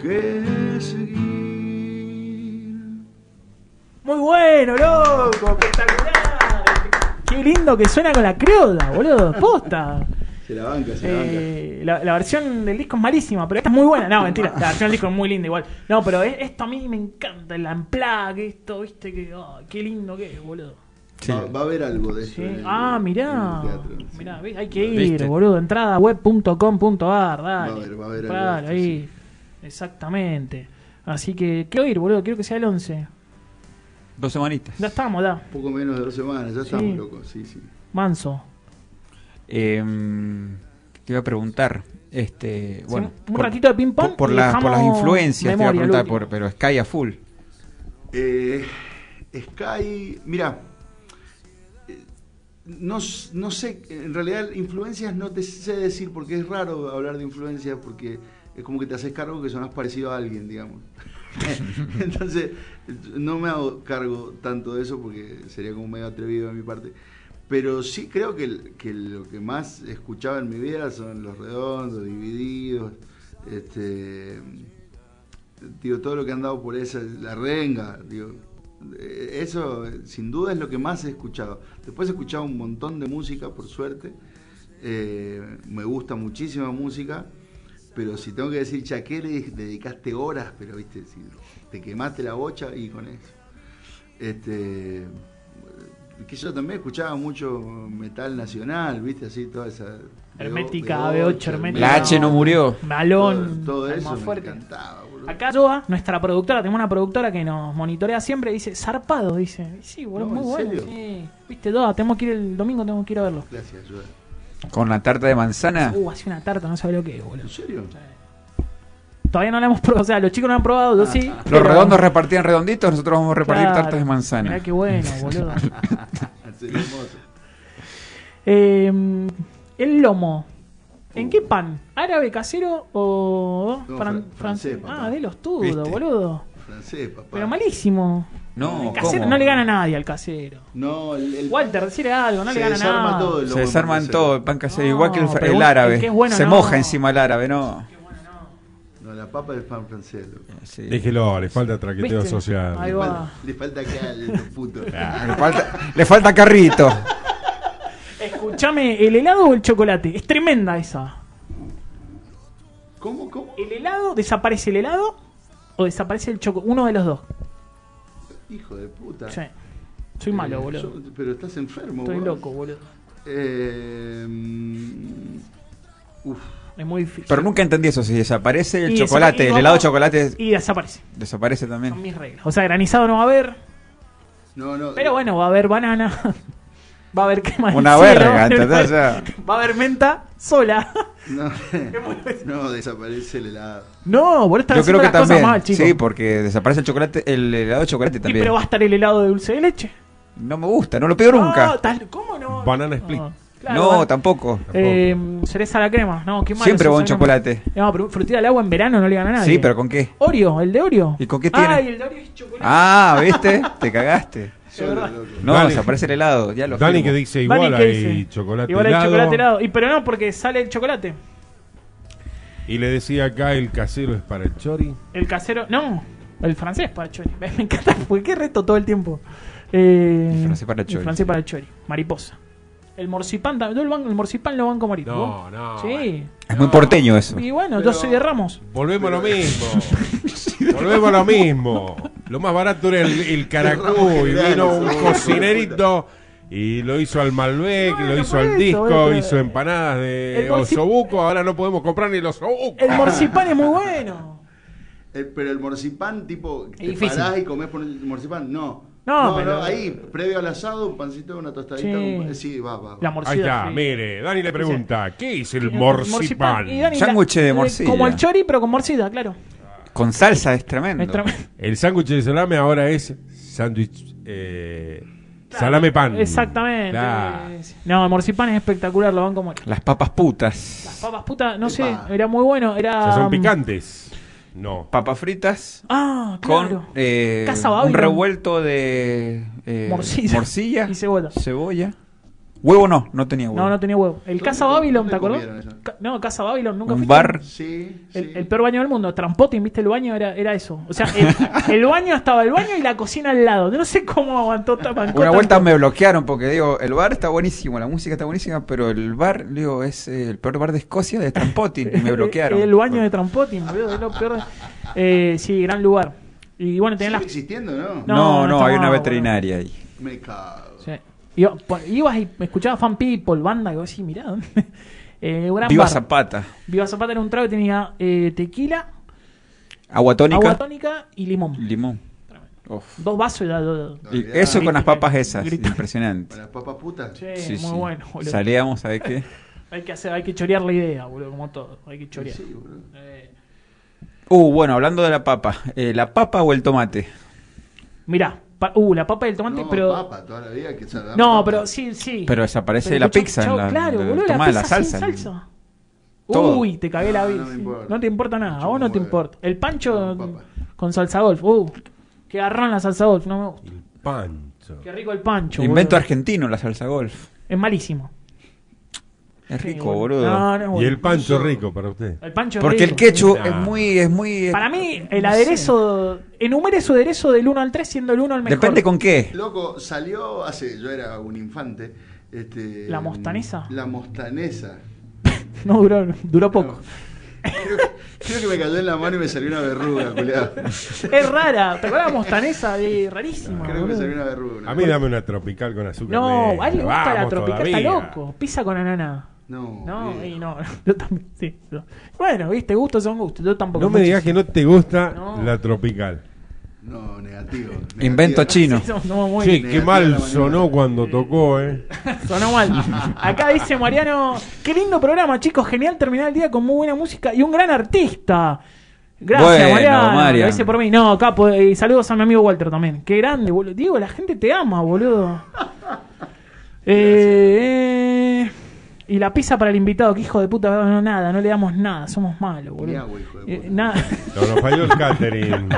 Speaker 8: que seguir.
Speaker 2: Muy bueno, loco, espectacular. Qué lindo que suena con la cruda, boludo. Posta.
Speaker 9: Se la banca, se la banca.
Speaker 2: Eh, la, la versión del disco es malísima, pero esta es muy buena. No,
Speaker 9: <laughs>
Speaker 2: mentira, la versión del disco es muy linda igual. No, pero e- esto a mí me encanta, el amplague, esto, viste, que ah, qué lindo que es, boludo.
Speaker 9: Va, va a haber algo de eso.
Speaker 2: Sí.
Speaker 9: en el-
Speaker 2: Ah, mirá.
Speaker 9: en el teatro, sí.
Speaker 2: Mirá, ¿ves? hay que ir,
Speaker 1: ¿Viste?
Speaker 2: boludo. Entrada web.com.ar, dale.
Speaker 9: Va a haber- va a haber algo
Speaker 2: Claro,
Speaker 9: de esto,
Speaker 2: ahí. Exactamente. Así que quiero ir, boludo, quiero que sea el 11.
Speaker 1: Dos semanitas.
Speaker 2: Ya estamos, da.
Speaker 9: Poco menos de dos semanas, ya
Speaker 2: Sí.
Speaker 9: estamos locos, sí, sí.
Speaker 2: Manso.
Speaker 1: Em, te iba a preguntar. Este, bueno,
Speaker 2: Sí, un ratito de ping-pong
Speaker 1: Por, por
Speaker 2: y
Speaker 1: la-
Speaker 2: dejamos
Speaker 1: por las influencias, te iba
Speaker 2: memoria,
Speaker 1: a preguntar,
Speaker 2: el último.
Speaker 1: por, pero Sky a full.
Speaker 9: Eh, Sky, mira, eh, no, s- no sé, en realidad influencias no te sé decir porque es raro hablar de influencias porque es como que te haces cargo que sonás parecido a alguien, digamos. <laughs> Entonces, no me hago cargo tanto de eso porque sería como medio atrevido de mi parte. Pero sí creo que, el- que lo que más escuchaba en mi vida son los redondos, divididos, este, digo, todo lo que han dado por esa, la renga, digo, eh, eso eh, sin duda es lo que más he escuchado. Después he escuchado un montón de música, por suerte, eh, me gusta muchísima música, pero si tengo que decir, ya que le dedicaste horas, pero viste, si te quemaste la bocha y con eso. Este, que yo también escuchaba mucho metal nacional, viste, así toda esa...
Speaker 2: Hermética, B8, hermética.
Speaker 1: La H no murió.
Speaker 2: Malón.
Speaker 9: Todo, todo
Speaker 2: el
Speaker 9: eso
Speaker 2: más
Speaker 9: me
Speaker 2: fuerte.
Speaker 9: encantaba, boludo.
Speaker 2: Acá Joa, nuestra productora, tenemos una productora que nos monitorea siempre, dice, zarpado, dice. Y Sí, boludo,
Speaker 9: No,
Speaker 2: muy
Speaker 9: ¿en
Speaker 2: bueno.
Speaker 9: serio?
Speaker 2: sí. Viste, Joa, tenemos que ir el domingo, tenemos que ir a verlo.
Speaker 9: Gracias, Joel.
Speaker 1: Con la tarta de manzana.
Speaker 2: Uh, hace una tarta, no sabe lo que es, boludo.
Speaker 9: ¿En serio?
Speaker 2: Todavía no la hemos probado, o sea, los chicos no la han probado,
Speaker 9: Ah,
Speaker 2: yo sí.
Speaker 1: Los redondos repartían redonditos, nosotros vamos a repartir tartas de manzana.
Speaker 2: Mirá
Speaker 1: <laughs>
Speaker 2: qué bueno, boludo.
Speaker 9: En serio, Ah, hermoso.
Speaker 2: Eh, el lomo. ¿En qué pan? ¿Árabe, casero o
Speaker 9: Uh.
Speaker 2: fran-
Speaker 9: No, fran- francés, papá.
Speaker 2: Ah, de los tudos,
Speaker 1: Viste.
Speaker 2: boludo.
Speaker 9: Francés, papá.
Speaker 2: Pero malísimo.
Speaker 1: No,
Speaker 2: El casero
Speaker 1: ¿cómo?
Speaker 2: no le gana a nadie al casero.
Speaker 9: No, el, el-
Speaker 2: Walter, decirle algo, no
Speaker 9: se
Speaker 2: le gana
Speaker 9: desarma
Speaker 2: nada.
Speaker 9: todo el
Speaker 1: Se
Speaker 9: lobo
Speaker 1: desarman
Speaker 9: francés.
Speaker 1: todo, el pan casero,
Speaker 2: No,
Speaker 1: igual que el, fra-
Speaker 2: pero
Speaker 1: el
Speaker 2: un-
Speaker 1: árabe.
Speaker 2: el que es bueno,
Speaker 1: se
Speaker 2: no.
Speaker 1: moja encima el árabe, ¿no?
Speaker 9: No, la papa del pan francés. loco.
Speaker 1: Sí.
Speaker 3: Déjelo, le falta traqueteo
Speaker 2: ¿Viste?
Speaker 3: social.
Speaker 2: Ahí
Speaker 9: Le
Speaker 2: va.
Speaker 9: falta- Le falta que
Speaker 2: <laughs>
Speaker 9: al los putos.
Speaker 1: Le falta, le falta carrito.
Speaker 2: Escuchame, ¿el helado o el chocolate? Es tremenda esa.
Speaker 9: ¿Cómo, cómo?
Speaker 2: ¿El helado? ¿Desaparece el helado? ¿O desaparece el chocolate? Uno de los dos.
Speaker 9: Hijo de
Speaker 1: Ah.
Speaker 9: puta.
Speaker 2: Sí. Soy malo,
Speaker 9: Eh,
Speaker 2: boludo.
Speaker 9: yo- pero estás enfermo,
Speaker 2: Estoy
Speaker 9: vos.
Speaker 2: loco, boludo.
Speaker 9: Eh, mm, uf.
Speaker 2: Es muy difícil.
Speaker 1: Pero nunca entendí eso, si desaparece el
Speaker 2: Y desa-
Speaker 1: chocolate,
Speaker 2: y
Speaker 1: el
Speaker 2: vamos-
Speaker 1: helado de chocolate
Speaker 2: Y desaparece.
Speaker 1: desaparece
Speaker 2: Son
Speaker 1: también.
Speaker 2: mis reglas. O sea, granizado no va a haber.
Speaker 9: No, no.
Speaker 2: Pero bueno, va a haber banana. <laughs> Va a haber crema del
Speaker 1: Una
Speaker 2: cielo,
Speaker 1: verga,
Speaker 2: va a haber-
Speaker 1: ¿entendés? O sea,
Speaker 2: <laughs> Va a haber menta sola. <laughs>
Speaker 9: No, <laughs> no, desaparece el helado.
Speaker 2: No, boludo, están
Speaker 1: yo creo
Speaker 2: haciendo
Speaker 1: que
Speaker 2: las cosas
Speaker 1: también.
Speaker 2: mal, chicos.
Speaker 1: sí, porque desaparece el chocolate, el helado de chocolate
Speaker 2: Y
Speaker 1: también.
Speaker 2: pero va a estar el helado de dulce de leche.
Speaker 1: No me gusta, no lo pido nunca.
Speaker 2: No, tal- ¿Cómo no?
Speaker 3: Banana split.
Speaker 2: No,
Speaker 1: no,
Speaker 2: claro,
Speaker 1: tampoco.
Speaker 2: Ah. eh, cereza a la crema. No, qué malo
Speaker 1: Siempre
Speaker 2: es
Speaker 1: buen
Speaker 2: esa crema.
Speaker 1: chocolate.
Speaker 2: No, pero frutilla al agua en verano no le gana a nadie.
Speaker 1: Sí, pero ¿con qué?
Speaker 2: Oreo, el de Oreo.
Speaker 1: ¿Y con qué
Speaker 2: Ay,
Speaker 1: tiene?
Speaker 2: el de Oreo es chocolate.
Speaker 1: Ah, ¿viste? Te cagaste.
Speaker 2: de verdad.
Speaker 1: No,
Speaker 3: Dani.
Speaker 1: desaparece el helado. Ya lo
Speaker 3: Dani
Speaker 1: firmo.
Speaker 3: que dice
Speaker 2: Dani,
Speaker 3: igual
Speaker 2: ¿qué
Speaker 3: hay
Speaker 2: dice?
Speaker 3: chocolate
Speaker 2: Igual hay
Speaker 3: helado.
Speaker 2: chocolate helado. Y pero no, porque sale el chocolate.
Speaker 3: Y le decía acá el casero es para el chori.
Speaker 2: El casero. No, el francés para el chori. <laughs> Me encanta, porque qué reto todo el tiempo. Eh,
Speaker 1: El francés para el chori.
Speaker 2: francés para el chori. Mariposa. El morcipán también. Yo el, ban- el morcipán lo banco marito.
Speaker 3: No, no.
Speaker 2: Sí.
Speaker 1: Es muy porteño eso.
Speaker 2: Y bueno, yo soy de Ramos.
Speaker 3: Volvemos a lo mismo. <laughs> Volvemos a lo mismo. Lo más barato era el, el caracú y vino un cocinerito y lo hizo al Malbec,
Speaker 2: Bueno,
Speaker 3: lo hizo
Speaker 2: por
Speaker 3: al
Speaker 2: eso,
Speaker 3: disco,
Speaker 2: bueno, pero-
Speaker 3: hizo empanadas
Speaker 2: El
Speaker 3: de
Speaker 2: bolsi-
Speaker 3: osobuco. Ahora no podemos comprar ni los osobuco.
Speaker 2: El morcipán es muy bueno.
Speaker 9: El- Eh, pero el morcipán, tipo, te
Speaker 2: difícil.
Speaker 9: parás y comés por el morcipán, no.
Speaker 2: No,
Speaker 9: no,
Speaker 2: pero-
Speaker 9: ahí, previo al asado, un pancito, una tostadita.
Speaker 2: Sí.
Speaker 9: un pa- Sí, va, va. va.
Speaker 2: La
Speaker 3: Ahí
Speaker 2: morcilla.
Speaker 3: está,
Speaker 2: sí.
Speaker 3: mire. Dani le pregunta, ¿qué es el
Speaker 2: El
Speaker 3: morcipán?
Speaker 2: Y Dani,
Speaker 1: Sándwich de
Speaker 2: eh,
Speaker 1: morcilla.
Speaker 2: Como el chori, pero con morcilla, claro.
Speaker 1: Con salsa es tremendo.
Speaker 2: Es tremendo.
Speaker 3: El sándwich de salame ahora es sándwich eh, salame pan.
Speaker 2: Exactamente. Eh,
Speaker 3: Claro.
Speaker 2: No, el morcipán es espectacular, lo banco marito.
Speaker 1: Las papas putas.
Speaker 2: Las papas putas, no sé,
Speaker 9: Epa.
Speaker 2: era muy bueno. Era, um,
Speaker 3: O sea, son picantes. No.
Speaker 1: Papas fritas.
Speaker 2: Ah,
Speaker 1: Con
Speaker 2: claro.
Speaker 1: eh,
Speaker 2: Casa
Speaker 1: un
Speaker 2: Babylon.
Speaker 1: revuelto de eh,
Speaker 2: Morcilla.
Speaker 1: morcilla,
Speaker 2: Y cebolla.
Speaker 1: cebolla. Huevo no, no tenía huevo.
Speaker 2: No, no tenía huevo. El Casa
Speaker 9: ¿Dónde-
Speaker 2: Babylon,
Speaker 9: dónde
Speaker 2: ¿te acordás?
Speaker 9: comieron eso?
Speaker 2: Ca- No, Casa Babylon, nunca
Speaker 1: un
Speaker 2: fuiste?
Speaker 1: bar
Speaker 9: Sí, sí.
Speaker 2: El, el peor baño del mundo. Trampotin, ¿viste? El baño era, era eso. O sea, el, el baño estaba el baño y la cocina al lado. Yo no sé cómo aguantó ta- bancó
Speaker 1: Una vuelta
Speaker 2: tanto.
Speaker 1: me bloquearon porque digo, el bar está buenísimo, la música está buenísima, pero el bar, digo, es eh, el peor bar de Escocia de Trampotin y me bloquearon.
Speaker 2: <laughs> El baño de Trampotin, boludo. Es lo peor. de- Eh, sí, gran lugar. Y bueno,
Speaker 9: Sigue
Speaker 2: tenés las.
Speaker 9: existiendo, ¿no?
Speaker 1: No,
Speaker 2: No,
Speaker 1: no,
Speaker 2: no
Speaker 1: hay
Speaker 2: está
Speaker 1: una
Speaker 2: mal,
Speaker 1: veterinaria ahí.
Speaker 9: Me cago.
Speaker 2: Sí. Iba- po- ibas y me escuchaba Fan People, banda. Y vos decís, mirá, ¿dónde? <laughs> Eh, gran
Speaker 1: Viva
Speaker 2: bar.
Speaker 1: Zapata.
Speaker 2: Viva Zapata era un trago que tenía eh, tequila,
Speaker 1: Agua tónica.
Speaker 2: agua tónica y limón.
Speaker 1: Limón. Uf.
Speaker 2: Dos vasos y ya. ya- ya.
Speaker 1: Y eso con las papas esas,
Speaker 2: Grita.
Speaker 1: impresionante.
Speaker 2: <laughs>
Speaker 9: Con las papas putas.
Speaker 2: Che,
Speaker 1: Sí,
Speaker 2: muy
Speaker 1: sí.
Speaker 2: bueno, boludo.
Speaker 1: Salíamos a ver qué.
Speaker 2: Hay que hacer, hay que chorear la idea, boludo, como todo. Hay que chorear.
Speaker 9: Sí, boludo.
Speaker 2: Eh,
Speaker 1: Uh, bueno, hablando de la papa. eh, ¿La papa o el tomate?
Speaker 2: mirá, pa- uh, la papa y el tomate,
Speaker 9: no,
Speaker 2: pero.
Speaker 9: papa, toda la vida que se la dan
Speaker 2: no,
Speaker 9: papa.
Speaker 2: pero sí, sí.
Speaker 1: Pero desaparece
Speaker 2: Pero
Speaker 1: la
Speaker 2: escuchá,
Speaker 1: pizza.
Speaker 2: chau,
Speaker 1: la,
Speaker 2: claro,
Speaker 1: el
Speaker 2: boludo, la,
Speaker 1: tomate,
Speaker 2: pizza sin salsa.
Speaker 1: Todo.
Speaker 2: Uy, te cagué la
Speaker 9: No,
Speaker 2: vida.
Speaker 9: no me
Speaker 2: sí. No,
Speaker 9: importa.
Speaker 2: te importa nada, a vos no te
Speaker 9: Chupo,
Speaker 2: importa. El pancho
Speaker 9: Con papa.
Speaker 2: con salsa golf. Uh, qué garrón la salsa golf, no me gusta.
Speaker 3: El pancho.
Speaker 2: Qué rico el pancho.
Speaker 1: Invento
Speaker 2: boludo.
Speaker 1: argentino, la salsa golf.
Speaker 2: Es malísimo.
Speaker 1: Es
Speaker 2: Sí,
Speaker 1: rico,
Speaker 2: bueno.
Speaker 1: boludo.
Speaker 2: No, no es
Speaker 3: Y
Speaker 2: bueno.
Speaker 3: el pancho rico para usted.
Speaker 2: El pancho es
Speaker 1: Porque el
Speaker 2: rico.
Speaker 1: quechu
Speaker 3: Nah.
Speaker 1: es muy, es muy.
Speaker 2: Para mí, el aderezo. Enumere su aderezo del 1 al 3, siendo el 1 el mejor.
Speaker 1: Depende con qué.
Speaker 9: Loco, salió hace. Yo era un infante. Este,
Speaker 2: ¿La mostanesa?
Speaker 9: La mostanesa.
Speaker 2: <laughs> No, duró, duró poco.
Speaker 9: Creo, creo que me cayó en la mano y me salió una verruga,
Speaker 2: <laughs>
Speaker 9: culiado.
Speaker 2: Es rara. ¿Te acuerdas de la mostanesa? Eh, rarísima.
Speaker 9: Creo que me
Speaker 2: boludo.
Speaker 9: salió una verruga.
Speaker 3: A mí dame una tropical con azúcar.
Speaker 2: No,
Speaker 3: negra.
Speaker 2: a él le gusta la
Speaker 3: Vamos
Speaker 2: tropical, está
Speaker 3: todavía.
Speaker 2: loco. Pizza con ananá.
Speaker 9: No.
Speaker 2: No,
Speaker 9: viejo.
Speaker 2: y no, <laughs> yo también, sí. yo- Bueno, viste, gustos son gustos, yo tampoco.
Speaker 3: No me digas que no te gusta
Speaker 2: No.
Speaker 3: la tropical.
Speaker 9: No, negativo. negativo.
Speaker 1: Invento chino.
Speaker 2: <laughs> Sí, somos- somos muy-
Speaker 3: Che, qué
Speaker 9: negativa la
Speaker 3: mal
Speaker 9: maniobra.
Speaker 3: sonó cuando tocó, ¿eh?
Speaker 2: Sonó mal. Acá dice Mariano, qué lindo programa, chicos, genial terminar el día con muy buena música y un gran artista. Gracias,
Speaker 1: Bueno,
Speaker 2: Mariano.
Speaker 1: Mariano.
Speaker 2: Lo hice por mí. No, capo, y saludos a mi amigo Walter también. Qué grande, boludo. Diego, la gente te ama, boludo. Eh, eh, y la pizza para el invitado, que hijo de puta, no, nada, no le damos nada, somos malos, boludo.
Speaker 9: Ni agua, hijo de
Speaker 2: Eh,
Speaker 9: puta.
Speaker 2: nada.
Speaker 3: No, nos falló
Speaker 2: <laughs>
Speaker 3: el catering.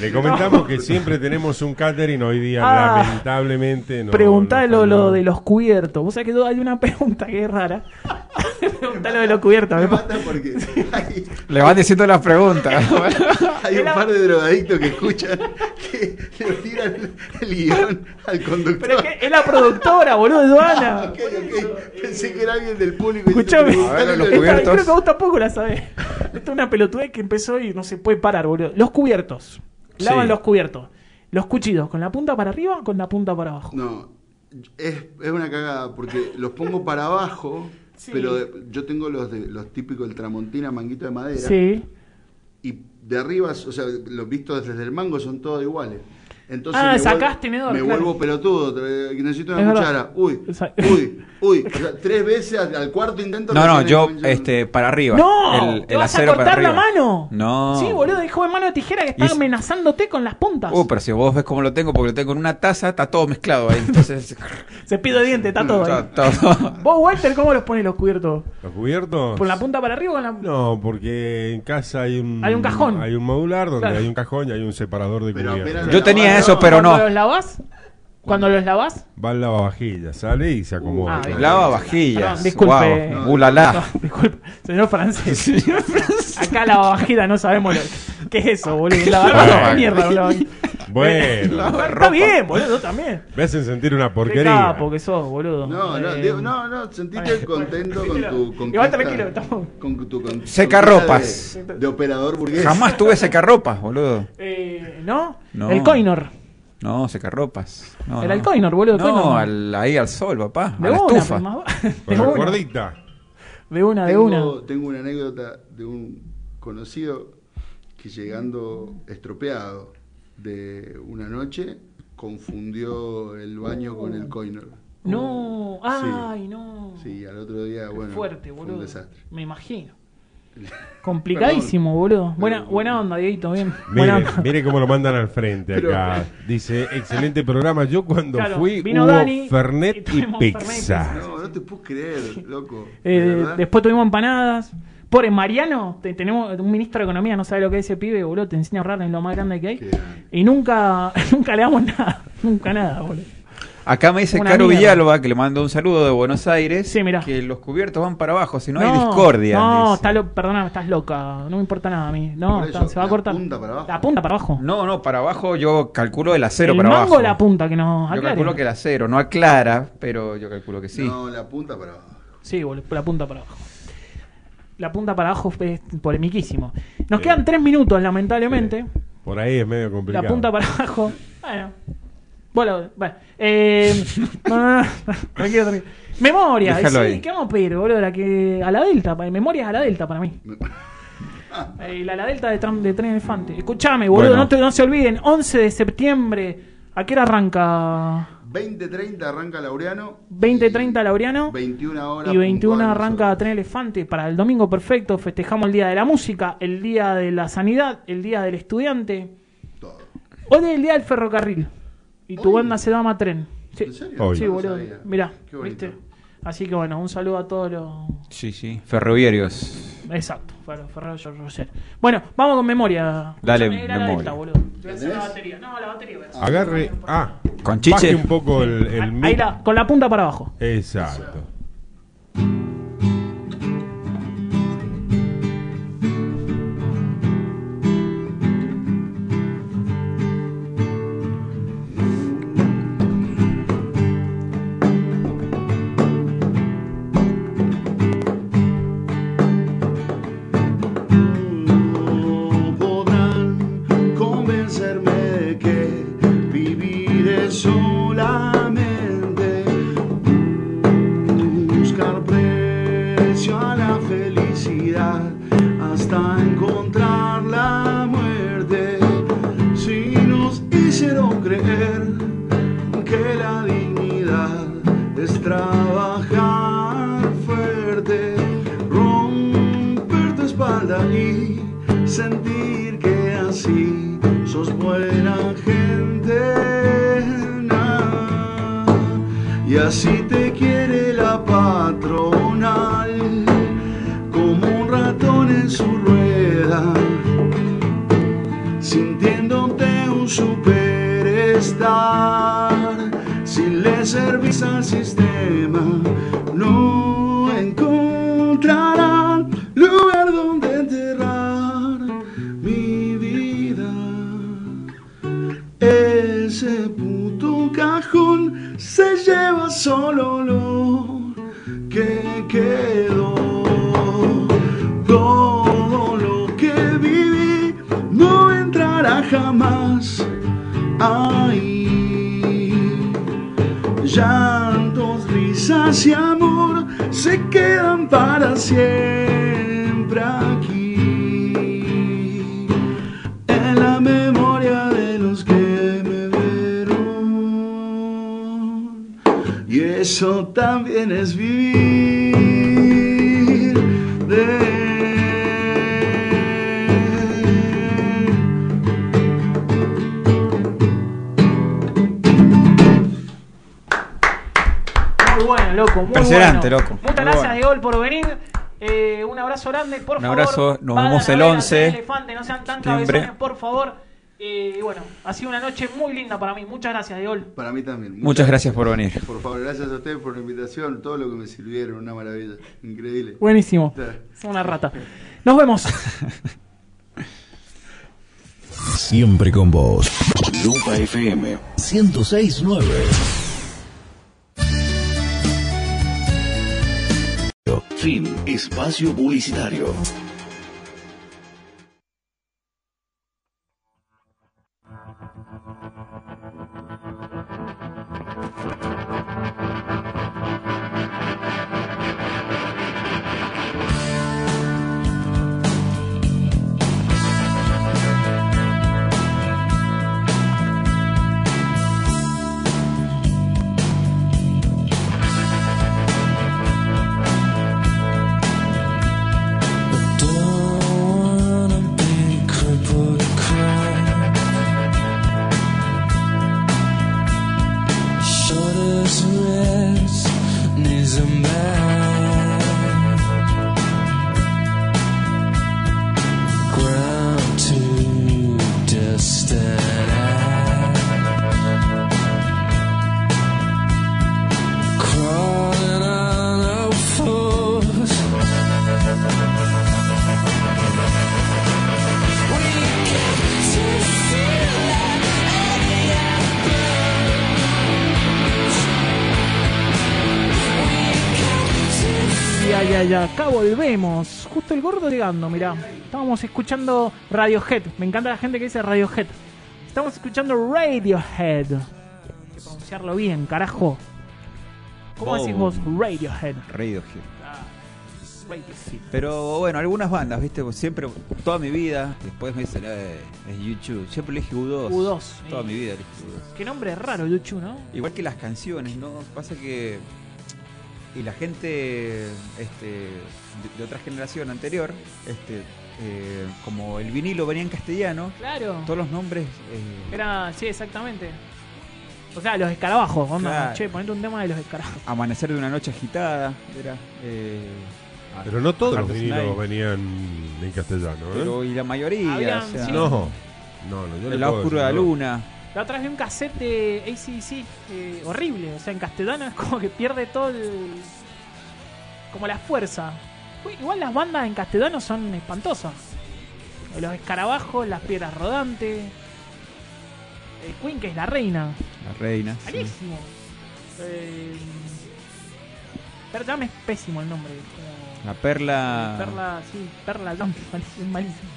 Speaker 3: Le comentamos que siempre tenemos un catering. Hoy día,
Speaker 2: Ah.
Speaker 3: lamentablemente, no.
Speaker 2: Preguntá
Speaker 3: no
Speaker 2: lo,
Speaker 3: falló.
Speaker 2: lo de los cubiertos. Vos sabés que yo- hay una <laughs> pregunta que es rara. Preguntá lo de los cubiertos.
Speaker 9: Me
Speaker 2: me pa-
Speaker 9: mata
Speaker 2: <laughs>
Speaker 9: porque hay,
Speaker 1: Le van diciendo las preguntas.
Speaker 9: hay un par de drogadictos que escuchan que le tiran el, el guión al conductor.
Speaker 2: Pero es que es la productora, boludo, de
Speaker 9: <laughs> Ah,
Speaker 2: Joana.
Speaker 9: <laughs> ok, ok. Pensé que era alguien del público.
Speaker 2: eh, Escuchame.
Speaker 9: A ver, los
Speaker 2: Esta-
Speaker 1: cubiertos.
Speaker 2: Creo que vos tampoco la sabés. Esta es una pelotudez que empezó y no se puede parar, boludo. Los cubiertos. Lavan
Speaker 1: Sí.
Speaker 2: los cubiertos. Los cuchillos, con la punta para arriba, con la punta para abajo.
Speaker 9: No, es, es una cagada porque los pongo para abajo,
Speaker 2: Sí.
Speaker 9: pero de- yo tengo los, de, los típicos del Tramontina, manguito de madera.
Speaker 2: Sí.
Speaker 9: Y de arriba, o sea, los vistos desde el mango son todos iguales.
Speaker 11: Entonces
Speaker 2: Ah,
Speaker 11: me
Speaker 2: sacás
Speaker 11: vuel-
Speaker 2: tenedor,
Speaker 11: Me
Speaker 2: claro.
Speaker 11: vuelvo pelotudo, tre- necesito una
Speaker 2: Es verdad.
Speaker 11: cuchara. Uy,
Speaker 2: Sa-
Speaker 11: uy,
Speaker 2: <laughs>
Speaker 11: uy. O sea, tres veces al, al cuarto intento.
Speaker 1: <laughs> No, no,
Speaker 11: recién
Speaker 1: yo,
Speaker 11: engancho.
Speaker 1: este, para arriba.
Speaker 2: ¡No!
Speaker 1: El,
Speaker 2: ¡Te
Speaker 1: el
Speaker 2: vas a
Speaker 1: acero para
Speaker 2: cortar la
Speaker 1: arriba.
Speaker 2: mano!
Speaker 1: No.
Speaker 2: Sí, boludo, hijo de mano de tijera que
Speaker 1: Ah. Y
Speaker 2: está
Speaker 1: es-
Speaker 2: amenazándote con las puntas.
Speaker 1: Uh, pero si vos ves cómo lo tengo, porque lo tengo en una taza, está todo mezclado ahí.
Speaker 2: <laughs>
Speaker 1: Entonces,
Speaker 2: Se pide diente, está todo ahí.
Speaker 1: está todo.
Speaker 2: Vos, Walter, ¿cómo los pones los cubiertos?
Speaker 3: ¿Los cubiertos?
Speaker 2: ¿Por la punta para arriba o con la.?
Speaker 3: No, porque en casa hay un...
Speaker 2: Hay un cajón.
Speaker 3: Hay un modular donde
Speaker 2: Claro.
Speaker 3: hay un cajón y hay un separador de
Speaker 11: Pero
Speaker 3: cubiertos.
Speaker 11: apenas-
Speaker 1: Yo tenía eso, pero no.
Speaker 2: ¿Cuando los lavas? ¿Cuando los lavas?
Speaker 3: Va el lavavajillas, sale y se acomoda.
Speaker 2: Ah, <laughs> bien.
Speaker 1: Lava
Speaker 2: Perdón,
Speaker 1: vajillas.
Speaker 2: disculpe.
Speaker 1: Guau, ulala. <laughs>
Speaker 2: Disculpe, <laughs> señor francés. Acá la bajita no sabemos lo- qué es eso, boludo. La bajita
Speaker 3: Bueno.
Speaker 2: de mierda, boludo.
Speaker 3: <laughs>
Speaker 2: <laughs>
Speaker 3: Bueno,
Speaker 2: Está bien, boludo, también.
Speaker 3: me hacen sentir una
Speaker 2: Qué
Speaker 3: porquería.
Speaker 2: capo que sos, boludo.
Speaker 11: No, no,
Speaker 2: Eh,
Speaker 11: Diego, no, no, sentiste contento con tu conquista.
Speaker 2: Igual tranquilo, estamos-
Speaker 11: Con tu con-
Speaker 1: Secarropas.
Speaker 11: conquista De, de operador burgués.
Speaker 1: Jamás tuve secarropas, boludo.
Speaker 2: eh, ¿No?
Speaker 1: No.
Speaker 2: El coinor.
Speaker 1: No, secarropas. No,
Speaker 2: El
Speaker 1: no.
Speaker 2: Alcoinor, boludo, Alcoinor,
Speaker 1: No,
Speaker 2: no.
Speaker 1: al- ahí al sol, papá.
Speaker 2: De
Speaker 1: a la
Speaker 2: una,
Speaker 1: estufa.
Speaker 2: pues, más va-
Speaker 3: Con
Speaker 2: <laughs> de
Speaker 3: la
Speaker 2: una.
Speaker 3: cuerdita.
Speaker 2: De una, de
Speaker 11: tengo,
Speaker 2: una.
Speaker 11: Tengo una anécdota de un conocido que llegando estropeado de una noche confundió el baño con el coinor.
Speaker 2: No, ay, no.
Speaker 11: Sí, al otro día, bueno,
Speaker 2: Fuerte,
Speaker 11: fue
Speaker 2: boludo.
Speaker 11: un desastre. <laughs>
Speaker 2: Me imagino. Complicadísimo, boludo. Buena, buena onda, Dieguito, bien. Buena
Speaker 3: Mire,
Speaker 2: onda.
Speaker 3: mire cómo lo mandan al frente
Speaker 11: Pero-
Speaker 3: acá. Dice, excelente programa. Yo cuando
Speaker 2: Claro,
Speaker 3: fui
Speaker 2: vino
Speaker 3: hubo
Speaker 2: Dani y
Speaker 3: Fernet y,
Speaker 2: tuvimos Fernet y
Speaker 3: pizza.
Speaker 11: No, no te puedo
Speaker 2: <laughs>
Speaker 11: creer, loco.
Speaker 2: Eh,
Speaker 11: ¿De verdad?
Speaker 2: después tuvimos empanadas. Pobre Mariano, te- tenemos un ministro de Economía, no sabe lo que es ese pibe, boludo. Te enseña a ahorrar en lo más grande que hay.
Speaker 11: Qué grande.
Speaker 2: Y nunca, <laughs> nunca le damos nada. <laughs> Nunca nada, boludo.
Speaker 1: Acá me dice
Speaker 2: Una
Speaker 1: Caro
Speaker 2: mierda.
Speaker 1: Villalba, que le mando un saludo de Buenos Aires,
Speaker 2: Sí, mirá.
Speaker 1: que los cubiertos van para abajo, si no, hay discordia.
Speaker 2: No,
Speaker 1: dice.
Speaker 2: está lo- perdóname, estás loca. No me importa nada a mí. No,
Speaker 11: Por
Speaker 2: está-
Speaker 11: eso,
Speaker 2: se va a
Speaker 11: la
Speaker 2: cortar.
Speaker 11: punta para abajo.
Speaker 2: La punta para abajo.
Speaker 1: no, no, para abajo yo calculo el acero
Speaker 2: el
Speaker 1: para
Speaker 2: mango
Speaker 1: abajo.
Speaker 2: o la punta que nos
Speaker 1: yo
Speaker 2: aclare.
Speaker 1: calculo que el acero, no aclara, pero yo calculo que sí.
Speaker 11: No, la punta para abajo.
Speaker 2: Sí, boludo, la punta para abajo. La punta para abajo es polemiquísimo. Nos quedan tres minutos, lamentablemente.
Speaker 3: Por ahí es medio complicado.
Speaker 2: La punta para abajo. Bueno. Bueno, bueno.
Speaker 1: <laughs>
Speaker 2: Eh, no, no, no. Tranquilo, tranquilo. Memoria.
Speaker 1: Déjalo
Speaker 2: sí,
Speaker 1: ahí.
Speaker 2: ¿qué vamos a pedir, boludo? La que, a la delta. pa- Memoria es a la delta para mí.
Speaker 11: <laughs>
Speaker 2: Eh, la, la delta de, tram- de Tren Elefante. Escuchame, boludo.
Speaker 1: Bueno.
Speaker 2: No, te- no se olviden. 11 de septiembre. ¿A qué hora arranca?
Speaker 11: 20.30 arranca Laureano.
Speaker 2: 20.30 Laureano.
Speaker 11: 21 horas.
Speaker 2: Y 21
Speaker 11: puntual,
Speaker 2: arranca
Speaker 11: nosotros.
Speaker 2: Tren Elefante para el domingo perfecto. Festejamos el día de la música, el día de la sanidad, el día del estudiante.
Speaker 11: Todo.
Speaker 2: Hoy es el día del ferrocarril. Y tu
Speaker 11: Hoy.
Speaker 2: banda se llama Tren. Sí,
Speaker 11: ¿En serio?
Speaker 3: Hoy.
Speaker 2: sí,
Speaker 11: No
Speaker 2: boludo.
Speaker 11: sabía.
Speaker 2: Mirá,
Speaker 11: Qué bonito.
Speaker 2: ¿viste? Así que bueno, un saludo a todos los.
Speaker 1: Sí, sí. Ferroviarios.
Speaker 2: Exacto, para Ferrero Rocher. Bueno, vamos con memoria.
Speaker 1: Dale,
Speaker 2: Escuchame, era la
Speaker 1: memoria.
Speaker 2: delta, boludo. Voy a
Speaker 11: ¿La
Speaker 2: hacer la
Speaker 11: tenés?
Speaker 2: batería. No, la batería. voy a hacer.
Speaker 3: Agarre. Ah,
Speaker 1: Con chiche.
Speaker 3: baje un poco el,
Speaker 2: Ahí-
Speaker 3: el
Speaker 2: Ahí
Speaker 3: mic.
Speaker 2: la, con la punta para abajo.
Speaker 3: Exacto.
Speaker 9: No podrán convencerme de que vivir es solamente buscar precio a la felicidad hasta encontrar la muerte. Si nos hicieron creer que la dignidad es trabajar fuerte, romper tu espalda y sentir que así sos buena gente. na. Y así te quiere la patronal, como un ratón en su rueda, sintiéndote un superestar. Si le servís al sistema, no encontrarán lugar donde enterrar mi vida. Ese puto cajón se lleva solo lo que quedó. Todo lo que viví no entrará jamás ahí. Llantos, risas y amor se quedan para siempre aquí. En la memoria de los que me vieron.
Speaker 8: también es vivir de
Speaker 2: Muy bueno, loco. Muy
Speaker 1: Impresionante,
Speaker 2: bueno.
Speaker 1: loco.
Speaker 2: Muchas
Speaker 1: Muy
Speaker 2: gracias,
Speaker 1: bueno.
Speaker 2: Diego, por venir. Eh, un abrazo grande, por
Speaker 1: Un
Speaker 2: favor.
Speaker 1: abrazo, nos
Speaker 2: Vayan
Speaker 1: vemos
Speaker 2: a
Speaker 1: el
Speaker 2: ver a
Speaker 1: 11
Speaker 2: Ser Elefante, no sean tan
Speaker 1: septiembre.
Speaker 2: cabezones, por favor. Eh, y bueno, ha sido una noche muy linda para mí. Muchas gracias, Diego.
Speaker 9: Para mí también.
Speaker 1: Muchas gracias por venir.
Speaker 9: Por favor, gracias a ustedes por la invitación, todo lo que me sirvieron, una maravilla, increíble.
Speaker 2: Buenísimo.
Speaker 9: Está.
Speaker 2: Es una rata. Nos vemos.
Speaker 5: Siempre con vos. Lupa FM 1069. Fin espacio publicitario.
Speaker 7: Crawling on our foes.
Speaker 2: Ya, ya, ya. Acá volvemos. Justo el gordo llegando, mirá. Estábamos escuchando Radiohead. Me encanta la gente que dice Radiohead. Estamos escuchando Radiohead. Hay que pronunciarlo bien, carajo. ¿Cómo decís vos? Radiohead.
Speaker 1: Radiohead.
Speaker 2: Radiohead.
Speaker 1: Pero bueno, algunas bandas, ¿viste? Pues Siempre, toda mi vida, después me dicen, eh, es YouTube. Siempre elegí U2.
Speaker 2: U2,
Speaker 1: Toda
Speaker 2: sí.
Speaker 1: mi vida elegí U2.
Speaker 2: Qué nombre raro, Yuchu, ¿no?
Speaker 1: Igual que las canciones, ¿no? Pasa que. Y la gente este, de, de otra generación anterior, este, eh, como el vinilo venía en castellano,
Speaker 2: Claro.
Speaker 1: todos los nombres. eh,
Speaker 2: Era, sí, exactamente. O sea, los escarabajos. Onda,
Speaker 1: Claro.
Speaker 2: che, ponete un tema de los escarabajos.
Speaker 1: Amanecer de una noche agitada, era. eh,
Speaker 3: Pero no todos los
Speaker 1: Artes
Speaker 3: vinilos
Speaker 1: Night.
Speaker 3: venían en castellano, ¿eh?
Speaker 1: pero y la mayoría.
Speaker 2: Habían,
Speaker 1: o sea,
Speaker 2: sí.
Speaker 3: No, no, no. Yo le
Speaker 1: El lado
Speaker 3: puedo
Speaker 1: oscuro de la
Speaker 3: decir, no.
Speaker 1: luna.
Speaker 2: La otra vez vi un cassette de ACDC eh, horrible. O sea, en castellano es como que pierde todo el. como la fuerza. Uy, Igual las bandas en castellano son espantosas. Los escarabajos, las piedras rodantes. El Queen, que es la reina.
Speaker 1: La reina. sí.
Speaker 2: Malísimo. Eh, pero ya me es pésimo el nombre. como-
Speaker 1: La perla.
Speaker 2: Perla, sí, Perla Jam, es malísimo.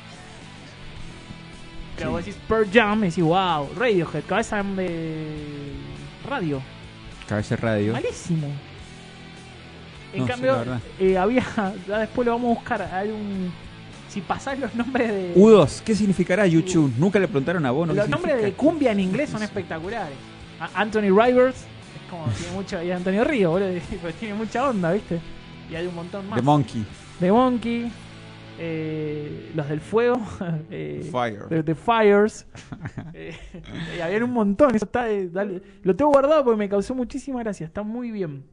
Speaker 2: Pero vos decís Pearl Jam y decís, wow, Radiohead, cabeza de radio.
Speaker 1: Cabeza Radio.
Speaker 2: Malísimo. En
Speaker 1: No, sí, la
Speaker 2: cambio,
Speaker 1: verdad.
Speaker 2: eh, había, <laughs> ya después lo vamos a buscar, hay un... Si pasás los nombres de...
Speaker 1: U2, ¿qué significará YouTube? Nunca le preguntaron a vos. ¿no?
Speaker 2: los
Speaker 1: ¿Qué
Speaker 2: nombres de
Speaker 1: significa?
Speaker 2: cumbia en inglés son espectaculares. A- Anthony Rivers, es como tiene mucho... Y Antonio Río, boludo, <laughs> porque tiene mucha onda, ¿viste? Y hay un montón más.
Speaker 1: The Monkey.
Speaker 2: The Monkey, eh, los del fuego, <laughs> eh,
Speaker 1: Fire.
Speaker 2: The,
Speaker 1: <laughs>
Speaker 2: The Fires. eh, <laughs> y había un montón. Eso está de- dale. Lo tengo guardado porque me causó muchísima gracia. Está muy bien.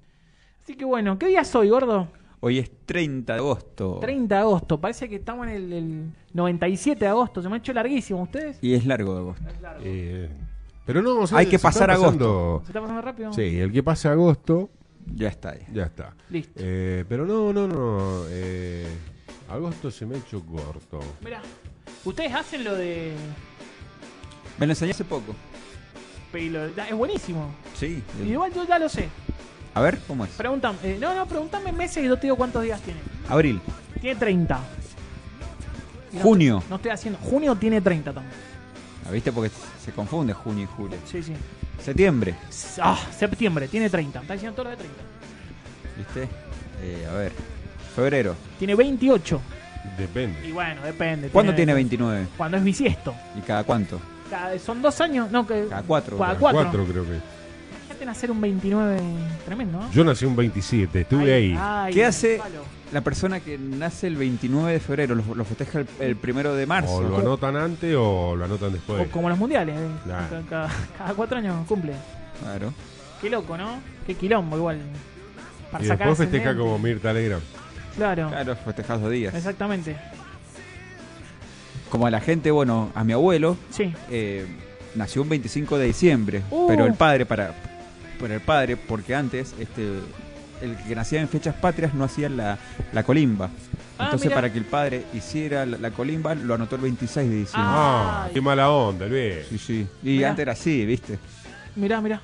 Speaker 2: Así que bueno, ¿qué día soy, gordo?
Speaker 1: Hoy es 30 de agosto.
Speaker 2: 30 de agosto. Parece que estamos en el, el 97 de agosto. Se me ha hecho larguísimo. ¿Ustedes?
Speaker 1: Y es largo de agosto.
Speaker 3: Eh, pero no, o sea,
Speaker 1: Hay que
Speaker 3: se está
Speaker 1: pasar agosto.
Speaker 3: pasando-
Speaker 2: ¿Se está pasando rápido?
Speaker 3: Sí, el que pase agosto,
Speaker 1: Ya está. ya.
Speaker 3: ya está.
Speaker 2: Listo.
Speaker 3: Eh, pero no, no, no. eh, agosto se me ha hecho corto.
Speaker 2: Mirá, ustedes hacen lo de...
Speaker 1: Me lo enseñó hace poco.
Speaker 2: pero- Es buenísimo.
Speaker 1: Sí.
Speaker 2: Igual yo ya lo sé.
Speaker 1: A ver, ¿cómo es?
Speaker 2: Preguntan, eh, no, no, pregúntame meses y yo te digo cuántos días tiene.
Speaker 1: Abril.
Speaker 2: Tiene 30. No,
Speaker 1: Junio.
Speaker 2: No estoy haciendo. Junio tiene 30 también.
Speaker 1: Ah, ¿Viste? Porque se confunde junio y julio.
Speaker 2: Sí, sí.
Speaker 1: Septiembre.
Speaker 2: Ah, septiembre tiene 30. Está diciendo todo lo de 30.
Speaker 1: ¿Viste? Eh, a ver. Febrero.
Speaker 2: Tiene 28. Y
Speaker 3: Depende.
Speaker 2: bueno, depende.
Speaker 1: ¿Cuándo tiene 29?
Speaker 2: Cuando es bisiesto.
Speaker 1: ¿Y cada cuánto?
Speaker 2: Cada- Son dos años. No, que.
Speaker 1: Cada cuatro,
Speaker 2: Cada
Speaker 1: cada
Speaker 2: cuatro.
Speaker 3: Cuatro creo que.
Speaker 2: Imagínate debiste nacer un 29 tremendo, ¿no?
Speaker 3: Yo nací un 27, estuve ahí.
Speaker 2: ay, ah,
Speaker 1: ¿Qué hace
Speaker 2: palo.
Speaker 1: la persona que nace el 29 de febrero? Lo, lo festeja el, el primero de marzo.
Speaker 3: O lo anotan antes o lo anotan
Speaker 2: O
Speaker 3: después.
Speaker 2: como los mundiales, eh.
Speaker 3: Nah.
Speaker 2: Ca- ca- cada, cuatro años cumple.
Speaker 1: Claro.
Speaker 2: Qué loco, ¿no? Qué quilombo igual. Para
Speaker 3: Y
Speaker 2: sacar
Speaker 3: después festeja
Speaker 2: ascendente.
Speaker 3: como Mirta Legrand.
Speaker 2: Claro,
Speaker 1: Claro, festejas dos días.
Speaker 2: exactamente.
Speaker 1: Como a la gente, bueno, a mi abuelo,
Speaker 2: Sí.
Speaker 1: eh, nació un 25 de diciembre,
Speaker 2: Uh.
Speaker 1: pero el padre para pero el padre porque antes este el que nacía en fechas patrias no hacía la, la colimba.
Speaker 2: Ah,
Speaker 1: Entonces
Speaker 2: mirá.
Speaker 1: para que el padre hiciera la, la colimba lo anotó el 26 de diciembre.
Speaker 3: Ah,
Speaker 2: Ay.
Speaker 3: qué mala onda,
Speaker 2: Ah.
Speaker 3: Luis.
Speaker 1: Sí, sí. Y
Speaker 2: Mirá.
Speaker 1: antes era así, ¿viste?
Speaker 2: Mirá, mirá.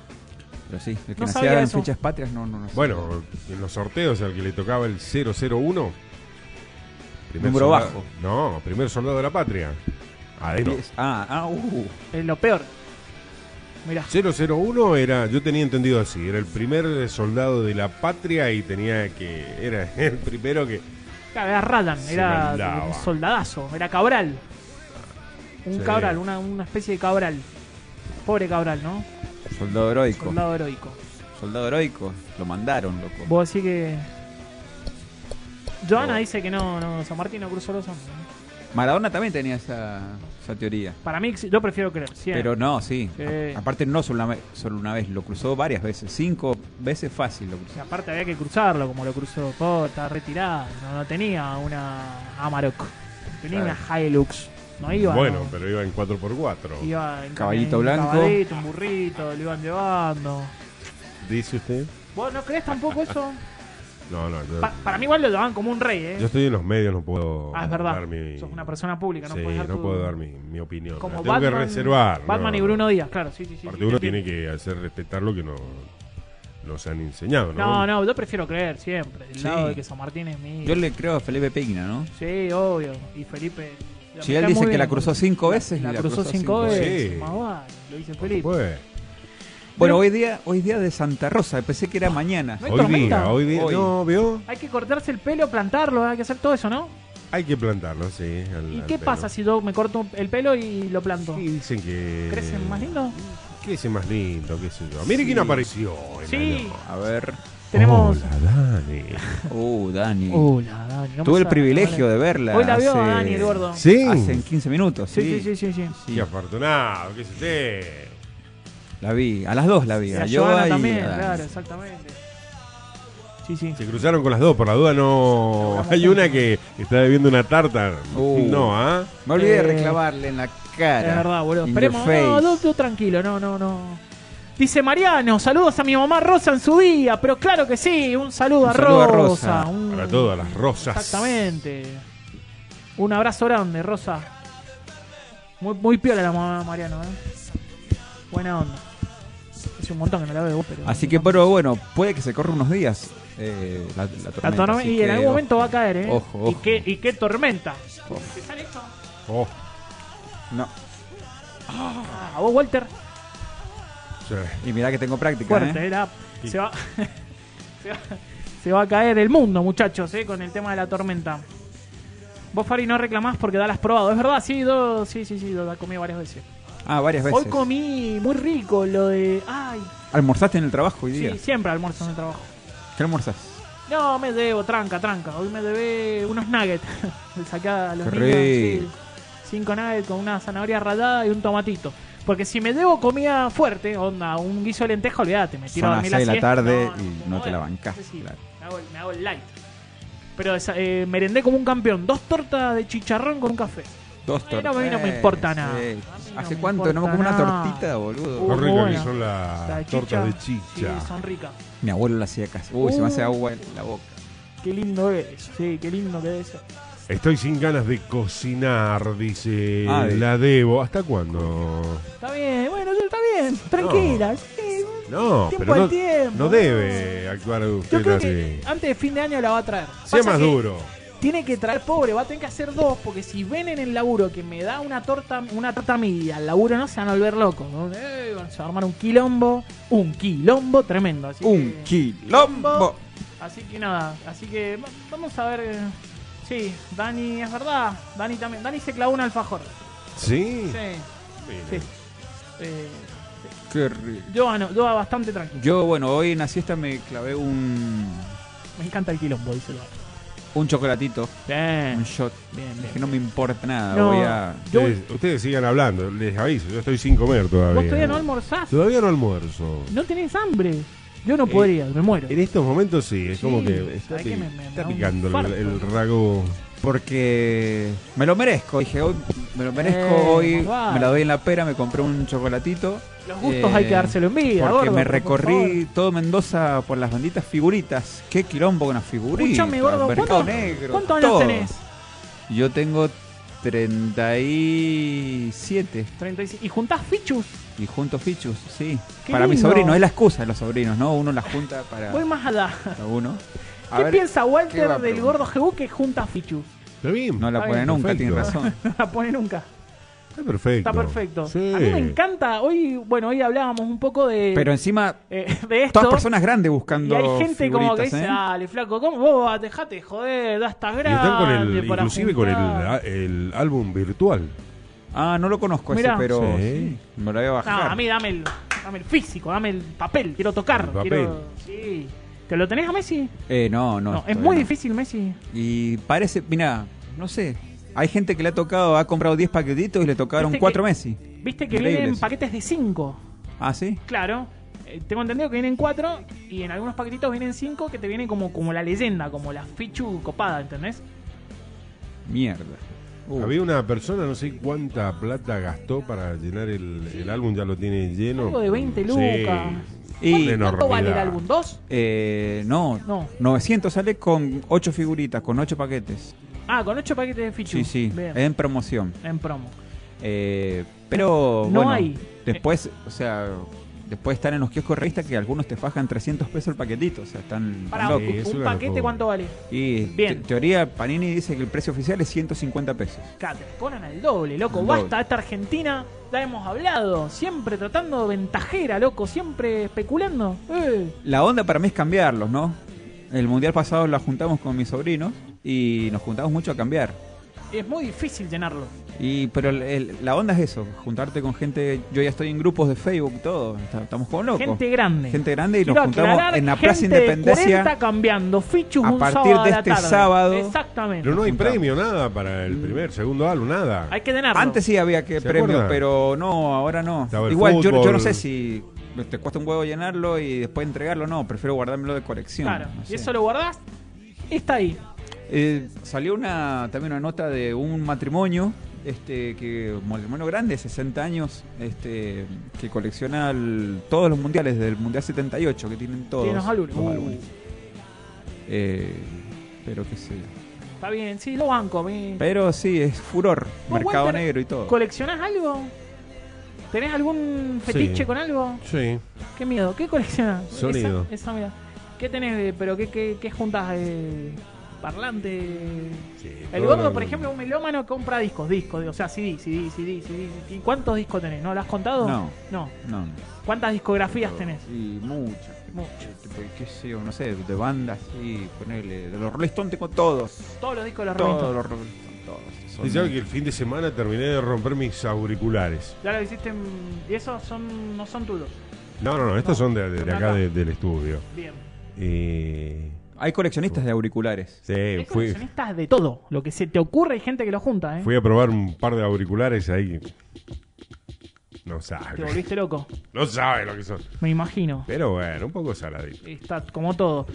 Speaker 1: Pero sí, el que
Speaker 2: No
Speaker 1: nacía
Speaker 2: sabía
Speaker 1: en
Speaker 2: eso.
Speaker 1: fechas patrias no no no.
Speaker 3: Bueno, en los sorteos al que le tocaba el 001. primer
Speaker 1: Número
Speaker 3: soldado-
Speaker 1: bajo.
Speaker 3: No, primer soldado de la patria. Adentro.
Speaker 1: sabía. Ah, ah, uh.
Speaker 2: Es lo peor. Mirá.
Speaker 3: 001 era, yo tenía entendido así, era el primer soldado de la patria y tenía que, era <laughs> el primero que...
Speaker 2: Claro, era Radan,
Speaker 3: Se
Speaker 2: era
Speaker 3: mandaba.
Speaker 2: un soldadazo, era Cabral. Un
Speaker 3: Sí.
Speaker 2: Cabral, una, una especie de Cabral. Pobre Cabral, ¿no?
Speaker 1: Soldado heroico. Soldado.
Speaker 2: Soldado heroico.
Speaker 1: heroico. Lo mandaron, loco.
Speaker 2: Vos decís que. Joana dice que no, no, San Martín no cruzó los Andes. ¿no?
Speaker 1: Maradona también tenía esa, esa teoría.
Speaker 2: Para mí, yo prefiero creer. siempre.
Speaker 1: Pero no, sí.
Speaker 2: Sí.
Speaker 1: A- aparte no solo una, ve- solo una vez, lo cruzó varias veces. Cinco veces fácil lo
Speaker 2: Y
Speaker 1: cruzó.
Speaker 2: aparte había que cruzarlo, como lo cruzó Pota, retirada. No, no tenía una Amarok. Tenía
Speaker 1: Claro.
Speaker 2: una Hilux. No iba.
Speaker 3: bueno,
Speaker 2: no.
Speaker 3: pero iba en 4x4.
Speaker 2: Iba en
Speaker 1: Caballito
Speaker 2: en
Speaker 1: blanco.
Speaker 2: Un caballito, un burrito, lo iban llevando.
Speaker 3: ¿Dice usted?
Speaker 2: ¿Vos no crees tampoco eso?
Speaker 3: No, no, yo,
Speaker 2: Pa- para mí igual lo llevaban como un rey, ¿eh?
Speaker 3: yo estoy en los medios, no puedo
Speaker 2: ah, es verdad.
Speaker 3: dar mi...
Speaker 2: Sos una persona pública, no
Speaker 3: Sí,
Speaker 2: puedes dar tu-
Speaker 3: no puedo dar mi, mi opinión.
Speaker 2: Como
Speaker 3: La tengo que
Speaker 2: Batman,
Speaker 3: reservar.
Speaker 2: Batman
Speaker 3: no,
Speaker 2: y
Speaker 3: no.
Speaker 2: Bruno Díaz, claro, sí, sí, sí.
Speaker 3: Aparte
Speaker 2: sí,
Speaker 3: uno
Speaker 2: te-
Speaker 3: tiene que hacer respetar lo que no, nos han enseñado, ¿no?
Speaker 2: No, no, yo prefiero creer siempre. Del
Speaker 1: Sí.
Speaker 2: lado de que San Martín es mío.
Speaker 1: Yo le creo a Felipe Pigna, ¿no?
Speaker 2: Sí, obvio. Y Felipe. la
Speaker 1: Si
Speaker 2: mitad
Speaker 1: él dice
Speaker 2: muy
Speaker 1: que
Speaker 2: bien.
Speaker 1: la cruzó cinco veces,
Speaker 2: La,
Speaker 1: la
Speaker 2: cruzó cinco veces.
Speaker 3: veces.
Speaker 2: más vale, lo dice
Speaker 3: Por
Speaker 2: Felipe.
Speaker 3: supuesto.
Speaker 1: Bueno,
Speaker 2: Pero-
Speaker 1: hoy día hoy día de Santa Rosa, pensé que era mañana.
Speaker 2: No hay
Speaker 3: Hoy
Speaker 2: tormenta.
Speaker 3: día, hoy día,
Speaker 1: Hoy.
Speaker 3: no, veo,
Speaker 2: Hay que cortarse el pelo, plantarlo, hay que hacer todo eso, ¿no?
Speaker 3: hay que plantarlo, sí. al-
Speaker 2: ¿Y
Speaker 3: al
Speaker 2: qué
Speaker 3: pelo.
Speaker 2: pasa si yo me corto el pelo y lo planto?
Speaker 3: Sí, dicen que...
Speaker 2: ¿Crecen más lindo?
Speaker 3: Crece más lindo, qué sé yo. Mire quién apareció. en
Speaker 2: Sí.
Speaker 3: la-
Speaker 1: A ver.
Speaker 2: Tenemos.
Speaker 3: Hola, Dani.
Speaker 1: Uh, Dani.
Speaker 2: Hola, Dani. no me
Speaker 1: Tuve el
Speaker 2: sabe,
Speaker 1: privilegio de
Speaker 2: vale.
Speaker 1: verla.
Speaker 2: Hoy la vio
Speaker 1: hace-
Speaker 2: a Dani, el gordo.
Speaker 3: Sí.
Speaker 1: Hace 15 minutos. Sí,
Speaker 2: Sí, sí, sí, sí. sí.
Speaker 3: Qué afortunado, qué sé usted.
Speaker 1: La vi. A las dos la vi.
Speaker 2: Y a
Speaker 1: A Yoa
Speaker 2: Joana
Speaker 1: y
Speaker 2: también,
Speaker 1: a Dani.
Speaker 2: claro, exactamente. Sí, sí.
Speaker 3: Se cruzaron con las dos, por la duda no. Hay una que está bebiendo una tarta.
Speaker 1: Uh.
Speaker 3: No, ¿ah?
Speaker 1: Me olvidé de
Speaker 2: Eh,
Speaker 1: reclamarle en la cara.
Speaker 2: Es verdad, boludo.
Speaker 1: In
Speaker 2: Esperemos.
Speaker 1: your
Speaker 2: No,
Speaker 1: face.
Speaker 2: no, no, tranquilo, no, no, no. Dice Mariano, saludos a mi mamá Rosa en su día, pero claro que sí, un saludo,
Speaker 1: Un
Speaker 2: a,
Speaker 1: saludo a
Speaker 2: Rosa,
Speaker 1: Rosa.
Speaker 2: un-
Speaker 3: Para todas las rosas.
Speaker 2: Exactamente. Un abrazo grande, Rosa. Muy, muy piola la mamá de Mariano, ¿eh? Buena onda. Es un montón que no la veo, pero.
Speaker 1: Así que, pero bueno, puede que se corra unos días eh, la, la tormenta.
Speaker 2: La tormenta-
Speaker 1: así
Speaker 2: y en
Speaker 1: que,
Speaker 2: algún
Speaker 1: ojo.
Speaker 2: momento va a caer, ¿eh?
Speaker 1: Ojo,
Speaker 2: ¿Y,
Speaker 1: ojo.
Speaker 2: qué, y qué tormenta. ¿Te sale esto?
Speaker 3: Oh,
Speaker 1: No.
Speaker 2: Ah, a vos, Walter.
Speaker 3: sí.
Speaker 1: Y mirá que tengo práctica.
Speaker 2: Fuerte,
Speaker 1: ¿eh?
Speaker 2: era. Se va, <laughs> se, va, se va a caer el mundo, muchachos, ¿eh? con el tema de la tormenta. Vos, Fari, no reclamás porque Dala has probado. Es verdad, sí, do- sí, sí, sí, do- la comí varias veces.
Speaker 1: Ah, varias veces.
Speaker 2: Hoy comí muy rico lo de. Ay,
Speaker 1: ¿Almorzaste en el trabajo hoy día?
Speaker 2: sí, siempre almuerzo en el trabajo.
Speaker 1: ¿Qué almorzás?
Speaker 2: No, me debo, tranca, tranca. Hoy me debé unos nuggets. <laughs> Le saqué a los
Speaker 1: Qué
Speaker 2: niños. sí.
Speaker 1: rico.
Speaker 2: Cinco nuggets con una zanahoria rallada y un tomatito. Porque si me debo comida fuerte, onda, un guiso de lenteja, olvídate, me tiro
Speaker 1: Son
Speaker 2: a
Speaker 1: las
Speaker 2: dormir
Speaker 1: seis de la
Speaker 2: siesta.
Speaker 1: tarde y no
Speaker 2: puedo.
Speaker 1: te la bancás,
Speaker 2: Sí, sí,
Speaker 1: claro.
Speaker 2: me, hago, el- me hago el light. Pero esa- eh, merendé como un campeón. Dos tortas de chicharrón con un café.
Speaker 1: Dos
Speaker 2: Ay, no,
Speaker 1: tortas.
Speaker 2: a mí no me importa
Speaker 1: Eh,
Speaker 2: nada.
Speaker 1: sí.
Speaker 2: A mí no
Speaker 1: ¿Hace
Speaker 2: me
Speaker 1: cuánto no me como
Speaker 2: importa
Speaker 1: una
Speaker 2: nada.
Speaker 1: tortita, boludo?
Speaker 2: Uh,
Speaker 3: Lo
Speaker 2: muy
Speaker 3: rico
Speaker 2: buena.
Speaker 3: que son
Speaker 1: Ah,
Speaker 3: las
Speaker 2: La
Speaker 3: tortas de
Speaker 2: Sí,
Speaker 3: chicha.
Speaker 2: son ricas.
Speaker 1: Mi abuelo la hacía casi. Uy, se me hace
Speaker 2: Uh.
Speaker 1: agua en la boca.
Speaker 2: Qué lindo es. Sí, qué lindo que es eso.
Speaker 3: Estoy sin ganas de cocinar, dice.
Speaker 1: Ay.
Speaker 3: La debo. ¿Hasta cuándo?
Speaker 2: Está bien, bueno, está bien. Tranquila. sí,
Speaker 3: No,
Speaker 2: Tiempo
Speaker 3: pero
Speaker 2: al
Speaker 3: no,
Speaker 2: tiempo.
Speaker 3: no debe actuar
Speaker 2: Yo
Speaker 3: usted
Speaker 2: creo
Speaker 3: así.
Speaker 2: que antes de fin de año la va a traer.
Speaker 3: Sea
Speaker 2: Pasa
Speaker 3: más
Speaker 2: que
Speaker 3: duro.
Speaker 2: Tiene que traer pobre, va a tener que hacer dos, porque si ven en el laburo que me da una torta, una torta a mí y al laburo no se van a volver locos. ¿no? Eh, van a armar un quilombo, un quilombo tremendo. Así
Speaker 1: Un
Speaker 2: que,
Speaker 1: quilombo.
Speaker 2: Así que nada, así que va- vamos a ver. eh, Sí, Dani, es verdad. Dani también. Dani se clavó un alfajor.
Speaker 3: Sí.
Speaker 2: Sí,
Speaker 3: Mire.
Speaker 2: sí. Eh, fuerte.
Speaker 1: Qué rico.
Speaker 2: Yo, ah, no, yo bastante tranquilo.
Speaker 1: Yo, bueno, hoy en la siesta me clavé un,
Speaker 2: Me encanta el quilombo, dice el vato.
Speaker 1: un chocolatito, un
Speaker 2: Bien,
Speaker 1: shot.
Speaker 2: bien,
Speaker 1: Es
Speaker 2: bien.
Speaker 1: que no me importa nada.
Speaker 2: No.
Speaker 1: Voy a.
Speaker 2: Yo,
Speaker 3: Ustedes, ustedes sigan hablando, les aviso, yo estoy sin comer todavía.
Speaker 2: vos todavía no almorzás.
Speaker 3: Todavía no almuerzo.
Speaker 2: No tenés hambre. Yo no
Speaker 1: Eh,
Speaker 2: podría, me muero.
Speaker 3: En estos momentos sí, es
Speaker 2: Sí,
Speaker 3: como que está,
Speaker 2: ¿sabés
Speaker 3: pi-
Speaker 2: que me- me
Speaker 3: está
Speaker 2: da un
Speaker 3: picando el,
Speaker 2: infarto?
Speaker 3: el rago.
Speaker 1: Porque me lo merezco. Dije, hoy me lo merezco.
Speaker 2: Eh,
Speaker 1: hoy
Speaker 2: más vale.
Speaker 1: me la doy en la pera. Me compré un chocolatito. Eh,
Speaker 2: Los gustos hay que dárselo en vida,
Speaker 1: Porque
Speaker 2: gordo,
Speaker 1: me
Speaker 2: por
Speaker 1: recorrí
Speaker 2: favor.
Speaker 1: todo Mendoza por las benditas figuritas. Qué quilombo con las figuritas.
Speaker 2: Escuchame, gordo,
Speaker 1: Mercado
Speaker 2: ¿cuántos
Speaker 1: negro.
Speaker 2: cuántos años
Speaker 1: todo.
Speaker 2: tenés?
Speaker 1: Yo tengo 37.
Speaker 2: 36. ¿Y juntás fichus?
Speaker 1: Y junto fichus, sí.
Speaker 2: Qué
Speaker 1: para mis
Speaker 2: lindo.
Speaker 1: sobrinos, es la excusa de los sobrinos, ¿no? Uno la junta para
Speaker 2: Voy más allá.
Speaker 1: cada uno. A
Speaker 2: ¿Qué
Speaker 1: ver,
Speaker 2: piensa
Speaker 1: ¿qué va a
Speaker 2: Walter del
Speaker 1: preguntar?
Speaker 2: gordo Jebú que junta fichus? <laughs>
Speaker 3: Está bien.
Speaker 1: No la
Speaker 2: Está
Speaker 1: pone
Speaker 2: bien,
Speaker 1: nunca, tiene
Speaker 3: perfecto.
Speaker 2: <laughs>
Speaker 1: razón.
Speaker 2: No la pone nunca.
Speaker 3: Está perfecto.
Speaker 2: Está perfecto.
Speaker 3: Sí.
Speaker 2: A mí me encanta. Hoy, bueno, hoy hablábamos un poco de,
Speaker 1: Pero encima,
Speaker 2: eh, de esto.
Speaker 1: todas personas grandes
Speaker 2: y
Speaker 1: buscando.
Speaker 2: hay gente como ah, que
Speaker 1: figuritas,
Speaker 2: dice,
Speaker 1: ¿eh?
Speaker 2: dale, flaco, ¿cómo vos dejate de joder? Da hasta
Speaker 3: Y
Speaker 2: grande.
Speaker 3: están con el,
Speaker 2: para
Speaker 3: inclusive con
Speaker 2: juntar".
Speaker 3: el, el álbum virtual.
Speaker 1: Ah, no lo conozco
Speaker 2: Mirá.
Speaker 1: ese, pero sí,
Speaker 3: Sí.
Speaker 1: me lo voy a
Speaker 2: No,
Speaker 1: bajar.
Speaker 2: a mí dame el, dame el físico, dame el papel. Quiero tocar.
Speaker 3: El papel.
Speaker 2: Quiero, sí. ¿Te lo tenés a Messi?
Speaker 1: Eh, no, no.
Speaker 2: No, es
Speaker 1: todavía
Speaker 2: muy
Speaker 1: no.
Speaker 2: difícil, Messi.
Speaker 1: Y parece, mira, no sé. Hay gente que le ha tocado, ha comprado 10 paquetitos y le tocaron
Speaker 2: Viste
Speaker 1: 4
Speaker 2: Este que-
Speaker 1: Messi.
Speaker 2: Viste que
Speaker 1: Increíble
Speaker 2: vienen
Speaker 1: eso.
Speaker 2: paquetes de 5.
Speaker 1: Ah, sí.
Speaker 2: Claro. Eh, tengo entendido que vienen 4 y en algunos paquetitos vienen 5 que te vienen como, como la leyenda, como la fichu copada, ¿entendés?
Speaker 1: Mierda. Uh,
Speaker 3: Había una persona, no sé cuánta plata gastó para llenar el, el álbum, ya lo tiene lleno.
Speaker 2: Algo de 20
Speaker 3: Sí.
Speaker 2: lucas.
Speaker 1: Y,
Speaker 3: Una
Speaker 2: ¿Cuánto vale el
Speaker 3: enormidad.
Speaker 2: álbum? ¿Dos?
Speaker 1: eh, no,
Speaker 2: No.
Speaker 1: 900 sale con 8 figuritas, con 8 paquetes.
Speaker 2: Ah, con 8 paquetes de fichu.
Speaker 1: Sí, sí, ¿Eh?
Speaker 2: Bien.
Speaker 1: en promoción.
Speaker 2: En promo.
Speaker 1: Eh, pero
Speaker 2: No
Speaker 1: bueno,
Speaker 2: hay.
Speaker 1: después, o sea, después están en los kioscos de revista que algunos te fajan 300 pesos el paquetito, o sea, están están
Speaker 2: Para,
Speaker 1: locos.
Speaker 3: Sí, es
Speaker 2: ¿un
Speaker 3: una
Speaker 2: paquete
Speaker 3: locura.
Speaker 2: cuánto vale?
Speaker 1: Y
Speaker 2: Bien.
Speaker 1: en teoría Panini dice que el precio oficial es 150 pesos.
Speaker 2: Acá te cobran al doble, loco.
Speaker 1: Al
Speaker 2: Basta,
Speaker 1: doble.
Speaker 2: esta Argentina la hemos hablado. Siempre tratando ventajera, loco. Siempre especulando. Eh.
Speaker 1: La onda para mí es cambiarlos, ¿no? El mundial pasado la juntamos con mis sobrinos y nos juntamos mucho a cambiar.
Speaker 2: Es muy difícil llenarlo.
Speaker 1: Y pero el- el- la onda es eso, juntarte con gente, yo ya estoy en grupos de Facebook, todo, está- estamos como locos.
Speaker 2: Gente grande.
Speaker 1: Gente grande y
Speaker 2: Quiero
Speaker 1: nos juntamos
Speaker 2: aclarar,
Speaker 1: en la Plaza
Speaker 2: gente de
Speaker 1: Independencia.
Speaker 2: 40 cambiando fichus
Speaker 1: a
Speaker 2: un
Speaker 1: partir
Speaker 2: sábado
Speaker 1: de
Speaker 2: la
Speaker 1: este
Speaker 2: tarde.
Speaker 1: sábado.
Speaker 2: Exactamente.
Speaker 3: Pero no hay
Speaker 1: Juntamos.
Speaker 3: premio, nada para el primer, segundo álbum, nada.
Speaker 2: Mm. Hay que llenarlo.
Speaker 1: Antes sí había que
Speaker 3: ¿Se
Speaker 1: premio,
Speaker 3: acuerdan?
Speaker 1: pero no, ahora no.
Speaker 3: Estaba el
Speaker 1: Igual yo, yo no
Speaker 3: fútbol.
Speaker 1: sé si te cuesta un huevo llenarlo y después entregarlo, no, prefiero guardármelo de colección.
Speaker 2: Claro.
Speaker 1: no
Speaker 2: Y
Speaker 1: sé.
Speaker 2: eso lo guardás. Está ahí.
Speaker 1: Eh, salió una también una nota de un matrimonio, este que un matrimonio grande, 60 años, este que colecciona el- todos los mundiales del Mundial 78 que tienen todos.
Speaker 2: Tiene los álbumes.
Speaker 1: los
Speaker 2: Uh,
Speaker 1: álbumes. Eh, pero qué sé. yo.
Speaker 2: Está bien, sí, lo banco. mi-
Speaker 1: Pero sí, es furor,
Speaker 2: Vos,
Speaker 1: mercado
Speaker 2: Walter,
Speaker 1: negro y todo.
Speaker 2: ¿Coleccionás algo? ¿Tenés algún fetiche
Speaker 3: Sí.
Speaker 2: con algo?
Speaker 3: Sí.
Speaker 2: Qué miedo. ¿Qué coleccionás?
Speaker 3: Sonido.
Speaker 2: Esa, esa, mirá. ¿Qué tenés? eh, ¿Pero qué, qué, qué juntas? Eh, parlante. El
Speaker 3: todo
Speaker 2: gordo,
Speaker 3: lo-
Speaker 2: por ejemplo, un melómano compra discos, discos, o sea, CD, CD, CD, CD. CD. ¿Cuántos discos tenés? ¿No lo has contado?
Speaker 1: No.
Speaker 2: No.
Speaker 1: No, no.
Speaker 2: ¿Cuántas discografías tenés?
Speaker 1: Y muchas.
Speaker 2: Muchas.
Speaker 1: Porque, Este, pues, qué sé yo, no sé, de bandas, sí, ponele, de los Rolling Stones tengo todos.
Speaker 2: Todos los discos de los Rolling
Speaker 1: Todos
Speaker 2: Stones.
Speaker 1: los Rolling Stones, todos. Son-
Speaker 3: Y sabe que el fin de semana terminé de romper mis auriculares.
Speaker 2: Ya lo hiciste en- Y esos son, no son tuyos.
Speaker 3: No, no, no, estos son de, de- de acá
Speaker 2: Acá.
Speaker 3: de- del estudio.
Speaker 2: Bien.
Speaker 3: Eh,
Speaker 1: Hay coleccionistas de auriculares.
Speaker 3: sí,
Speaker 2: Hay
Speaker 3: fui,
Speaker 2: coleccionistas de todo. Lo que se te ocurre hay gente que lo junta, ¿eh?
Speaker 3: fui a probar un par de auriculares ahí. No
Speaker 2: Te
Speaker 3: sabe,
Speaker 2: volviste loco.
Speaker 3: <laughs> no sabe lo que son.
Speaker 2: Me imagino.
Speaker 3: Pero bueno, un poco saladito.
Speaker 2: Está como todo.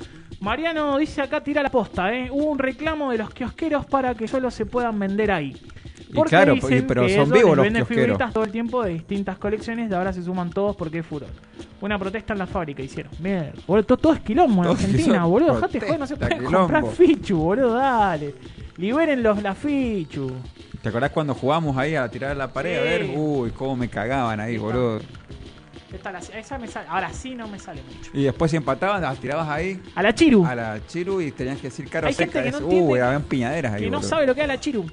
Speaker 2: Mariano dice acá tira la posta, ¿eh? Hubo un reclamo de los kiosqueros para que solo se puedan vender ahí.
Speaker 1: Y claro, y- pero son
Speaker 2: ellos
Speaker 1: vivos
Speaker 2: les
Speaker 1: los
Speaker 2: venden
Speaker 1: kiosqueros.
Speaker 2: figuritas todo el tiempo de distintas colecciones, de ahora se suman todos porque es furor. Una protesta en la fábrica hicieron. Mierda, boludo, todo, todo es quilombo en
Speaker 1: Todo
Speaker 2: Argentina,
Speaker 1: quilombo,
Speaker 2: boludo. Dejate de
Speaker 1: protesta,
Speaker 2: joder, no se puede
Speaker 1: quilombo.
Speaker 2: comprar fichu, boludo, dale. Liberen los la fichu.
Speaker 1: ¿Te acordás cuando jugamos ahí a tirar a la pared? A
Speaker 2: Sí.
Speaker 1: ver, uy, cómo me cagaban ahí,
Speaker 2: Está.
Speaker 1: boludo.
Speaker 2: Esta la- esa me sale- ahora sí no me sale mucho.
Speaker 1: Y después si empataban, las tirabas ahí
Speaker 2: A la chiru,
Speaker 1: a la chiru y tenías que decir caro
Speaker 2: Hay gente
Speaker 1: seca.
Speaker 2: que no
Speaker 1: eso.
Speaker 2: entiende
Speaker 1: uy, habían piñaderas ahí,
Speaker 2: que no
Speaker 1: boludo.
Speaker 2: sabe lo que es a la chiru.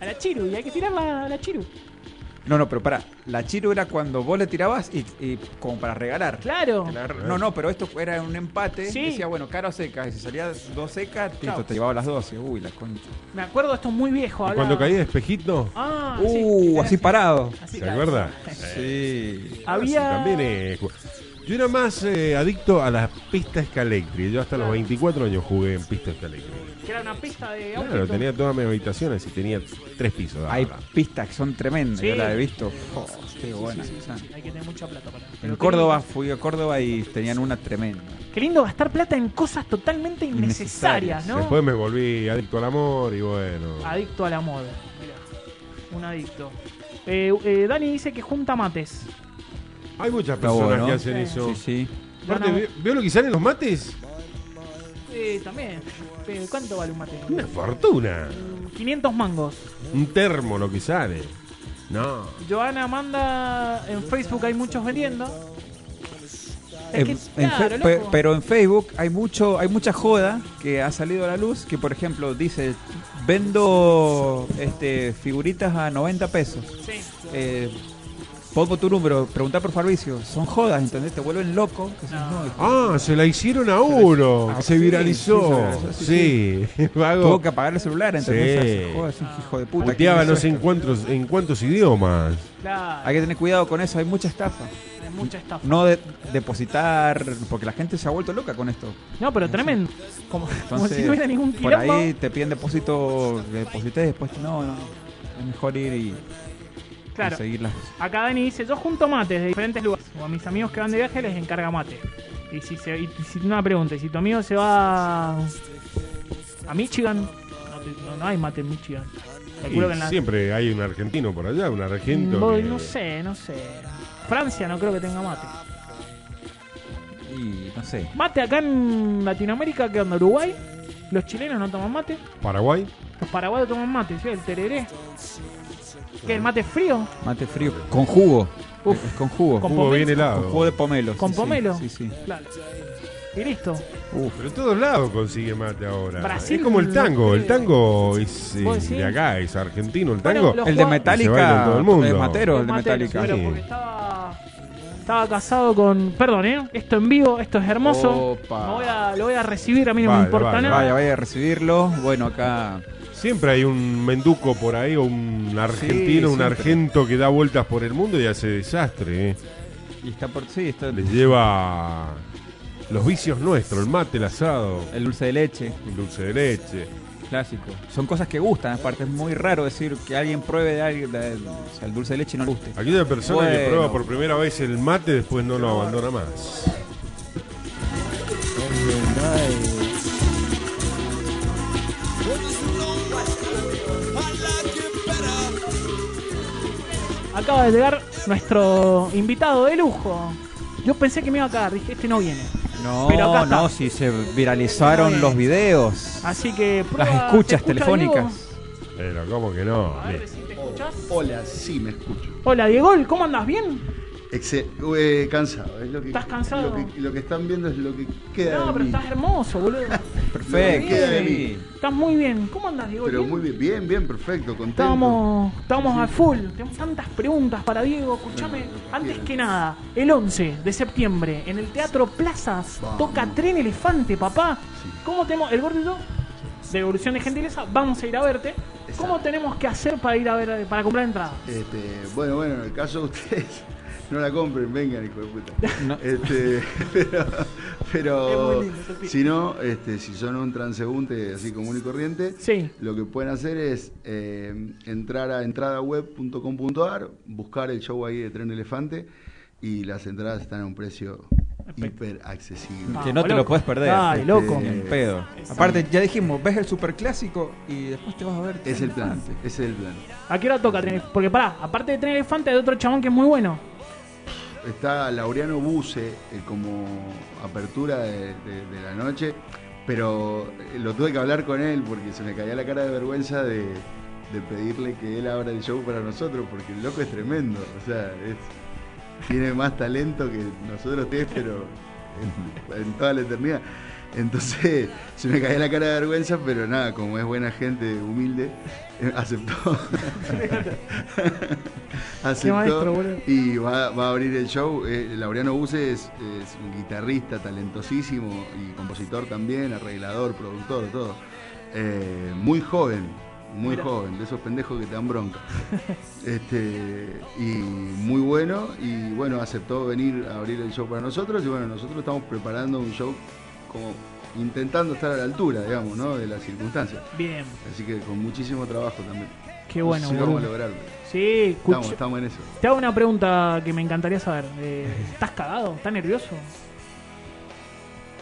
Speaker 2: A- A la chiru, y hay que tirarla a la chiru.
Speaker 1: No, no, pero pará. La Chiro era cuando vos le tirabas y, y como para regalar.
Speaker 2: Claro.
Speaker 1: La- No, no, pero esto era un empate.
Speaker 2: Sí.
Speaker 1: Decía, bueno, cara o seca. Y si salía dos secas, listo,
Speaker 2: Chao.
Speaker 1: te llevaba las 12. Uy, la concha.
Speaker 2: Me acuerdo, esto es muy viejo.
Speaker 3: Y
Speaker 2: hablaba-
Speaker 3: cuando caí de espejito,
Speaker 2: Ah, sí.
Speaker 1: Uh, así parado.
Speaker 2: Así,
Speaker 3: ¿se
Speaker 2: claro.
Speaker 3: acuerda?
Speaker 1: Sí.
Speaker 2: Había-
Speaker 3: Sí, también, eh, ju- yo era más eh, adicto a las pistas escaléctricas. Yo hasta los 24 años jugué en pistas escaléctricas.
Speaker 2: Que era una pista de auto.
Speaker 3: Claro, tenía todas mis habitaciones y tenía tres pisos. daba.
Speaker 1: Hay pistas que son tremendas.
Speaker 2: Sí.
Speaker 1: Yo la he visto. Oh, qué buena. esa.
Speaker 2: Hay que tener mucha plata para.
Speaker 1: En Córdoba, fui a Córdoba y tenían una tremenda.
Speaker 2: Qué lindo gastar plata en cosas totalmente innecesarias, ¿no?
Speaker 3: Después me volví adicto al amor y bueno.
Speaker 1: Ah.
Speaker 2: Adicto a la moda. Mirá, un adicto. Eh, eh, Dani dice que junta mates.
Speaker 3: Hay muchas
Speaker 1: Está
Speaker 3: personas
Speaker 1: bueno.
Speaker 3: que hacen
Speaker 2: Sí.
Speaker 3: eso.
Speaker 1: Sí, sí.
Speaker 3: Aparte,
Speaker 2: Bueno.
Speaker 3: ¿ve- ¿veo lo que salen los mates?
Speaker 2: Eh, también. Pero, ¿Cuánto vale un mate?
Speaker 3: Una fortuna.
Speaker 2: 500 mangos.
Speaker 3: Un termo lo que sale. No.
Speaker 2: Joana manda en Facebook, hay muchos vendiendo. Es
Speaker 1: En-
Speaker 2: que,
Speaker 1: eh, en
Speaker 2: claro,
Speaker 1: fe- pe-
Speaker 2: loco.
Speaker 1: pero en Facebook hay mucho, hay mucha joda que ha salido a la luz que por ejemplo dice vendo este figuritas a 90 pesos.
Speaker 2: Sí.
Speaker 1: Eh, pongo tu número, pregunta por Fabricio, son jodas, ¿entendés? Te vuelven loco. que decís,
Speaker 2: No.
Speaker 1: "No, hijo".
Speaker 3: Ah, se la hicieron a uno.
Speaker 1: Ah, sí, sí,
Speaker 3: se
Speaker 1: se
Speaker 3: viralizó.
Speaker 1: viralizó, sí,
Speaker 3: Sí, <laughs>
Speaker 1: Tuvo
Speaker 3: vago.
Speaker 1: que apagar el celular, ¿entendés?
Speaker 3: Sí.
Speaker 1: Esas jodas, un hijo de puta. ¿quién
Speaker 3: Puteaban
Speaker 1: hizo
Speaker 3: no sé
Speaker 1: esto?
Speaker 3: en cuántos, en cuántos idiomas.
Speaker 2: Claro,
Speaker 1: Hay que tener cuidado con eso, hay mucha estafa.
Speaker 2: hay mucha estafa.
Speaker 1: No de- depositar, porque la gente se ha vuelto loca con esto.
Speaker 2: No, pero tremendo. Como, como si
Speaker 1: Entonces,
Speaker 2: no hubiera ningún
Speaker 1: por
Speaker 2: quilombo.
Speaker 1: ahí te piden depósito, que deposites, después no, no, es mejor ir y
Speaker 2: claro.
Speaker 1: conseguir las...
Speaker 2: Acá Dani dice, yo junto mates de diferentes lugares. O a mis amigos que van de viaje les encarga mate. Y si se, y si una pregunta, y si tu amigo se va a Michigan, no, te- no- no hay mate en Michigan. Calculo
Speaker 3: Y
Speaker 2: que en la-
Speaker 3: Siempre hay un argentino por allá, un argento.
Speaker 2: Voy,
Speaker 3: que-
Speaker 2: no sé, no sé. Francia no creo que tenga mate.
Speaker 1: y no sé.
Speaker 2: Mate acá en Latinoamérica, que onda? Uruguay. Los chilenos no toman mate.
Speaker 3: Paraguay.
Speaker 2: Los paraguayos toman mate, ¿sí? El tereré. ¿Qué? ¿El mate frío?
Speaker 1: Mate frío con jugo.
Speaker 2: Uf.
Speaker 1: Es con jugo. Con,
Speaker 2: Con
Speaker 3: Jugo bien
Speaker 2: pomelo.
Speaker 3: helado.
Speaker 1: jugo de pomelo.
Speaker 2: ¿Con
Speaker 1: sí, sí,
Speaker 2: pomelo?
Speaker 1: Sí, sí.
Speaker 2: Claro. Y listo.
Speaker 3: Pero en todos lados consigue mate ahora.
Speaker 2: Brasil,
Speaker 3: es como el tango.
Speaker 2: no-
Speaker 3: El tango es eh,
Speaker 2: ¿Vos decís?
Speaker 3: de acá, es argentino. El
Speaker 2: Bueno,
Speaker 3: tango.
Speaker 2: los-
Speaker 1: El de
Speaker 3: Se baila en
Speaker 1: Metallica.
Speaker 3: todo el mundo.
Speaker 1: El matero, el de
Speaker 2: Los materos,
Speaker 1: Metallica.
Speaker 2: Pero
Speaker 3: Sí.
Speaker 2: porque estaba, estaba casado con. Perdón, ¿eh? Esto en vivo, esto es hermoso.
Speaker 1: Opa.
Speaker 2: Me voy a- lo voy a recibir, a mí no me
Speaker 3: Vale,
Speaker 2: importa
Speaker 3: vale,
Speaker 2: nada.
Speaker 1: Vaya, vaya a recibirlo. Bueno, acá
Speaker 3: Siempre hay un menduco por ahí, o un argentino, un
Speaker 1: siempre.
Speaker 3: argento que da vueltas por el mundo y hace desastre. ¿eh?
Speaker 1: y está por sí, está
Speaker 3: Les lleva los vicios nuestros, el mate, el asado,
Speaker 1: el dulce de leche,
Speaker 3: el dulce de leche.
Speaker 1: clásico. Son cosas que gustan, aparte es muy raro decir que alguien pruebe de alguien, de- o sea, el dulce de leche y no le guste.
Speaker 3: Aquella persona que
Speaker 1: Bueno.
Speaker 3: prueba por primera vez el mate después no lo abandona más.
Speaker 2: Acaba de llegar nuestro invitado de lujo. Yo pensé que me iba a cagar, dije, este no viene.
Speaker 1: No,
Speaker 2: Pero acá está.
Speaker 1: no, si se viralizaron los videos,
Speaker 2: Así que. prueba-
Speaker 1: las escuchas
Speaker 2: ¿te escucha,
Speaker 1: telefónicas.
Speaker 3: Pero ¿cómo que no?
Speaker 2: Diego? A ver si te escuchas.
Speaker 9: Hola, sí, me escucho.
Speaker 2: Hola, Diego, ¿cómo andas? ¿Bien?
Speaker 9: Excel- eh, cansado. Es lo que,
Speaker 2: ¿Estás cansado?
Speaker 9: Lo que, lo que están viendo es lo que queda. de
Speaker 2: No, pero
Speaker 9: mí.
Speaker 2: estás hermoso, boludo.
Speaker 1: Perfecto.
Speaker 9: Queda de mí.
Speaker 1: sí.
Speaker 2: Estás muy bien. ¿Cómo andas, Diego?
Speaker 9: Pero
Speaker 2: ¿Bien?
Speaker 9: muy bien, bien, bien, perfecto, contento.
Speaker 2: Estábamos, estábamos a full, tenemos tantas preguntas para Diego. Escúchame, antes que nada, el 11 de septiembre en el Teatro Plazas
Speaker 9: Vamos.
Speaker 2: toca Tren Elefante, papá.
Speaker 9: Sí.
Speaker 2: ¿Cómo tenemos, el gordito de Evolución de Gentileza, vamos a ir a verte? ¿Cómo tenemos que hacer para ir a ver, para comprar entrada?
Speaker 9: Este, bueno, bueno, en el caso de ustedes, <laughs> no la compren, vengan, hijo de puta.
Speaker 1: No.
Speaker 2: <laughs>
Speaker 9: Este, pero,
Speaker 2: Es
Speaker 9: pero
Speaker 2: muy lindo ese pibe.
Speaker 9: si no, este, si son un transeúnte así común y corriente,
Speaker 2: Sí.
Speaker 9: lo que pueden hacer es eh, entrar a entradaweb.com.ar, buscar el show ahí de Tren Elefante y las entradas están a un precio hiper accesible.
Speaker 2: Ah.
Speaker 1: Que no te lo puedes perder.
Speaker 2: Ay, loco.
Speaker 1: Ni en pedo. Aparte, ya dijimos, ves el superclásico y después te vas a ver.
Speaker 9: Es el plan, es el plan.
Speaker 2: ¿A qué hora toca Tren Elefante? Porque pará, aparte de Tren Elefante hay otro chabón que es muy bueno.
Speaker 9: Está Laureano Buce eh, como apertura de, de- de la noche, pero eh, lo tuve que hablar con él porque se me caía la cara de vergüenza de, de pedirle que él abra el show para nosotros, porque el loco es tremendo, o sea, es- tiene más talento que nosotros tres, pero en, en toda la eternidad. Entonces se me caía la cara de vergüenza, pero nada, como es buena gente, humilde, eh,
Speaker 2: <laughs>
Speaker 9: aceptó.
Speaker 2: Qué maestro,
Speaker 9: aceptó
Speaker 2: boludo.
Speaker 9: y va, va a abrir el show. Eh, Laureano Buse es, es un guitarrista talentosísimo y compositor también, arreglador, productor, todo. Eh, muy joven, muy joven, de esos pendejos que te dan bronca. Este, y muy bueno, y bueno, aceptó venir a abrir el show para nosotros, y bueno, nosotros estamos preparando un show como intentando estar a la altura, digamos, ¿no? De las circunstancias.
Speaker 2: Bien,
Speaker 9: Así que con muchísimo trabajo también.
Speaker 2: qué bueno,
Speaker 9: No sé si vamos a
Speaker 2: boludo.
Speaker 9: lograrlo.
Speaker 2: Sí, escucha-
Speaker 9: Estamos, estamos en eso.
Speaker 2: Te hago una pregunta que me encantaría saber. Eh, ¿Estás cagado? ¿Estás nervioso?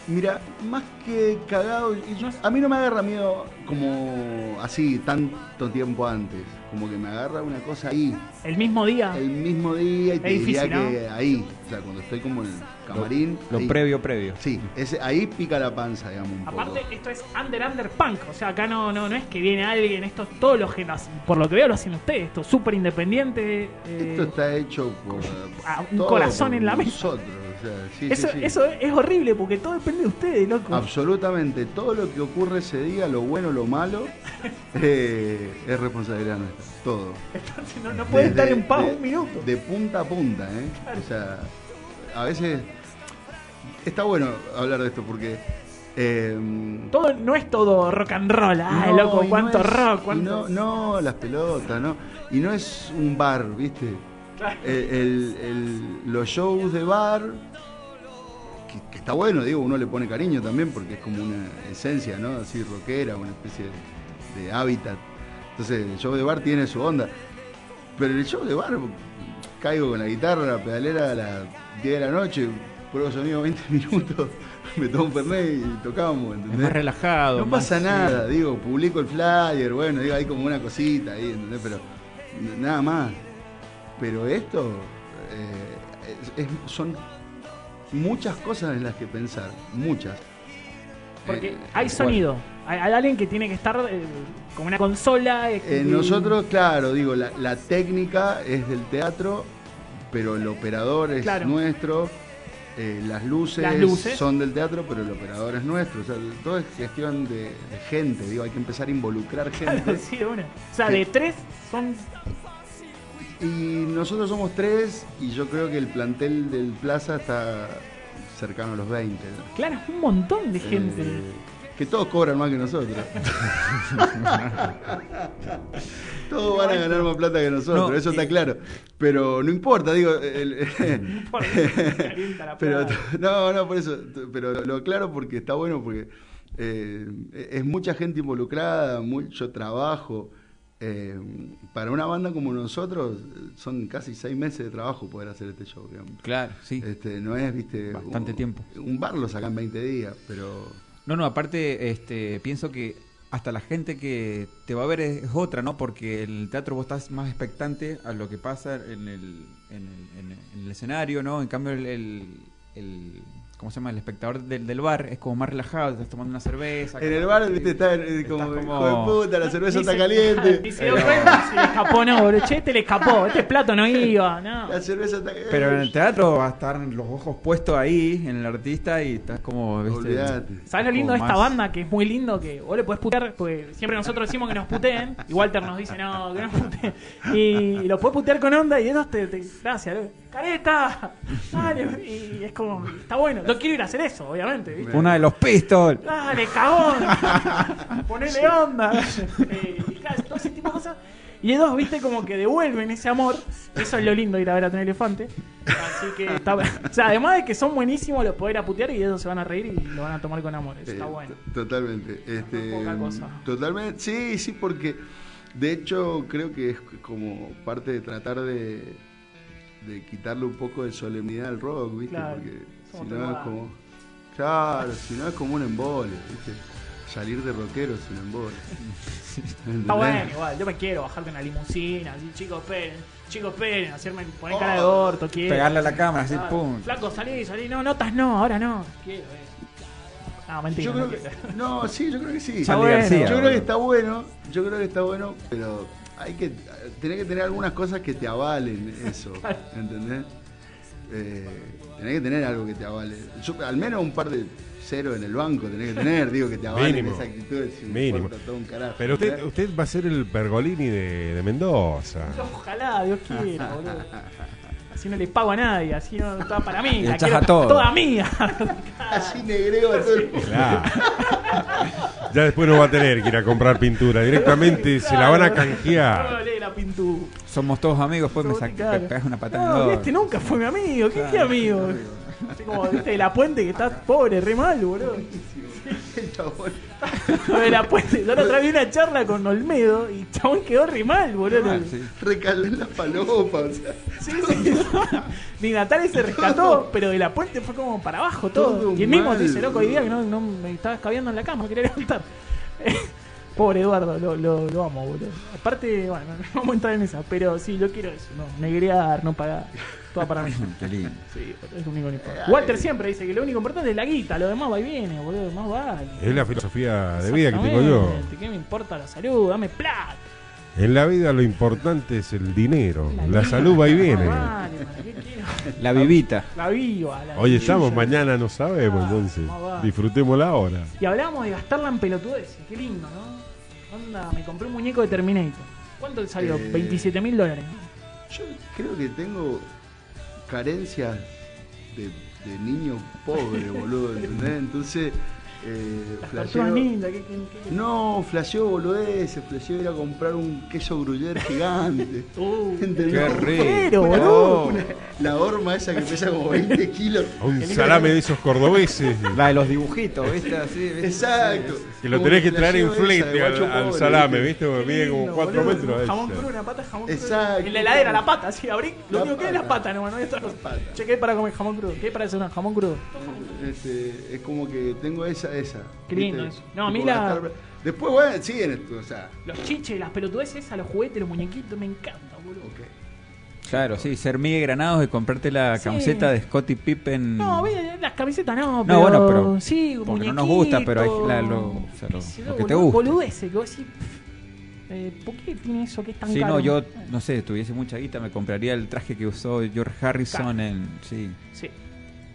Speaker 9: Mira, más que cagado, y yo- a mí no me agarra miedo como así tanto tiempo antes. Como que me agarra una cosa ahí,
Speaker 2: El mismo día.
Speaker 9: el mismo día y te
Speaker 2: Ah. Es
Speaker 9: diría
Speaker 2: difícil,
Speaker 9: que ahí. O sea, cuando estoy como en el camarín.
Speaker 1: Lo
Speaker 9: ahí.
Speaker 1: previo, previo.
Speaker 9: Sí, ese, ahí pica la panza, digamos, un
Speaker 2: Aparte,
Speaker 9: poco.
Speaker 2: esto es under under punk. O sea, acá no, no, no es que viene alguien. Esto todos los que lo hacen. Por lo que veo, lo hacen ustedes. Esto súper independiente. eh,
Speaker 9: Esto está hecho por.
Speaker 2: Ah, un
Speaker 9: todo
Speaker 2: corazón
Speaker 9: por
Speaker 2: en la mesa.
Speaker 9: Nosotros, o sea, sí, sí,
Speaker 2: eso,
Speaker 9: sí. Ah,
Speaker 2: eso es horrible porque todo depende de ustedes, loco.
Speaker 9: Absolutamente, todo lo que ocurre ese día, lo bueno,
Speaker 2: <laughs>
Speaker 9: lo malo, eh, es responsabilidad nuestra. Todo.
Speaker 2: <laughs> Entonces, no, no puede
Speaker 9: Desde-
Speaker 2: estar en paz
Speaker 9: de-
Speaker 2: un minuto.
Speaker 9: De punta a punta, ¿eh? O sea, a veces está bueno hablar de esto porque. eh,
Speaker 2: Todo no es todo rock and roll. Ah,
Speaker 9: no,
Speaker 2: loco,
Speaker 9: y no
Speaker 2: cuánto
Speaker 9: es-
Speaker 2: rock,
Speaker 9: y
Speaker 2: cuánto.
Speaker 9: No, no, las pelotas, ¿no? Y no es un bar, ¿viste?
Speaker 2: Claro.
Speaker 9: El- el- el- los shows de bar, que, que está bueno, digo, uno le pone cariño también porque es como una esencia, ¿no? Así rockera, una especie de, de hábitat. Entonces, el show de bar tiene su onda. Pero el show de bar, caigo con la guitarra, pedalera a las 10 de la noche, pruebo sonido 20 <laughs> minutos, me tomo un pernet y tocamos,
Speaker 1: Es
Speaker 9: ¿entendés?
Speaker 1: más relajado.
Speaker 9: No
Speaker 1: más-
Speaker 9: pasa nada, digo, publico el flyer, bueno, digo, hay como una cosita ahí, ¿entendés? Pero n- nada más. Pero esto eh, es- es- son muchas cosas en las que pensar, muchas.
Speaker 2: Porque
Speaker 9: Eh,
Speaker 2: hay
Speaker 9: bueno,
Speaker 2: sonido. Hay, hay alguien que tiene que estar eh, como una consola. eh,
Speaker 9: eh,
Speaker 2: y-
Speaker 9: nosotros, claro, digo, la, la técnica es del teatro, pero el operador es
Speaker 2: Claro.
Speaker 9: nuestro. eh, las, luces
Speaker 2: Las luces.
Speaker 9: son del teatro, pero el operador es nuestro. O sea, todo es cuestión de, de gente, digo, hay que empezar a involucrar
Speaker 2: <laughs>
Speaker 9: gente.
Speaker 2: <laughs> Sí, de una. O sea,
Speaker 9: Eh.
Speaker 2: de tres son.
Speaker 9: Y nosotros somos tres y yo creo que el plantel del Plaza está cercano a los 20. ¿no?
Speaker 2: Claro, un montón de gente.
Speaker 9: Eh, <laughs> que todos cobran más que nosotros. todos van a ganar más plata que nosotros,
Speaker 1: No,
Speaker 9: eso está
Speaker 1: y-
Speaker 9: claro. Pero no importa, digo... el-
Speaker 2: Por- calienta la
Speaker 9: <laughs> pero
Speaker 2: plata.
Speaker 9: no, no, por eso. t- Pero lo, lo aclaro porque está bueno, porque eh, es mucha gente involucrada, mucho trabajo. Eh, para una banda como nosotros, eh, son casi seis meses de trabajo poder hacer este show. digamos.
Speaker 1: Claro, sí.
Speaker 9: Este, no es, viste.
Speaker 1: Bastante
Speaker 9: un,
Speaker 1: tiempo.
Speaker 9: Un bar lo sacan 20 días, pero.
Speaker 1: No, no, aparte, este, pienso que hasta la gente que te va a ver es, es otra, ¿no? Porque en el teatro vos estás más expectante a lo que pasa en el, en el, en el- en el escenario, ¿no? En cambio, el, el- el- ¿cómo se llama? El espectador del, del bar es como más relajado, estás tomando una cerveza.
Speaker 9: En el bar, viste, está eh, como,
Speaker 1: Estás como-
Speaker 9: hijo de puta, la cerveza
Speaker 2: Dice-
Speaker 9: está caliente.
Speaker 2: <laughs> Dice, "Oh, se le escapó, no, boludo. Che, este le escapó. Este plato no iba, no.
Speaker 9: La cerveza está caliente.
Speaker 1: Pero en el teatro vas a estar los ojos puestos ahí, en el artista, y estás como, ¿viste?
Speaker 9: Olvídate.
Speaker 2: ¿Sabes lo lindo de
Speaker 1: Como
Speaker 2: esta
Speaker 1: más-
Speaker 2: banda? Que es muy lindo que vos le podés putear, porque siempre nosotros decimos que nos puteen, y Walter nos dice, no, que no puteen. Y lo podés putear con onda y ellos te. te gracias, loco. ¡Careta! Dale, y es como, está bueno. No quiero ir a hacer eso, obviamente, ¿viste?
Speaker 1: Una de los pistols.
Speaker 2: Dale, cagón. Ponele onda. Eh, y claro, todo ese tipo de cosas. Y ellos, viste, como que devuelven ese amor. Eso es lo lindo de ir a ver a Tony Elefante. Así que está O sea, además de que son buenísimos, los poder aputear y ellos se van a reír y lo van a tomar con amor. Eso está
Speaker 9: Eh,
Speaker 2: bueno.
Speaker 9: t- Totalmente. Este,
Speaker 2: poca cosa.
Speaker 9: Totalmente. Sí, sí, porque de hecho creo que es como parte de tratar de, de quitarle un poco de solemnidad al rock, ¿viste?
Speaker 2: Claro,
Speaker 9: porque si
Speaker 2: somos
Speaker 9: no es
Speaker 2: tomados.
Speaker 9: como. Claro, si no es como un embole, ¿viste? Salir de rockero es un embole.
Speaker 2: Está
Speaker 9: ¿Entendés?
Speaker 2: bueno, igual. Yo me quiero bajar de una limusina. Así, chicos, esperen. Chicos, esperen. Hacerme poner cara de orto. Quiero.
Speaker 1: Pegarle a la cámara, así,
Speaker 2: Claro.
Speaker 1: pum.
Speaker 2: Flaco, salí, salí. No, notas no, ahora no. Quiero eso. No, mentira.
Speaker 9: Yo
Speaker 2: no
Speaker 9: creo que.
Speaker 2: quiero. <laughs>
Speaker 9: No, sí, yo creo que sí.
Speaker 1: Charlie
Speaker 2: bueno.
Speaker 1: García.
Speaker 9: Yo creo que
Speaker 1: boludo.
Speaker 9: está bueno, yo creo que está bueno, pero hay que tener que tener algunas cosas que te avalen eso, ¿entendés? Eh, tenés que tener algo que te avale. Yo- al menos un par de cero en el banco tenés que tener, digo, que te avalen
Speaker 3: Mínimo.
Speaker 9: esa actitud. Si me
Speaker 3: Mínimo.
Speaker 9: importa todo un carajo,
Speaker 3: Pero usted,
Speaker 9: ¿verdad?
Speaker 3: usted va a ser el Pergolini de, de Mendoza.
Speaker 2: Ojalá, Dios quiera, boludo. Así no le pago a nadie, así no está para mí.
Speaker 1: Le
Speaker 2: La
Speaker 1: echás
Speaker 2: quiero
Speaker 1: a todo.
Speaker 2: Toda mía.
Speaker 9: Así negreo a todo el mundo.
Speaker 3: Claro. <laughs> Ya después no va a tener que ir a comprar pintura. Directamente se la van a canjear.
Speaker 2: Órale, la pintura.
Speaker 1: Somos todos amigos, después me
Speaker 2: Claro.
Speaker 1: sacas una patada en el
Speaker 2: No,
Speaker 1: orto.
Speaker 2: este nunca fue mi amigo. ¿Qué, qué amigo? Así como, viste, de la puente que está pobre, re mal, boludo.
Speaker 9: El chabón.
Speaker 2: Lo de la puente. Yo la otra vez vi una charla con Olmedo y el chabón quedó re mal, boludo.
Speaker 1: Ah, sí.
Speaker 9: Recaló en la palopa, o sea,
Speaker 2: Sí, sí. <laughs> Ni Natale se rescató, pero de la puente fue como para abajo todo.
Speaker 9: Todo
Speaker 2: y el mismo
Speaker 9: mal,
Speaker 2: dice, loco, hoy día que
Speaker 9: boludo.
Speaker 2: no, no me estaba escabeando en la cama, quería levantar. <laughs> Pobre Eduardo, lo, lo, lo amo, boludo. Aparte, bueno, <laughs> no vamos a entrar en esa, pero sí, yo quiero eso, no, negrear, no pagar, todo para
Speaker 3: <laughs>
Speaker 2: mí.
Speaker 1: Qué lindo.
Speaker 2: Sí, es lo único que importa. Walter siempre dice que lo único importante es la guita, lo demás va y viene, boludo, más vale.
Speaker 3: Es la filosofía de vida que tengo yo.
Speaker 2: Exactamente, ¿Qué me importa la salud? Dame plata.
Speaker 3: En la vida lo importante es el dinero. La salud va y viene.
Speaker 2: Más vale, man, ¿qué quiero?
Speaker 1: La vivita.
Speaker 2: La viva, la
Speaker 3: Hoy
Speaker 2: viva.
Speaker 3: estamos, mañana no sabemos,
Speaker 2: Ah,
Speaker 3: entonces.
Speaker 2: más vale.
Speaker 3: Disfrutémosla ahora.
Speaker 2: Y hablábamos de gastarla en pelotudeces, qué lindo, ¿no? Onda, me compré un muñeco de Terminator. ¿Cuánto le salió?
Speaker 9: Eh.
Speaker 2: 27 mil dólares.
Speaker 9: Yo creo que tengo carencias de, de niño pobre, boludo, ¿entendés? Entonces, eh,
Speaker 2: Tortugas
Speaker 9: flasheo-
Speaker 2: ninja, ¿qué, qué, qué?
Speaker 9: No, flasheó boludeces, flasheó ir a comprar un queso gruyer gigante.
Speaker 2: Uh,
Speaker 9: ¿Entendés?
Speaker 1: Qué rico.
Speaker 2: Pero,
Speaker 9: Una-
Speaker 2: boludo.
Speaker 9: una- la horma esa que pesa como 20 kilos.
Speaker 3: A Un salame de esos cordobeses.
Speaker 1: La de los dibujitos, ¿viste? Así, ¿viste?
Speaker 9: Exacto.
Speaker 3: Que lo
Speaker 9: Como
Speaker 3: tenés que traer en
Speaker 9: flasheó esa de
Speaker 3: flete al,
Speaker 9: guacho
Speaker 3: al
Speaker 9: pobre,
Speaker 3: salame,
Speaker 9: ¿viste?
Speaker 3: ¿viste? Porque mide como
Speaker 2: Lindo,
Speaker 3: 4
Speaker 2: boludo.
Speaker 3: metros.
Speaker 2: Jamón crudo,
Speaker 3: esa.
Speaker 2: una pata, jamón crudo.
Speaker 9: Exacto.
Speaker 2: En la heladera, la pata, así, abrí. Lo
Speaker 9: La
Speaker 2: único que es la
Speaker 9: pata.
Speaker 2: pata, no, no hay otra cosa.
Speaker 9: pata.
Speaker 2: Che, ¿qué hay para comer jamón crudo? ¿Qué hay para hacer un jamón crudo?
Speaker 9: Este, es como que tengo esa, esa.
Speaker 2: Qué
Speaker 9: ¿viste?
Speaker 2: lindo eso. No, a
Speaker 9: Tipo,
Speaker 2: mí la-
Speaker 9: gastar- Después, bueno, sí, en esto, o sea.
Speaker 2: Los chiches, las pelotudeces, a los juguetes, los muñequitos, me encanta, boludo.
Speaker 9: ok.
Speaker 1: Claro, sí, ser Migue Granados y comprarte la
Speaker 2: Sí.
Speaker 1: camiseta de Scottie Pippen.
Speaker 2: No, bien, las camisetas no,
Speaker 1: Mm. No,
Speaker 2: pero.
Speaker 1: bueno, pero-
Speaker 2: Sí,
Speaker 1: porque no nos gusta, pero hay
Speaker 2: muñequitos,
Speaker 1: la- lo- o sea, lo-
Speaker 2: qué sé
Speaker 1: lo
Speaker 2: yo,
Speaker 1: que te
Speaker 2: boludo,
Speaker 1: gusta.
Speaker 2: boludeces, que vos decís, pff, eh, ¿Por qué tiene eso que es tan
Speaker 1: Sí,
Speaker 2: caro?
Speaker 1: no, yo, no sé, tuviese mucha guita, me compraría el traje que usó George Harrison en. Sí.
Speaker 2: Sí.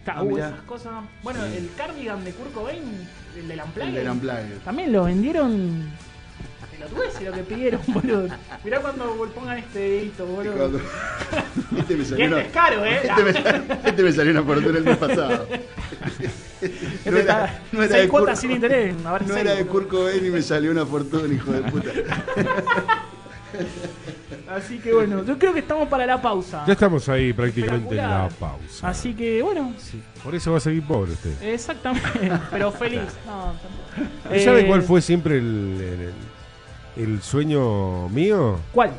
Speaker 2: Ta,
Speaker 9: Ah,
Speaker 2: uh,
Speaker 9: mirá.
Speaker 2: esas cosas. Bueno, el cardigan de Kurt Cobain, el del Unplugged,
Speaker 9: El del <laughs> Unplugged.
Speaker 2: También lo vendieron. Pelotudeces lo que pidieron, <laughs> boludo. Mirá cuando pongan este dedito,
Speaker 9: Y
Speaker 2: boludo.
Speaker 9: cuando- Este me
Speaker 2: Y
Speaker 9: salió
Speaker 2: este
Speaker 9: una...
Speaker 2: es caro, eh.
Speaker 9: Este me, sal- este me salió una fortuna el
Speaker 2: <laughs>
Speaker 9: mes pasado.
Speaker 2: Este está- seis
Speaker 9: de
Speaker 2: cuotas
Speaker 9: Kurt-
Speaker 2: sin interés, a ver,
Speaker 9: No
Speaker 2: seis,
Speaker 9: era de
Speaker 2: boludo.
Speaker 9: Kurt Cobain y me salió una fortuna, hijo de puta.
Speaker 2: Así que bueno, yo creo que estamos para la pausa.
Speaker 3: Ya estamos ahí prácticamente en la
Speaker 2: Espectacular.
Speaker 9: Ah,
Speaker 3: pausa.
Speaker 2: Así que bueno,
Speaker 3: Por eso va a seguir pobre usted.
Speaker 2: Exactamente, pero feliz. No, tampoco.
Speaker 3: ¿Y sabe
Speaker 2: Eh,
Speaker 3: cuál fue siempre el, el- el sueño mío?
Speaker 2: ¿Cuál?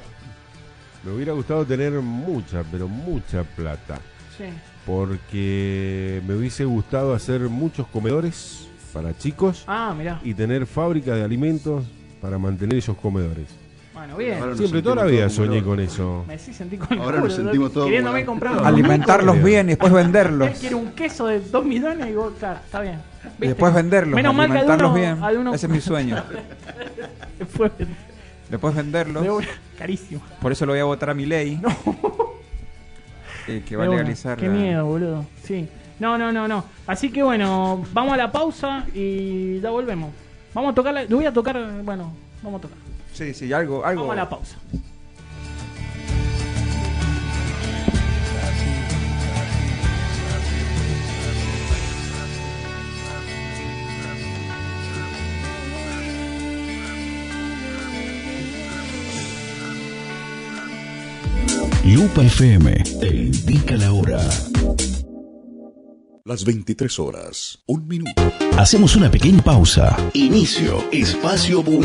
Speaker 3: Me hubiera gustado tener mucha, pero mucha plata.
Speaker 2: Sí.
Speaker 3: Porque me hubiese gustado hacer muchos comedores para chicos
Speaker 2: Ah, mirá.
Speaker 3: y tener fábrica de alimentos para mantener esos comedores.
Speaker 2: Bueno, bien.
Speaker 9: Ahora nos
Speaker 3: Siempre toda la
Speaker 9: sentimos
Speaker 3: vida
Speaker 9: todos como
Speaker 3: soñé
Speaker 9: locos.
Speaker 3: con eso.
Speaker 2: Me decís sentí con el
Speaker 9: Ahora nos
Speaker 2: culo,
Speaker 9: sentimos todos
Speaker 2: Queriéndome
Speaker 9: como-
Speaker 2: comprar un
Speaker 1: Alimentarlos bien y después venderlos.
Speaker 2: Él quiere un queso de 2 millones y vos, claro, está bien.
Speaker 1: Y después venderlos.
Speaker 2: Menos mal que
Speaker 1: alimentarlos
Speaker 2: alguno-
Speaker 1: bien.
Speaker 2: alguno-
Speaker 1: Ese es mi
Speaker 2: <laughs>
Speaker 1: sueño.
Speaker 2: Después
Speaker 1: Después
Speaker 2: de
Speaker 1: venderlos.
Speaker 2: una- carísimo.
Speaker 1: Por eso lo voy a votar a mi ley. <laughs> eh, que va a
Speaker 2: De una.
Speaker 1: legalizar.
Speaker 2: Qué
Speaker 1: la-
Speaker 2: miedo, boludo. Sí. No, no, no, no. Así que bueno, vamos a la pausa y ya volvemos. Vamos a tocar, la- yo voy a tocar, bueno, vamos a tocar.
Speaker 1: Sí, sí, algo. algo.
Speaker 2: Vamos a la pausa.
Speaker 5: Lupa FM te indica la hora.
Speaker 6: Las 23 horas, un minuto.
Speaker 5: Hacemos una pequeña pausa. Inicio espacio publicitario.